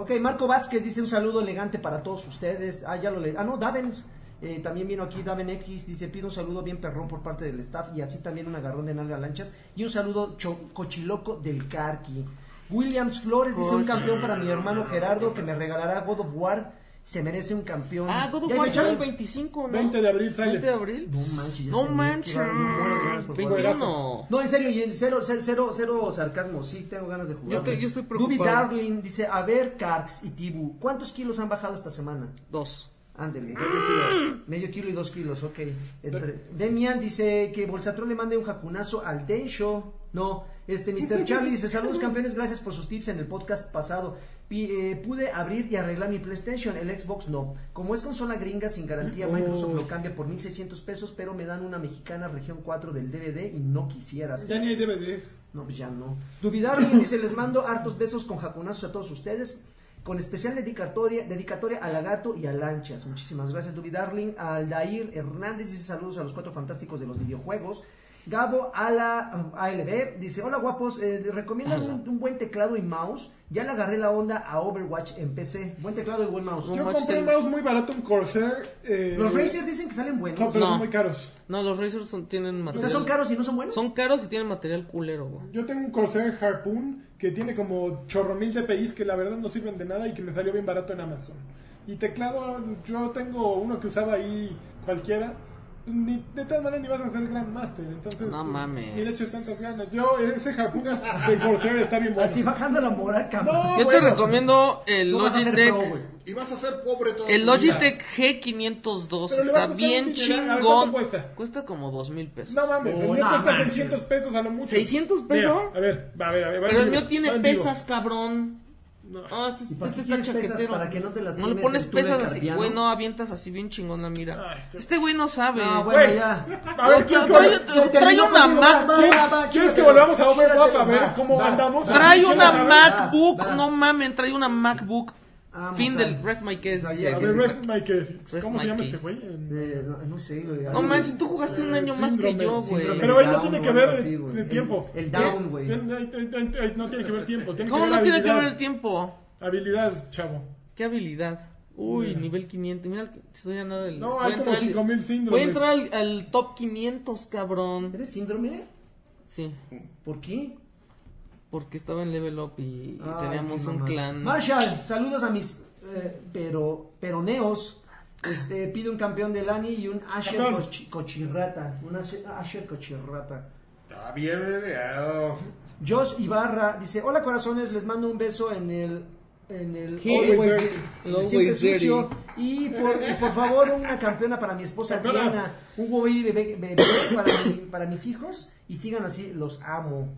Speaker 4: Ok, Marco Vázquez dice un saludo elegante para todos ustedes. Ah, ya lo leí. Ah, no, Davens. eh, también vino aquí Daven X, dice, pido un saludo bien perrón por parte del staff y así también un agarrón de nalga lanchas y un saludo cho- cochiloco del Carqui. Williams Flores dice un campeón para mi hermano Gerardo que me regalará God of War. Se merece un campeón.
Speaker 1: Ah, God of
Speaker 4: ¿Ya hay
Speaker 1: War
Speaker 4: fecha?
Speaker 1: sale el 25, ¿no?
Speaker 2: 20 de abril sale.
Speaker 1: 20 de abril.
Speaker 4: No manches. ya
Speaker 1: No
Speaker 4: está, es que
Speaker 1: manches.
Speaker 4: va- me muero de ganas por jugar.
Speaker 1: 21.
Speaker 4: No, en serio, y en cero, cero, cero, cero sarcasmo, sí, tengo ganas de jugar.
Speaker 1: Yo te- yo estoy
Speaker 4: Dubi
Speaker 1: preocupado.
Speaker 4: Darling dice, a ver, Karks y Tibu, ¿cuántos kilos han bajado esta semana?
Speaker 1: Dos.
Speaker 4: Ándele, medio kilo, medio kilo y dos kilos, ok. Entre- Demian dice que Bolsatrón le mande un jacunazo al Densho. No, este Mr. Charlie dice, saludos campeones, gracias por sus tips en el podcast pasado. Pi- eh, pude abrir y arreglar mi PlayStation, el Xbox no. Como es consola gringa sin garantía, Microsoft lo cambia por 1600 pesos, pero me dan una mexicana región 4 del DVD y no quisieras.
Speaker 2: Ya ni hay DVDs.
Speaker 4: No, pues ya no. Duvidar dice, les mando hartos besos con jaconazos a todos ustedes. Con especial dedicatoria, dedicatoria a Lagato y a Lanchas. Muchísimas gracias, Duby Darling. Aldair Hernández dice saludos a los cuatro fantásticos de los videojuegos. Gabo Ala um, ALB dice, hola guapos, eh, recomiendan un, un buen teclado y mouse. Ya le agarré la onda a Overwatch en PC. Buen teclado y buen mouse.
Speaker 1: No
Speaker 2: Yo
Speaker 1: manches,
Speaker 2: compré un
Speaker 1: el-
Speaker 2: mouse muy barato, un Corsair. eh,
Speaker 4: Los Razer dicen que salen
Speaker 2: No,
Speaker 4: buenos.
Speaker 2: pero
Speaker 1: No.
Speaker 2: son muy caros.
Speaker 1: No, los Razers son- tienen
Speaker 4: O
Speaker 1: material.
Speaker 4: sea, son caros y no son buenos.
Speaker 1: Son caros y tienen material culero, güey.
Speaker 2: Yo tengo un Corsair Harpoon que tiene como chorro mil DPIs que la verdad no sirven de nada y que me salió bien barato en Amazon. Y teclado, yo tengo uno que usaba ahí cualquiera. Pues Ni, de todas maneras ni vas a hacer Grand Master, entonces
Speaker 1: No
Speaker 2: pues,
Speaker 1: mames.
Speaker 2: ni le eches tantas ganas. Yo, ese Harpoon de Corsair está bien bueno.
Speaker 4: Así bajando la moraca.
Speaker 2: No,
Speaker 4: man.
Speaker 1: Yo te
Speaker 2: bueno.
Speaker 1: recomiendo el
Speaker 4: Ah, No vas a ser pro,
Speaker 1: Logitech.
Speaker 4: güey.
Speaker 3: Y vas a ser pobre todo
Speaker 1: El Logitech G502
Speaker 2: Pero le va a
Speaker 1: está
Speaker 2: costar
Speaker 1: bien
Speaker 2: un dineral. A ver,
Speaker 1: chingón.
Speaker 2: ¿cuánto cuesta?
Speaker 1: como dos mil pesos.
Speaker 2: No mames, el
Speaker 4: Oh,
Speaker 2: mío
Speaker 4: no
Speaker 2: cuesta
Speaker 4: manches.
Speaker 2: 600 pesos a lo mucho.
Speaker 1: ¿600
Speaker 2: Mira,
Speaker 1: pesos?
Speaker 2: a ver, va, a ver, a ver. va en
Speaker 1: Pero el
Speaker 2: vivo,
Speaker 1: mío tiene
Speaker 2: va en vivo.
Speaker 1: pesas, cabrón.
Speaker 2: No.
Speaker 1: Ah, este,
Speaker 4: ¿Y para
Speaker 1: este
Speaker 4: qué
Speaker 1: está
Speaker 4: quieres pesas?
Speaker 1: chaquetero.
Speaker 4: Para que no te lastimes
Speaker 1: le pones
Speaker 4: el túnel
Speaker 1: pesas así,
Speaker 4: carpiano.
Speaker 1: güey, no avientas así bien chingón la mira.
Speaker 2: Ay, te-
Speaker 1: Este güey no sabe.
Speaker 4: No, Ah, bueno,
Speaker 2: Güey,
Speaker 4: ya.
Speaker 2: a ver,
Speaker 1: Porque
Speaker 2: ¿quieres que-
Speaker 1: trae- trae una Mac.
Speaker 2: ¿Quieres- ¿Quieres que volvamos a Overwatch a ver cómo andamos?
Speaker 1: Trae
Speaker 2: Vas,
Speaker 1: una
Speaker 2: vas,
Speaker 1: MacBook,
Speaker 4: vas.
Speaker 1: no mamen, trae una MacBook.
Speaker 4: Vamos
Speaker 1: fin
Speaker 4: a-
Speaker 1: del rest my case.
Speaker 4: Sabía
Speaker 1: dice.
Speaker 2: A
Speaker 4: que
Speaker 2: ver,
Speaker 4: sí.
Speaker 2: Red Mike,
Speaker 4: pues,
Speaker 2: eh,
Speaker 1: Rest
Speaker 2: ¿cómo
Speaker 1: Mike
Speaker 2: se llama
Speaker 1: Keys.
Speaker 2: este güey? En-
Speaker 4: Eh, no, no sé, güey.
Speaker 1: No manches, tú jugaste un
Speaker 2: Eh,
Speaker 1: año más que
Speaker 2: síndrome,
Speaker 1: yo,
Speaker 4: síndrome
Speaker 1: güey.
Speaker 2: Pero él no
Speaker 4: down
Speaker 2: tiene
Speaker 4: o
Speaker 2: que
Speaker 4: algo
Speaker 2: ver
Speaker 4: así, güey.
Speaker 2: de
Speaker 4: El-
Speaker 2: tiempo.
Speaker 4: el down, güey.
Speaker 2: Eh, eh, eh, No tiene que ver tiempo. Tiene que
Speaker 1: ¿Cómo
Speaker 2: ver
Speaker 1: no tiene que ver el
Speaker 2: habilidad.
Speaker 1: tiempo?
Speaker 2: Habilidad, chavo.
Speaker 1: ¿Qué habilidad? Uy,
Speaker 2: Mira.
Speaker 1: nivel 500. Mira, te estoy ganando el.
Speaker 2: No,
Speaker 1: voy a
Speaker 2: hay como
Speaker 1: entrar al-
Speaker 2: 5000 síndromes.
Speaker 1: Voy a entrar al, al top 500, cabrón.
Speaker 4: ¿Eres síndrome?
Speaker 1: Sí,
Speaker 4: ¿Por qué?
Speaker 1: porque estaba en level up y, y
Speaker 4: Ay,
Speaker 1: teníamos
Speaker 4: qué
Speaker 1: un
Speaker 4: mamada.
Speaker 1: clan.
Speaker 4: Marshall, saludos a mis eh, pero, peroneos. Este, pide un campeón de Lani y un Asher
Speaker 2: Campeón.
Speaker 4: Cochi- Cochirrata. Un Asher, Asher Cochirrata.
Speaker 3: Está bien veneado.
Speaker 4: Josh Ibarra dice, hola corazones, les mando un beso en el... En el
Speaker 1: He
Speaker 4: always
Speaker 1: always
Speaker 4: dirty,
Speaker 1: dirty.
Speaker 4: en el siempre
Speaker 1: Always dirty.
Speaker 4: sucio. Y por, y por favor, una campeona para mi esposa
Speaker 2: Campeona.
Speaker 4: Diana, un huevo bebé, bebé para, mi- para mis hijos y sigan así, los amo.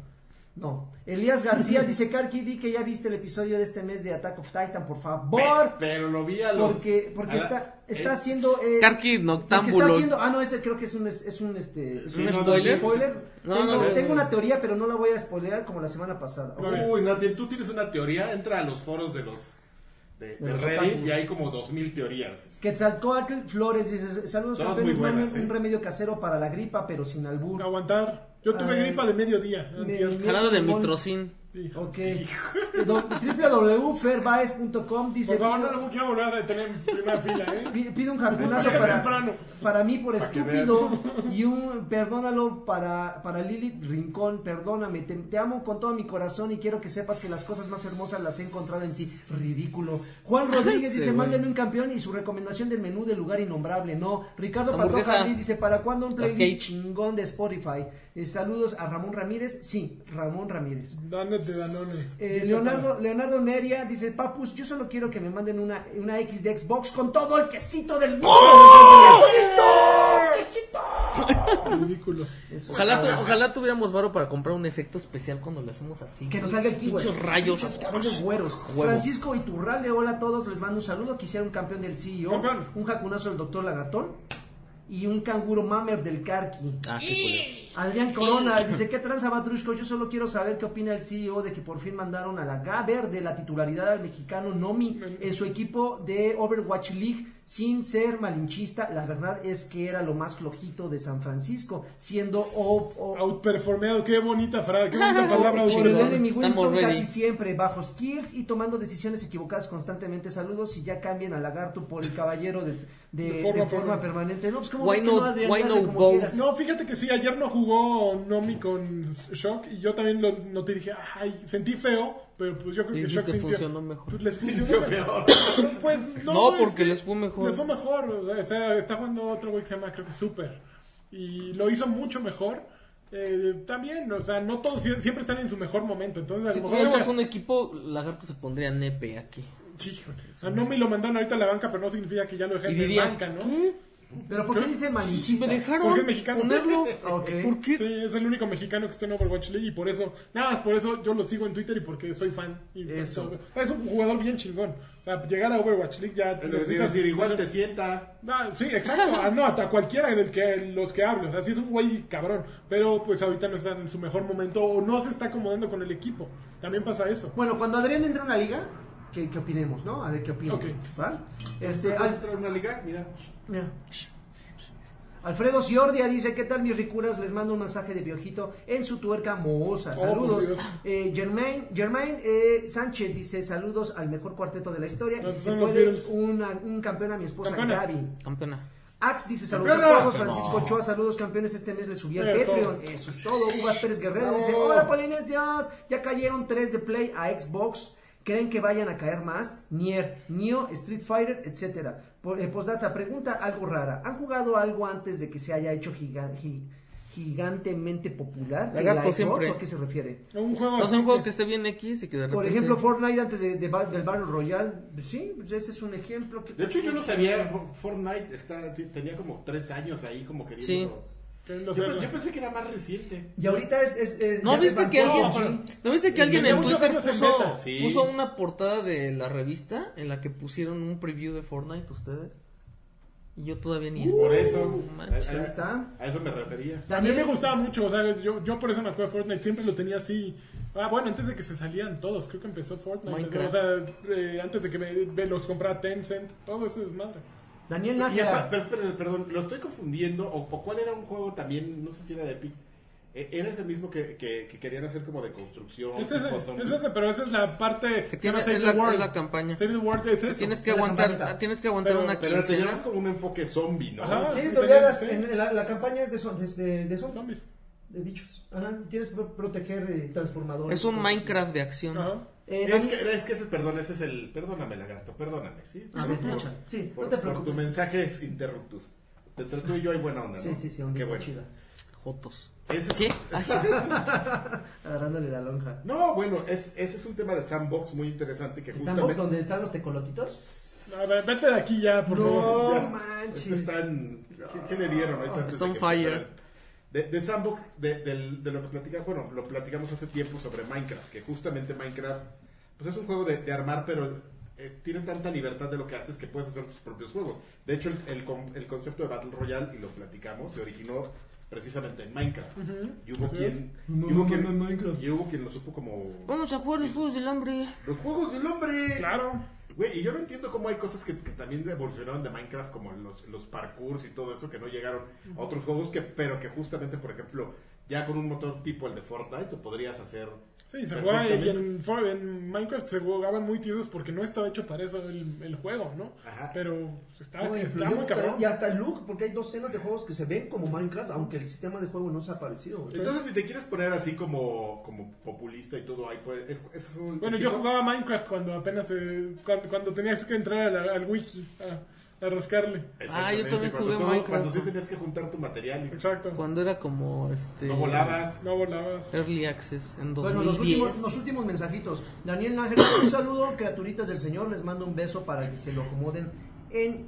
Speaker 4: No. Elías García dice, Karki, di que ya viste el episodio de este mes de Attack of Titan, por favor.
Speaker 3: Pero lo vi a los.
Speaker 4: Porque, porque
Speaker 3: a la-
Speaker 4: está, está
Speaker 3: eh,
Speaker 4: haciendo... eh,
Speaker 1: Karki
Speaker 4: porque está
Speaker 1: Noctámbulo.
Speaker 4: haciendo, ah, no, ese creo que es un, es, es un, este, es
Speaker 1: ¿Un
Speaker 4: un
Speaker 1: spoiler? No,
Speaker 4: tengo,
Speaker 1: no, no, no.
Speaker 4: tengo una teoría, pero no la voy a spoilear como la semana pasada.
Speaker 2: A ver.
Speaker 3: Uy, Nati, tú tienes una teoría. Entra a los foros de los. De, de
Speaker 4: los
Speaker 3: Reddit
Speaker 4: otakus.
Speaker 3: y hay como 2000 teorías.
Speaker 4: Quetzalcoatl Flores dice, saludos
Speaker 3: Son
Speaker 4: campeones,
Speaker 3: muy buenas,
Speaker 4: manden
Speaker 3: ¿eh?
Speaker 4: un remedio casero para la gripa, pero sin albur.
Speaker 2: Aguantar. Yo tuve
Speaker 4: Ay.
Speaker 2: gripa de mediodía.
Speaker 4: Me-
Speaker 2: antier.
Speaker 4: me-
Speaker 1: Jalado de
Speaker 4: Mon-
Speaker 1: mitrocin.
Speaker 2: Hijo.
Speaker 4: Ok. Do- www.ferbaez.com dice,
Speaker 2: Por favor, no lo quiero volver a tener en primera fila, ¿eh?
Speaker 4: pi- pide un jarconazo
Speaker 2: Llega
Speaker 4: para,
Speaker 2: temprano.
Speaker 4: para mí por
Speaker 3: que
Speaker 4: estúpido y un perdónalo para, para Lilith Rincón, perdóname, te, te amo con todo mi corazón y quiero que sepas que las cosas más hermosas las he encontrado en ti. Ridículo. Juan Rodríguez
Speaker 1: Ese
Speaker 4: dice,
Speaker 1: güey.
Speaker 4: mándenme un campeón y su recomendación del menú del lugar innombrable, no. Ricardo
Speaker 1: Hamburguesa.
Speaker 4: Patoja dice, ¿para cuándo un
Speaker 1: La
Speaker 4: playlist
Speaker 1: cage.
Speaker 4: chingón de Spotify? Eh, saludos a Ramón Ramírez, sí, Ramón Ramírez.
Speaker 2: Dame de Danone.
Speaker 4: Eh, Leonardo, Leonardo Neria dice, Papus, yo solo quiero que me manden una, una X de Xbox con todo el quesito del mundo. ¡Quesito!
Speaker 2: Ridículo.
Speaker 4: Eso
Speaker 1: Ojalá, tu-
Speaker 4: está bueno.
Speaker 1: ojalá tuviéramos varo para comprar un efecto especial cuando lo hacemos así.
Speaker 4: Que nos salga el kiwi.
Speaker 1: Pinchos rayos.
Speaker 4: cabellos güeros.
Speaker 1: Huevo.
Speaker 4: Francisco Iturralde, hola a todos, les mando un saludo. Quisiera un campeón del CEO,
Speaker 2: Campeón.
Speaker 4: un jacunazo del doctor Lagartón y un canguro mamer del Karki.
Speaker 1: Ah, qué culero.
Speaker 4: Adrián Corona dice, ¿qué tranza, Batrushko? Yo solo quiero saber qué opina el CEO de que por fin mandaron a la Gaber de la titularidad al mexicano Nomi en su equipo de Overwatch League sin ser malinchista. La verdad es que era lo más flojito de San Francisco, siendo... o- o-
Speaker 2: Outperformeado, qué bonita frase, qué bonita palabra.
Speaker 1: Qué
Speaker 2: outperformeado.
Speaker 4: el de mi
Speaker 1: Estamos
Speaker 4: Winston
Speaker 1: ready.
Speaker 4: casi siempre bajos kills y tomando decisiones equivocadas constantemente. Saludos y ya cambien al lagarto por el caballero de,
Speaker 2: De
Speaker 4: de- de
Speaker 2: forma
Speaker 4: forma,
Speaker 2: forma.
Speaker 4: permanente. No, pues ¿cómo
Speaker 1: Why
Speaker 4: ves que
Speaker 1: no-
Speaker 4: no, Adrián?
Speaker 1: why
Speaker 4: Hazle
Speaker 1: no
Speaker 4: como
Speaker 1: both?
Speaker 4: quieras.
Speaker 2: No, fíjate que sí, ayer no jugó Nomi con Shock y yo también lo noté y dije, ay, sentí feo, pero pues yo creo
Speaker 1: Y
Speaker 2: que
Speaker 1: dijiste,
Speaker 2: Shock sintió,
Speaker 1: funcionó mejor.
Speaker 2: Pues, les funcionó mejor. Pues no.
Speaker 1: No,
Speaker 2: es
Speaker 1: porque
Speaker 2: que
Speaker 1: les fue mejor.
Speaker 2: Les fue mejor, o sea, está jugando otro güey que se llama, creo que Super. Y lo hizo mucho mejor. Eh, también, o sea, no todos sie- siempre están en su mejor momento. Entonces, a
Speaker 1: Si
Speaker 2: lo mejor.
Speaker 1: tuviéramos
Speaker 2: ahorita-
Speaker 1: un equipo, Lagarto se pondría nepe aquí.
Speaker 2: Híjole, o sea, Nomi lo mandaron ahorita a la banca, pero no significa que ya lo
Speaker 1: Y
Speaker 2: dejaron en la
Speaker 1: diría,
Speaker 2: banca, ¿no?
Speaker 1: ¿qué?
Speaker 4: Pero ¿por qué dice malinchista?
Speaker 1: Me
Speaker 2: Porque
Speaker 1: dejaron
Speaker 2: es mexicano.
Speaker 1: ponerlo.
Speaker 4: Ok.
Speaker 1: ¿Por
Speaker 2: Sí,
Speaker 1: qué?
Speaker 2: es el único mexicano que está en Overwatch League y por eso, nada más por eso yo lo sigo en Twitter y porque soy fan. Y
Speaker 4: Eso.
Speaker 2: tanto- Es un jugador bien chingón. O sea, llegar a Overwatch League ya
Speaker 3: Es decir, es decir, igual te sienta.
Speaker 2: Ah, sí, exacto. Ah, no, hasta cualquiera de que, los que hablo. O sea, sí es un güey cabrón. Pero pues ahorita no está en su mejor momento o no se está acomodando con el equipo. También pasa eso.
Speaker 4: Bueno, cuando Adrián entra a una liga, que, que opinemos, ¿no? A ver qué opinan.
Speaker 2: Ok.
Speaker 4: ¿vale? Este,
Speaker 3: ¿Puedes
Speaker 4: al-
Speaker 3: entrar a una liga? Mira.
Speaker 4: Mira. Alfredo Ciordia dice, ¿qué tal mis ricuras? Les mando un masaje de piojito en su tuerca mohosa.
Speaker 2: Oh,
Speaker 4: Saludos.
Speaker 2: por Dios.
Speaker 4: Eh, Germain, Germain eh, Sánchez dice, saludos al mejor cuarteto de la historia. Y
Speaker 2: Los
Speaker 4: si se
Speaker 2: son los
Speaker 4: puede,
Speaker 2: Beatles.
Speaker 4: una- un campeón a mi esposa
Speaker 2: Campeona.
Speaker 4: Gaby.
Speaker 1: Campeona.
Speaker 4: Ax dice, saludos
Speaker 3: ¡Campeona!
Speaker 4: a todos. Francisco Ochoa, saludos campeones. Este mes les subí al
Speaker 2: Eso.
Speaker 4: Patreon. Eso es todo. Uvas Pérez Guerrero
Speaker 3: Bravo.
Speaker 4: dice, hola polinesios. Ya cayeron tres de Play a Xbox. ¿Creen que vayan a caer más? Nier, Neo, Street Fighter, etcétera. Por- eh, Postdata, pregunta algo rara. ¿Han jugado algo antes de que se haya hecho giga- gi- gigantemente popular? que
Speaker 1: Lagarto
Speaker 4: Xbox
Speaker 1: siempre.
Speaker 4: o a qué se refiere?
Speaker 2: Un juego.
Speaker 1: No es un
Speaker 2: así
Speaker 1: juego que esté bien X y que de repente...
Speaker 4: Por ejemplo, Fortnite antes de- de ba- del Battle Royale. Sí, pues ese es un ejemplo. que-
Speaker 3: De hecho, yo no sabía. Fortnite está, t- tenía como tres años ahí, como queriendo.
Speaker 1: Sí.
Speaker 2: que
Speaker 3: Yo,
Speaker 2: lo sé,
Speaker 3: pe-
Speaker 2: ¿no?
Speaker 3: yo pensé que era más reciente.
Speaker 4: Y ahorita es... es- es- ya
Speaker 1: ¿No
Speaker 4: te
Speaker 1: viste, que
Speaker 4: bancó
Speaker 2: No,
Speaker 1: alguien,
Speaker 2: pero-
Speaker 1: ¿No viste que alguien
Speaker 2: Desde
Speaker 1: en
Speaker 2: muchos
Speaker 1: Twitter
Speaker 2: años en
Speaker 1: puso,
Speaker 2: beta.
Speaker 3: Sí.
Speaker 1: puso una portada de la revista en la que pusieron un preview de Fortnite ustedes? Y yo todavía ni estaba.
Speaker 3: Por eso.
Speaker 1: No
Speaker 3: A,
Speaker 1: manches.
Speaker 3: a-
Speaker 4: Ahí está.
Speaker 3: a eso me refería.
Speaker 2: A mí
Speaker 4: Daniel-
Speaker 2: me gustaba mucho, o sea, yo, yo por eso me acuerdo de Fortnite, siempre lo tenía así. Ah, bueno, antes de que se salieran todos, creo que empezó Fortnite.
Speaker 1: Minecraft.
Speaker 2: O sea, eh, antes de que me, me los comprara Tencent, todo eso es madre.
Speaker 4: Daniel
Speaker 3: Y apa-
Speaker 4: Nájera.
Speaker 3: pero espérenme, perdón, lo estoy confundiendo. O, o cuál era un juego también? No sé si era de Epic. Eh, Era ese mismo que, que- que querían hacer como de construcción.
Speaker 2: Es
Speaker 3: tipo
Speaker 2: ese,
Speaker 3: zombie.
Speaker 2: es ese, pero esa es la parte
Speaker 1: Que tiene-
Speaker 2: se llama
Speaker 1: es
Speaker 2: Save the
Speaker 1: la-
Speaker 2: World.
Speaker 1: es la campaña.
Speaker 2: Save the World es eso.
Speaker 1: Tienes que
Speaker 4: de la
Speaker 1: aguantar,
Speaker 4: camarita.
Speaker 1: tienes que aguantar
Speaker 2: Pero-
Speaker 1: una
Speaker 3: Pero tenías
Speaker 1: quincena.
Speaker 3: como un enfoque zombie, ¿no?
Speaker 2: Ajá.
Speaker 4: Sí,
Speaker 2: Sí,
Speaker 4: es de
Speaker 2: tenía
Speaker 4: oleadas.
Speaker 2: que ser.
Speaker 4: En la, la campaña es de, son- es de, de zombies,
Speaker 2: Zombies.
Speaker 4: de bichos. Ajá, y Tienes que proteger eh, transformadores.
Speaker 1: Es un
Speaker 4: cosas así.
Speaker 1: Minecraft de acción.
Speaker 2: Ajá.
Speaker 4: Eh,
Speaker 3: Es
Speaker 4: Dani-
Speaker 3: que, es que ese, perdón, ese es el. Perdóname, lagarto, perdóname, ¿sí?
Speaker 4: Ah,
Speaker 3: Por-
Speaker 4: no,
Speaker 3: por-
Speaker 4: sí, no
Speaker 3: por,
Speaker 4: te
Speaker 3: por
Speaker 4: preocupes.
Speaker 3: tus mensajes interruptus. Entre tú y yo hay buena onda, ¿no?
Speaker 4: Sí, sí, sí, un
Speaker 3: Qué
Speaker 4: tipo
Speaker 3: bueno.
Speaker 4: chida.
Speaker 1: Jotos.
Speaker 3: Ese es-
Speaker 1: ¿Qué? Ay,
Speaker 4: Agarrándole la lonja.
Speaker 3: No, bueno, es, ese es un tema de sandbox muy interesante que
Speaker 4: ¿Estamos
Speaker 3: justamente.
Speaker 4: donde están los tecolotitos?
Speaker 2: A ver, vete de aquí ya, por favor.
Speaker 3: Ya,
Speaker 4: manches.
Speaker 3: este Están, ¿qué, qué le dieron? ahorita antes
Speaker 1: Está
Speaker 3: de
Speaker 1: on
Speaker 3: que
Speaker 1: fire.
Speaker 3: empezaran? De, de Sandbox, de, del- de lo que platicamos, bueno, lo platicamos hace tiempo sobre Minecraft, que justamente Minecraft, pues es un juego de, de armar, pero eh, tiene tanta libertad de lo que haces que puedes hacer tus propios juegos. De hecho, el, el con- el concepto de Battle Royale, y lo platicamos, se originó precisamente en Minecraft. Y hubo
Speaker 2: Así
Speaker 3: quien... y
Speaker 4: No,
Speaker 3: hubo
Speaker 4: no,
Speaker 3: quien-
Speaker 4: no, no, Minecraft.
Speaker 3: y hubo quien lo supo como...
Speaker 1: Vamos a jugar los juegos del hambre.
Speaker 3: Los juegos del hombre.
Speaker 2: Claro.
Speaker 3: Güey, y yo no entiendo cómo hay cosas que, que también evolucionaron de Minecraft, como los, los parkours y todo eso, que no llegaron a otros juegos, que, pero que justamente, por ejemplo, ya con un motor tipo el de Fortnite, tú podrías hacer...
Speaker 2: Sí, se jugaba y
Speaker 3: perfectamente.
Speaker 2: en, For- en Minecraft se jugaban muy tiesos porque no estaba hecho para eso el, el juego, ¿no?
Speaker 3: Ajá.
Speaker 2: Pero
Speaker 3: Ah,
Speaker 2: está,
Speaker 4: No,
Speaker 2: está
Speaker 4: influyó,
Speaker 2: muy cabrón.
Speaker 4: Y hasta el look, porque hay docenas de juegos que se ven como Minecraft, aunque el sistema de juego no se ha parecido. güey.
Speaker 3: Entonces, si te quieres poner así como, como populista y todo, ahí puede... Es, es un-
Speaker 2: Bueno, yo jugaba Minecraft cuando apenas. eh, cuando, cuando tenías que entrar al, al wiki a, a rascarle.
Speaker 3: Exactamente,
Speaker 1: Ah, yo también
Speaker 3: cuando
Speaker 1: jugué
Speaker 3: todo-
Speaker 1: Minecraft.
Speaker 3: Cuando sí tenías que juntar tu material y
Speaker 2: Exacto.
Speaker 1: Cuando era como este
Speaker 3: no volabas.
Speaker 2: No volabas.
Speaker 1: Early Access en 2010.
Speaker 4: Bueno, los últimos, los últimos mensajitos. Daniel Nájera, un saludo, criaturitas del Señor. Les mando un beso para que se lo acomoden en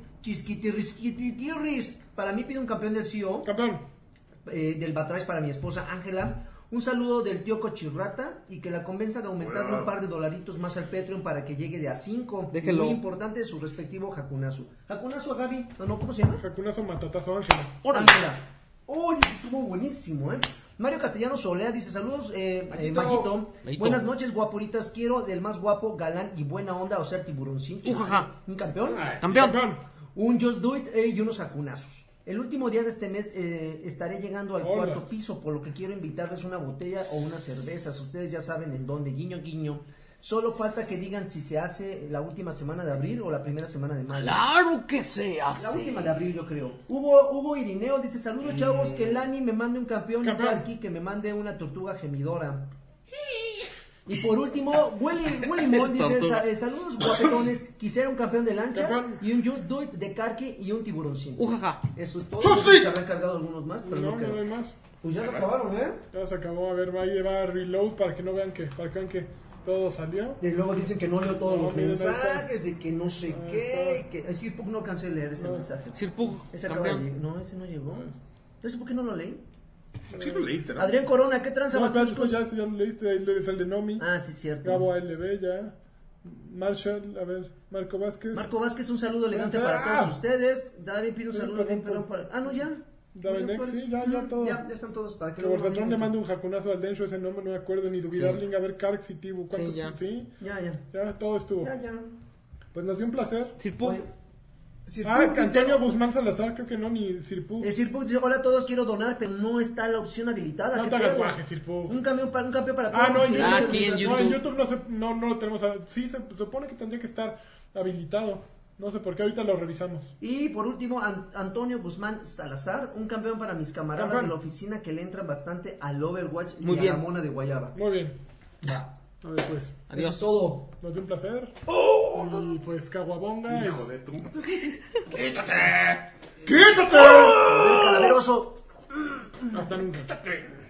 Speaker 4: Chisquitirrisquitirris. Para mí pide un campeón del CEO,
Speaker 2: Campeón.
Speaker 4: eh, del Batrash para mi esposa Ángela. Un saludo del tío Cochirrata y que la convenza de aumentarle
Speaker 3: Hola.
Speaker 4: un par de dolaritos más al Patreon para que llegue de a 5.
Speaker 1: Déjelo.
Speaker 4: Muy importante su respectivo jacunazo. Jacunazo a Gaby, no, no, ¿cómo se llama?
Speaker 2: Jacunazo matatazo Ángela.
Speaker 1: Órale.
Speaker 4: Ángela. Oye, eso estuvo buenísimo, ¿eh? Mario Castellano Solea dice, saludos, eh, eh,
Speaker 3: Majito.
Speaker 4: Majito.
Speaker 1: Majito.
Speaker 4: Buenas noches, guapuritas. Quiero del más guapo, galán y buena onda, o sea, tiburoncín.
Speaker 1: Ujaja.
Speaker 4: Un campeón.
Speaker 3: Ay,
Speaker 1: Campeón.
Speaker 2: Campeón.
Speaker 4: Un Just Do It eh, y unos jacunazos. El último día de este mes eh, estaré llegando al
Speaker 2: Horas.
Speaker 4: cuarto piso, por lo que quiero invitarles una botella o unas cervezas. Ustedes ya saben en dónde, guiño, guiño. Solo falta que digan si se hace la última semana de abril o la primera semana de mayo.
Speaker 1: Claro que se hace.
Speaker 4: La última de abril, yo creo. Hubo, hubo Irineo, dice, saludos chavos, que Lani me mande un campeón, y
Speaker 2: Mm. Campeón.
Speaker 4: Karki que me mande una tortuga gemidora. Y por último, Willy, Willy Mon dice,
Speaker 1: Tortuga.
Speaker 4: "Sa- eh, saludos guapetones, quisiera un campeón de lanchas
Speaker 2: Campeón.
Speaker 4: y un Just Do It de Karki y un tiburoncín.
Speaker 1: Ujaja.
Speaker 4: Eso es todo.
Speaker 1: Just
Speaker 4: No sé si
Speaker 1: Do It.
Speaker 4: se habrán cargado algunos más, pero
Speaker 2: No,
Speaker 4: no,
Speaker 2: no
Speaker 4: creo.
Speaker 2: hay más.
Speaker 4: Pues ya se acabaron, ¿eh?
Speaker 2: Ya se acabó. A ver, ahí va reload para que no vean que, para que vean que todo salió.
Speaker 4: Y luego dicen que no leo todos
Speaker 2: No,
Speaker 4: los
Speaker 2: miren, ahí está.
Speaker 4: mensajes y que no sé
Speaker 2: Ahí
Speaker 4: qué.
Speaker 2: está. Ah.
Speaker 4: y Que... Así, Puck no alcancé a leer ese mensaje.
Speaker 1: Sir Pug,
Speaker 4: Ese acaba de...
Speaker 1: campeón.
Speaker 4: lleg- Ah, No, ese no llegó. Entonces, ¿por qué no lo leí?
Speaker 3: Sí lo leíste, Ah. ¿no?
Speaker 4: Adrián Corona, ¿qué tranza
Speaker 2: No,
Speaker 4: vas
Speaker 2: espera,
Speaker 4: tú?
Speaker 2: después ya, si ya lo leíste, ahí lees el de Nomi.
Speaker 4: Ah, sí, cierto.
Speaker 2: Gabo ALB ya. Marshall, a ver, Marco Vázquez.
Speaker 4: Marco Vázquez, un saludo elegante
Speaker 2: Ah.
Speaker 4: para todos ustedes. David pide un
Speaker 2: Sí,
Speaker 4: saludo
Speaker 2: perdón,
Speaker 4: bien, perdón, para... Ah, no, ya.
Speaker 2: Double Next, sí, ya, ya todo.
Speaker 4: Ya, ya están todos para que
Speaker 2: Que
Speaker 4: luego
Speaker 2: Borsatron le
Speaker 4: manejen.
Speaker 2: mande un jacunazo al Densho, ese nombre no me acuerdo, ni Dubidarling, a ver Karx y Tibu, ¿cuántos?
Speaker 1: Sí, ya.
Speaker 2: Sí,
Speaker 4: Ya, ya.
Speaker 2: ya todo estuvo.
Speaker 4: Ya, ya.
Speaker 2: Pues nos dio un placer.
Speaker 1: Sir Pug.
Speaker 4: Oye, Sir
Speaker 2: Ah,
Speaker 4: Pug dice-
Speaker 2: Antonio Guzmán Salazar, creo que no, ni Sirpu.
Speaker 4: Eh, Sir Pug dice, hola a todos, quiero donar, pero no está la opción habilitada.
Speaker 2: No
Speaker 4: ¿qué
Speaker 2: te hagas
Speaker 4: pedo?
Speaker 2: guaje, Sirpu.
Speaker 4: Un camión para un campeón para
Speaker 2: Ah, no, en
Speaker 4: todos.
Speaker 2: YouTube.
Speaker 1: Ah, aquí en
Speaker 2: No, en
Speaker 1: YouTube.
Speaker 2: YouTube no, se, no, no lo tenemos. a- sí, se supone que tendría que estar habilitado. No sé por qué, ahorita lo revisamos.
Speaker 4: Y por último, An- Antonio Guzmán Salazar, un campeón para mis camaradas
Speaker 2: Campeón.
Speaker 4: de la oficina que le entran bastante al Overwatch
Speaker 1: Muy
Speaker 4: y
Speaker 1: bien.
Speaker 4: a la mona de Guayaba.
Speaker 2: Muy bien.
Speaker 4: Va.
Speaker 2: A ver, pues.
Speaker 4: Eso es
Speaker 1: Adiós.
Speaker 4: todo.
Speaker 2: Nos dio un placer.
Speaker 4: Oh,
Speaker 2: y pues, Caguabonga.
Speaker 3: Hijo de tu.
Speaker 4: Del calaveroso.
Speaker 2: Hasta nunca.
Speaker 3: ¡Quítate!